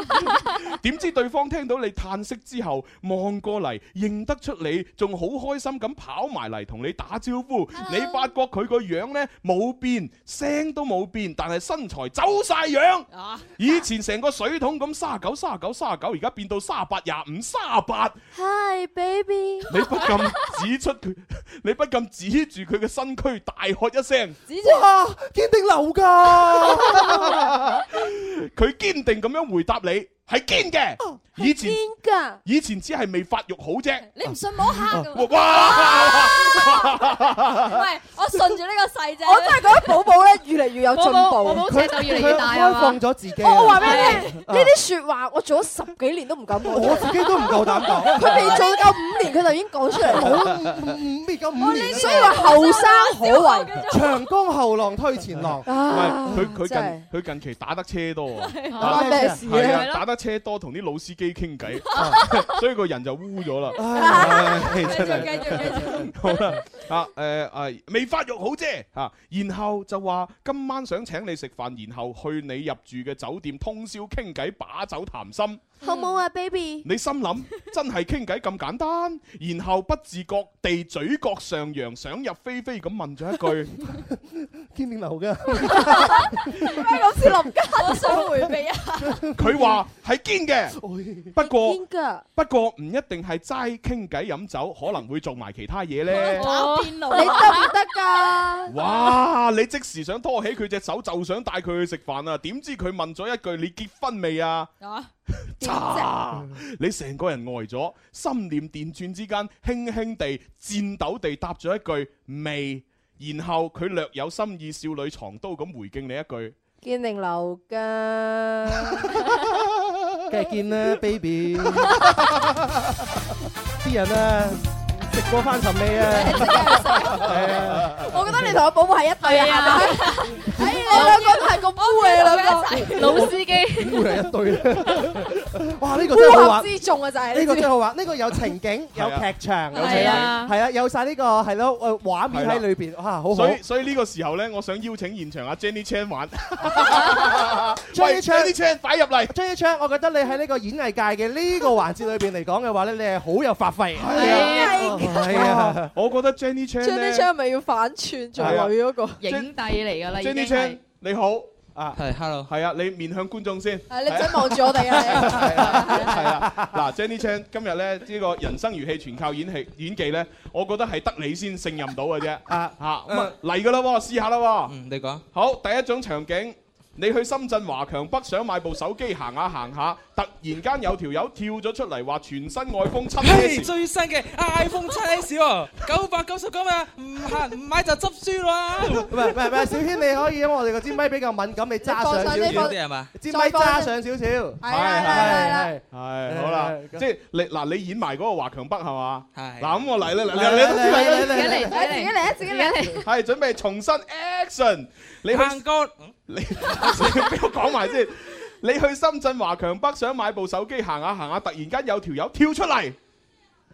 Speaker 9: (laughs) 點知對方聽到你嘆息之後，望過嚟認得出你，仲好開心咁跑埋嚟同你打招呼。你發覺佢個樣呢冇變，聲都冇變，但係身材走晒樣。以前成個水桶咁三十九、三十九、三十九，而家變到三十八、廿五、三十八。
Speaker 10: Hi baby，
Speaker 9: 你不禁指出佢， (laughs) 你不禁指住佢嘅身軀大喝一聲。
Speaker 11: 哇！堅定流㗎，
Speaker 9: 佢堅定咁樣回答你，係堅
Speaker 26: 哦
Speaker 9: 嘅。以前
Speaker 10: 㗎，
Speaker 9: 以前只係未發育好啫。哦
Speaker 26: 你唔信冇嚇㗎
Speaker 9: 哇！哇
Speaker 26: (laughs) 喂，我順住呢個勢啫。
Speaker 10: (laughs) 我真係覺得寶寶咧越嚟越有進
Speaker 26: (laughs)
Speaker 10: 步，
Speaker 26: 寶寶寶寶尺度
Speaker 10: (laughs)
Speaker 26: 越嚟越大啊嘛佢開放
Speaker 11: 咗自己
Speaker 10: 我我話俾你聽，呢啲説話我做咗十幾年都唔敢講。
Speaker 11: 我自己都唔夠膽講。
Speaker 10: 佢未做夠五年，佢就已經講出嚟啦。
Speaker 11: 冇五五未夠五年，
Speaker 10: 所以話後生可畏。
Speaker 11: 長江後浪推前浪。
Speaker 9: 唔係佢
Speaker 11: 真
Speaker 9: 佢近佢近期打得車多啊，
Speaker 11: 係啊
Speaker 9: 打
Speaker 11: 關咩事啊
Speaker 9: 係
Speaker 11: 係
Speaker 9: 啊，
Speaker 11: 咯
Speaker 9: 打得車多，同啲老司機傾偈， (laughs) 所以個人就污咗啦。
Speaker 14: Ờ,
Speaker 9: 唉真係
Speaker 26: 繼續繼續
Speaker 9: (laughs) 好啦，啊誒誒，未發育好啫嚇，然後就話今晚想請你食飯，然後去你入住嘅酒店通宵傾偈，把酒談心。
Speaker 10: 好冇啊，baby？
Speaker 9: 你心諗真係傾偈咁簡單，然後不自覺地嘴角上揚，想入非非咁問咗一句。
Speaker 11: 堅定流㗎，
Speaker 10: 老師林家，
Speaker 26: 我想回避啊。
Speaker 9: 佢話係堅嘅，不過
Speaker 10: 堅㗎
Speaker 9: 不過唔一定係齋傾偈飲酒，可能會做埋其他嘢呢。
Speaker 26: 搞邊路？
Speaker 10: 你得唔得㗎？
Speaker 9: 哇！你即時想拖起佢隻手，就想帶佢去食飯啊！點知佢問咗一句：你結婚未啊？
Speaker 26: 啊，
Speaker 9: 啊！你成個人呆咗，心念電轉之間，輕輕地、顫抖地答咗一句未。而然後佢略有心意，少女藏刀咁回敬你一句。
Speaker 10: 堅定流噶，
Speaker 11: 梗係見啦，baby。啲人啊，食過翻尋味啊，係啊。
Speaker 10: 我覺得你同我寶寶係一對啊，係咪我兩個都係個煲嘅兩個，
Speaker 11: 老司機會係一對咧。哇！呢個真係
Speaker 10: 烏
Speaker 7: 뭐
Speaker 11: 好
Speaker 10: 合
Speaker 11: 玩。
Speaker 10: 之眾啊，就係
Speaker 11: 呢個真係好玩，呢個有情景、有劇場，有
Speaker 10: 係啊
Speaker 11: 係啊，有晒呢個係咯，誒畫面喺裏邊，哇，好好。
Speaker 9: 所以所以呢個時候呢，我想邀請現場阿 Jenny Chan 玩。
Speaker 11: J
Speaker 9: 喂 (laughs) Jenny Chan 擺入嚟
Speaker 11: ，J Chan，我覺得你喺呢個演藝界嘅呢個環節裏邊嚟講嘅話咧，你係好有發揮。
Speaker 1: Oh
Speaker 11: 係啊，
Speaker 9: 我覺得 Jenny Chan
Speaker 10: 張
Speaker 9: 呢
Speaker 11: ờ,
Speaker 10: 啲張咪要反串做女嗰個
Speaker 9: 影
Speaker 10: 帝嚟㗎
Speaker 9: Jenny Chan 你好啊，係 hello，係啊，你面向觀眾先。
Speaker 10: 係你真望住我哋啊！
Speaker 9: 嗱，Jenny Chan 今日咧呢個人生如戲，全靠演戲演技咧，我覺得係得你先勝任到嘅啫。
Speaker 11: 啊
Speaker 9: 嚇，咁啊嚟噶啦喎，試下啦喎。
Speaker 1: 嗯，你講。
Speaker 9: 好，第一種場景，你去深圳華強北想買部手機，行下行下，突然間有條友跳咗出嚟話全新愛風七 S，
Speaker 1: 最新嘅 iPhone 七 S 喎，九百九十九啊，
Speaker 9: 음,
Speaker 1: 唔行唔買就執輸啦。
Speaker 11: 唔係唔係唔係，小軒你可以，因為我哋個支咪比較敏感，你揸上少
Speaker 1: 你放上呢啊
Speaker 11: 少
Speaker 1: 個係嘛
Speaker 11: 支咪揸上少少。係啊
Speaker 9: 係
Speaker 1: 啊
Speaker 11: 係
Speaker 9: 係好啦，即係你嗱，你演埋嗰個華強北係嘛？係嗱，咁我嚟啦，嚟
Speaker 1: 嚟
Speaker 9: 嚟嚟嚟嚟嚟嚟嚟嚟。
Speaker 10: 自己嚟啊，自己嚟！
Speaker 9: 係準備重新 action，你行
Speaker 1: 過，
Speaker 9: 你俾我講埋先。你去深圳華強北想買部手機，行下行下，突然間有條友跳出嚟，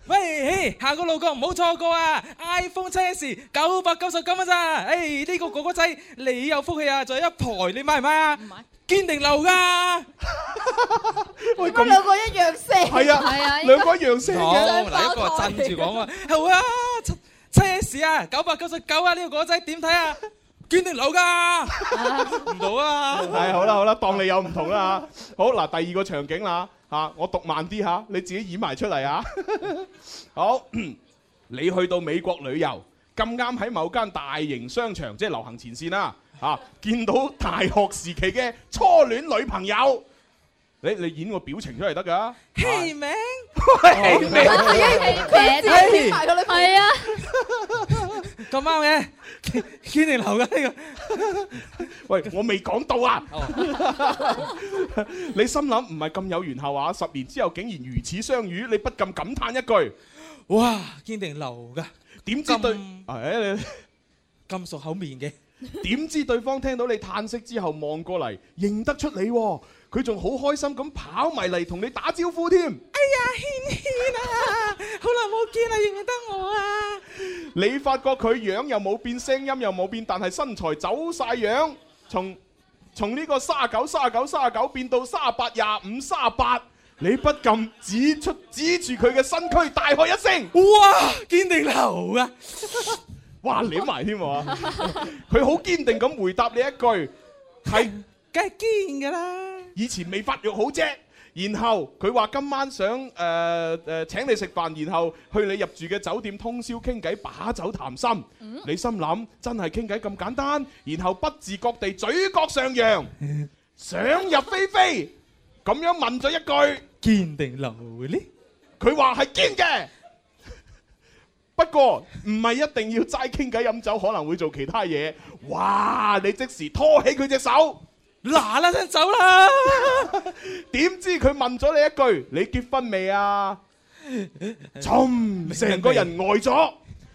Speaker 1: 喂，嘿行個路過唔好錯過啊！iPhone 七 S 九百九十九蚊咋？誒呢個哥哥仔你有福氣
Speaker 7: à,
Speaker 1: 啊！仲有一台你買唔買啊？唔買，堅定流㗎。
Speaker 10: 喂，咁兩個一樣聲，
Speaker 1: 係啊兩個一樣聲嘅
Speaker 10: 好
Speaker 1: 嗱一個係震住講啊好啊，七七 S
Speaker 7: à,
Speaker 1: 啊，九百九十九啊，呢個哥哥仔點睇啊？堅定流㗎，唔到啊！
Speaker 9: (laughs) 係好啦好啦，當你有唔同啦嚇。好嗱，第二個場景啦嚇，我讀慢啲嚇，你自己演埋出嚟啊。好，你去到美國旅遊，咁啱喺某間大型商場，即係流行前線 (laughs) 啦嚇，見到大學時期嘅初戀女朋友。你你演個表情出嚟得㗎，
Speaker 1: 戲名
Speaker 10: (laughs) 佢自己埋個女朋友，
Speaker 1: 係啊咁啱嘅， (laughs) 堅堅定流㗎呢
Speaker 9: (laughs) 喂，我未講到啊！
Speaker 1: 個。
Speaker 9: 你心諗唔係咁有緣後啊！十年之後竟然如此相遇，你不禁感嘆一句：
Speaker 1: 哇，堅定流㗎！
Speaker 9: 點知對誒
Speaker 1: 咁熟口面嘅？
Speaker 9: 點知對方聽到你嘆息之後望過嚟，認得出你喎，佢仲好開心咁跑埋嚟同你打招呼添。
Speaker 1: 哎
Speaker 7: à,
Speaker 1: 呀，軒軒啊，好耐冇見啦，認唔認得我
Speaker 7: à.
Speaker 1: 啊？
Speaker 9: 你發覺佢樣又冇變，聲音又冇變，但係身材走晒樣，從從呢個三九三九三九變到三八廿五三八，你不禁指出指住佢嘅身軀大喝一聲：
Speaker 1: 哇！堅定流啊！
Speaker 9: (laughs) 哇！舐埋添啊喎，佢好堅定咁回答你一句：係，
Speaker 1: 梗係堅㗎啦。
Speaker 9: 以前未發育好啫。然後佢話今晚想誒誒、呃呃請你食飯，然後去你入住嘅酒店通宵傾偈，把酒談心。
Speaker 1: 嗯
Speaker 9: 你心諗真係傾偈咁簡單，然後不自覺地嘴角上
Speaker 1: (laughs)
Speaker 9: 揚，想入非非，咁樣問咗一句。
Speaker 1: 堅定流呢？
Speaker 9: 佢話係堅嘅。不過唔係一定要齋傾偈飲酒，可能會做其他嘢。哇！你即時拖起佢隻手，
Speaker 1: 嗱啦聲走啦！
Speaker 9: (laughs) 點知佢問咗你一句：你結婚未啊？
Speaker 1: (laughs)
Speaker 9: 沉，成個人呆咗。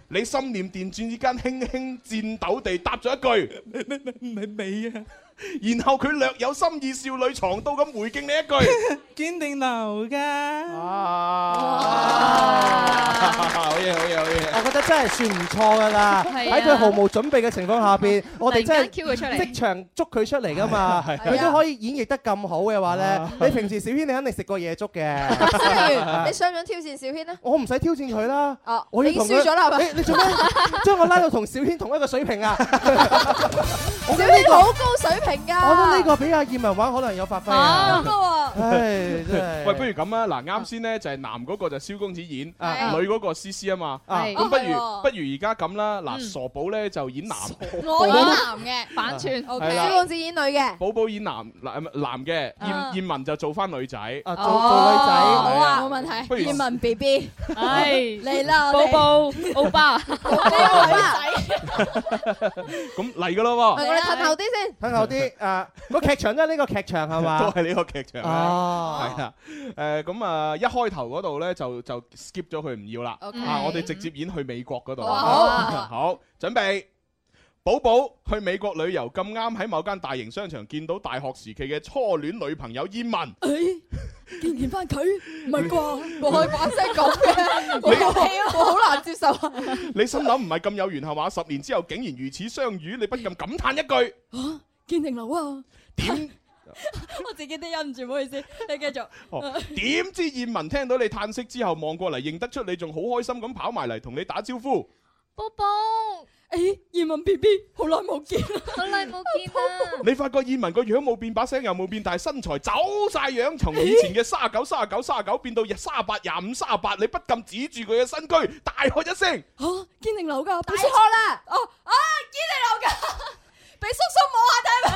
Speaker 9: 你心念電轉之間，輕輕顫抖地答咗一句：
Speaker 1: 未未 (laughs) 啊！
Speaker 9: 然後佢略有心意，少女藏刀咁回敬你一
Speaker 1: (laughs)
Speaker 9: 句：啊
Speaker 1: 堅定流㗎。
Speaker 9: 好嘢，好嘢，好嘢！
Speaker 11: 我覺得真係算唔錯㗎啦，
Speaker 1: 係啊
Speaker 11: 喺佢毫無準備嘅情況下邊，我哋
Speaker 1: 突
Speaker 11: 真
Speaker 1: 然間 cue 佢出
Speaker 11: 係
Speaker 1: 嚟
Speaker 11: 即場捉佢出嚟㗎嘛，
Speaker 1: 係啊
Speaker 11: 佢都可以演繹得咁好嘅話咧，你平時小軒你肯定食過
Speaker 1: (laughs)
Speaker 11: 夜粥嘅，
Speaker 10: 你想唔想挑戰小軒呢？
Speaker 11: 我唔使挑戰佢啦，
Speaker 10: 哦，
Speaker 11: 我要
Speaker 10: 你
Speaker 11: 同
Speaker 10: 輸
Speaker 11: 佢
Speaker 10: 咗啦，係咪？
Speaker 11: 你
Speaker 10: (laughs)
Speaker 11: 你做咩將我拉到同小軒同一個水平啊？
Speaker 10: 小
Speaker 11: 覺得呢
Speaker 10: 軒
Speaker 11: 個
Speaker 10: 好高水平㗎，
Speaker 11: 我覺得呢個比阿葉文玩可能有發揮
Speaker 10: 啊
Speaker 11: 啊
Speaker 10: 咁。啊
Speaker 11: 唉真係
Speaker 9: 喂，不如咁啊！嗱，啱先咧就係男嗰個就蕭公子演，
Speaker 11: 啊
Speaker 9: 女嗰個思思啊嘛。
Speaker 11: 啊
Speaker 9: 咁不
Speaker 11: 哦係
Speaker 9: 如
Speaker 11: 喎
Speaker 9: 不如而家咁啦，
Speaker 10: 嗯
Speaker 9: 嗱，傻寶咧就演男，
Speaker 10: 我
Speaker 3: 演男嘅，
Speaker 9: 反串係啦
Speaker 10: 小公子演女嘅，
Speaker 9: 寶寶演男男男嘅，
Speaker 10: 啊
Speaker 9: 燕燕文就做翻女仔。啊，
Speaker 10: 做做女仔哦好啊
Speaker 3: 冇問
Speaker 9: 不如
Speaker 3: 題。葉文 B B，
Speaker 10: Ờ,
Speaker 13: 唉
Speaker 3: 嚟啦，我哋
Speaker 13: 寶寶奧巴，
Speaker 9: 咁嚟噶咯
Speaker 10: 我哋褪後啲先。
Speaker 11: 等後
Speaker 9: (laughs)
Speaker 11: 啲啊，個劇場都係呢個劇場係嘛？
Speaker 9: 都係呢個劇場
Speaker 11: 哦
Speaker 9: 係啊，誒咁啊，一開頭嗰度咧就就 skip 咗佢唔要啦，
Speaker 11: OK
Speaker 9: 啊，我哋直接演去美國嗰度，
Speaker 11: 好啊好啊
Speaker 9: (laughs) 好，準備。寶寶去美國旅遊咁啱喺某間大型商場見到大學時期嘅初戀女朋友燕文，
Speaker 3: 誒，見唔見翻佢？唔係
Speaker 10: (laughs)
Speaker 9: (laughs)
Speaker 3: 啩？ (laughs) 我
Speaker 10: 佢把聲咁嘅，我我好難接受啊！
Speaker 9: 你心諗唔係咁有緣係嘛？十年之後竟然如此相遇，你不禁感嘆一句：
Speaker 3: 啊，堅定流啊！
Speaker 9: 點？
Speaker 3: (laughs) 我自己都忍唔住，唔好意思，你繼續。
Speaker 9: 哦，點知燕文聽到你嘆息之後望過嚟認得出你，仲好開心咁跑埋嚟同你打招呼。
Speaker 3: 波波，誒，葉文 B B，好耐冇見啦，好耐冇見啦。
Speaker 9: 你發覺燕文個樣冇變，把聲又冇變，但係身材走晒樣，從以前嘅三十九、三十九、三十九變到三十八、廿五、三十八，你不禁指住佢嘅身軀大喝一聲。
Speaker 3: 嚇，哦堅定流噶，大
Speaker 10: 錯啦！
Speaker 3: 哦啊，堅定流噶， (laughs)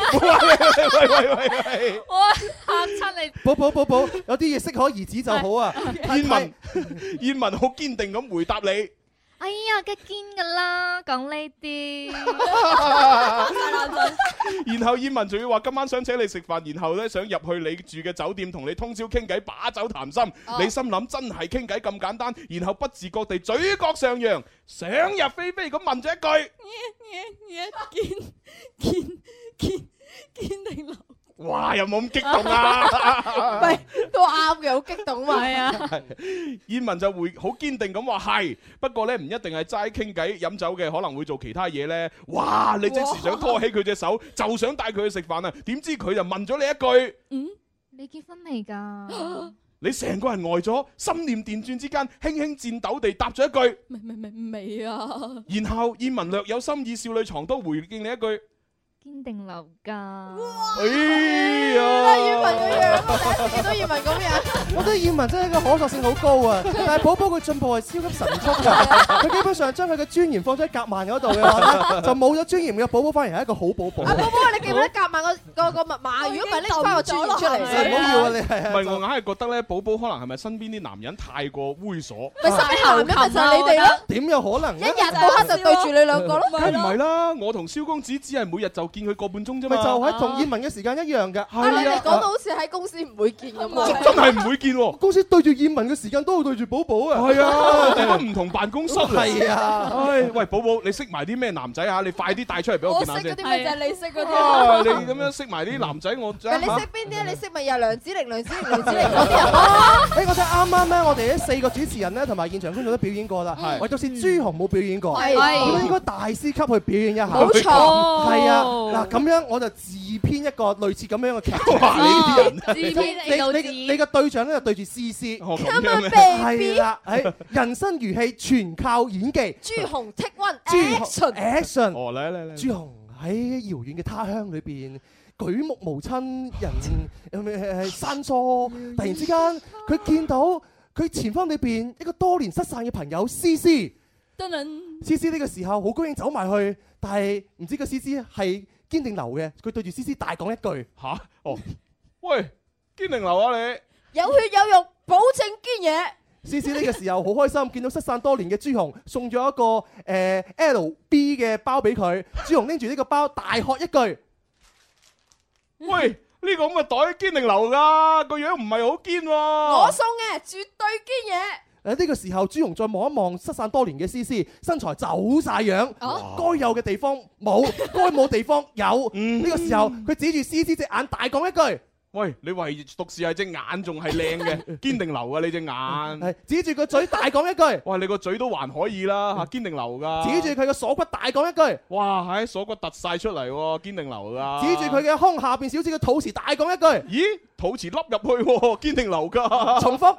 Speaker 3: 俾叔
Speaker 10: (laughs)
Speaker 9: 摸
Speaker 3: 叔
Speaker 9: 下睇咪。喂喂喂！
Speaker 13: 我嚇親你。
Speaker 11: 寶寶寶寶，有啲嘢適可而止就好啊。
Speaker 9: (laughs) 燕文，燕文好堅定咁回
Speaker 10: (laughs)
Speaker 9: 答你。
Speaker 12: 哎呀，梗係堅噶啦，講呢 (laughs) 啲。
Speaker 9: 然後燕文仲要話今晚想請你食飯，然後咧想入去你住嘅酒店同你通宵傾偈，把酒談心。
Speaker 12: 哦
Speaker 9: 你心諗真係傾偈咁簡單，然後不自覺地嘴角上揚，想入非非咁問咗一句：
Speaker 3: 堅堅堅堅定流。
Speaker 9: 哇，有冇咁激動 (laughs) 啊？
Speaker 10: 唔係都啱 (laughs) 嘅，好激動嘛。係啊，
Speaker 9: 燕文就會好堅定咁話係，不過咧唔一定係齋傾偈飲酒嘅，可能會做其他嘢咧。哇！你即時想拖起佢隻手，就想帶佢去食飯啊！點知佢就問咗你一句。
Speaker 12: 嗯，你結婚未 (gasps) 㗎？
Speaker 9: 你成個人呆咗，心念電轉之間，輕輕戰抖地答咗一句，
Speaker 3: 未未未未啊！
Speaker 9: 然後燕文略有心意，少女床都回應你一句：
Speaker 12: 堅定流㗎。
Speaker 9: 哎呀！
Speaker 10: 燕文嘅樣，我第一次見到燕文咁樣。
Speaker 11: 我覺得燕文真係一個可塑性好高啊！但係寶寶佢進步係超級神速㗎，佢基本上將佢嘅尊嚴放咗喺夾萬嗰度嘅話咧，就冇咗尊嚴嘅寶寶反而係一個好寶寶。
Speaker 10: 不過你記唔記得夾埋個個個密碼？如果唔係拎翻個專業出嚟
Speaker 11: 唔好要啊你
Speaker 9: 唔係我硬係覺得咧，寶寶可能係咪身邊啲男人太過猥瑣？
Speaker 10: 咪身邊男人咪就係你哋咯
Speaker 11: 啊點有可能
Speaker 10: 一日到黑就對住你兩個咯
Speaker 9: 梗唔係啦，我同蕭公子只係每日就見佢個半鐘啫嘛。
Speaker 11: 咪就喺同燕文嘅時間一樣㗎。
Speaker 10: 啊！你哋講到好似喺公司唔會見咁喎。
Speaker 9: 真係唔會見喎。
Speaker 11: 公司對住燕文嘅時間都會對住寶寶啊。
Speaker 9: 係
Speaker 11: (laughs)
Speaker 9: 啊，大家唔同辦公室 (laughs) 嚟
Speaker 11: 係啊
Speaker 9: 唉，喂，寶寶，你識埋啲咩男仔啊？你快啲帶出嚟俾我見下先。
Speaker 10: 係你識嗰
Speaker 9: 啊，你咁樣識埋啲男仔，我
Speaker 10: 咪
Speaker 9: 真係
Speaker 10: 你識邊啲啊？你識咪又梁子玲、梁子玲、梁子玲嗰啲人咯？
Speaker 11: 誒，哦哎我睇啱啱咧，我哋呢四個主持人咧，同埋現場觀眾都表演過啦，唯獨是朱紅冇表演過，
Speaker 10: 係
Speaker 11: 咁應該大師級去表演一下。
Speaker 10: 冇錯
Speaker 11: 係啊，嗱咁樣我就自編一個類似咁樣嘅劇情。哇！你
Speaker 10: 哦自啊編嚟到
Speaker 11: 啊你你你個對象咧就對住思思。
Speaker 10: Come on, baby
Speaker 11: 係啦，誒，人生如戲，全靠演技。
Speaker 10: 朱紅 take one
Speaker 11: 朱紅
Speaker 10: action。
Speaker 11: action。
Speaker 9: 哦，嚟嚟嚟，
Speaker 11: 朱紅喺遙遠嘅他鄉裏邊。舉目無親，
Speaker 9: (laughs)
Speaker 11: 人有咩係生疏？突然之間，佢見到佢前方裏邊一個多年失散嘅朋友思思，
Speaker 3: 噔噔，
Speaker 11: 思思呢個時候好高興走埋去，但係唔知個思思係堅定流嘅，佢對住思思大講一句
Speaker 9: 吓哦，喂，堅定流啊你！
Speaker 10: 有血有肉，保證堅嘢。
Speaker 11: 思思呢個時候好開心，見到失散多年嘅朱紅，送咗一個誒、呃 LB 嘅包俾佢。朱紅拎住呢個包，大喝一句：
Speaker 9: 喂，呢個咁嘅袋堅定流噶，個樣唔係好堅喎。
Speaker 11: Ờ.
Speaker 10: 我
Speaker 9: 我
Speaker 10: 送嘅絕對堅嘢。
Speaker 11: 誒呢個時候，朱紅再望一望失散多年嘅思思，身材走晒樣，
Speaker 10: 哦
Speaker 11: 該有嘅地方冇，該冇地方有。
Speaker 9: 嗯
Speaker 11: 呢個時候，佢指住思思隻眼大講一句，
Speaker 9: 喂，你唯獨是係隻眼仲係靚嘅，堅定流啊你隻眼。
Speaker 11: 指住個嘴大講一句，
Speaker 9: 喂，你個嘴都還可以啦，嚇堅定流噶。
Speaker 11: 指住佢嘅鎖骨大講一句，
Speaker 9: 哇，喺鎖骨突晒出嚟喎，堅定流噶。
Speaker 11: 指住佢嘅胸下邊小指嘅肚臍大講一句，
Speaker 9: 咦，肚臍凹入去喎，堅定流噶。
Speaker 11: 重複，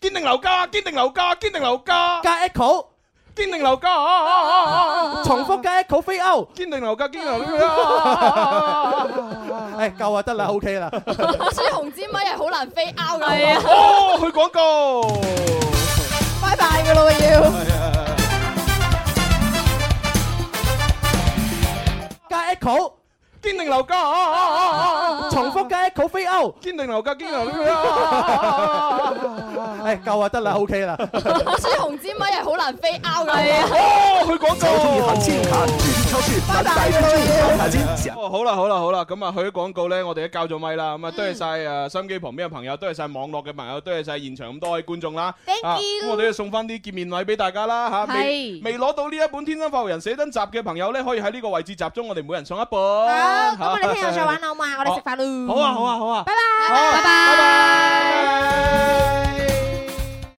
Speaker 11: 堅
Speaker 9: 定流噶，堅定流噶，堅定流噶。
Speaker 11: 加 echo。
Speaker 9: 堅定流家，
Speaker 11: 重複嘅好飛歐，
Speaker 9: 堅定流家，堅
Speaker 11: (laughs)
Speaker 9: 定流家，
Speaker 11: 誒夠啊，得啦，OK 啦。
Speaker 3: 所以紅尖咪係好難飛 out 噶。
Speaker 11: 係啊
Speaker 9: 哦，去廣告，
Speaker 10: 拜 (laughs) 拜噶咯要。
Speaker 11: 加 echo，
Speaker 9: 堅定流家，
Speaker 11: 重複嘅好飛歐，
Speaker 9: 堅定流家，堅
Speaker 11: (laughs)
Speaker 9: 定流家，
Speaker 11: 誒夠啊，得啦，OK 啦。
Speaker 3: (laughs) 所以紅尖咪係好難飛 out 噶。
Speaker 11: 啊
Speaker 9: 哦，去廣告，千
Speaker 11: 拜拜㗎啦要。
Speaker 9: 哦，好啦好啦好啦，咁啊去咗廣告咧，我哋都交咗咪啦，咁啊多謝晒誒收音機旁邊嘅朋友，多謝晒網絡嘅朋友，多謝晒現場咁多位觀眾啦。
Speaker 14: Thank
Speaker 9: 啊
Speaker 14: you
Speaker 9: 咁我哋都送翻啲見面禮俾大家啦嚇。未
Speaker 14: 係
Speaker 9: 未攞到呢一本《天生發育人寫真集》嘅朋友咧，可以喺呢個位置集中，我哋每人送一本。好，咁
Speaker 14: 我哋聽日再玩啦，好嘛？我哋食飯咯。
Speaker 9: 好啊好啊好啊。
Speaker 14: 拜拜，拜拜。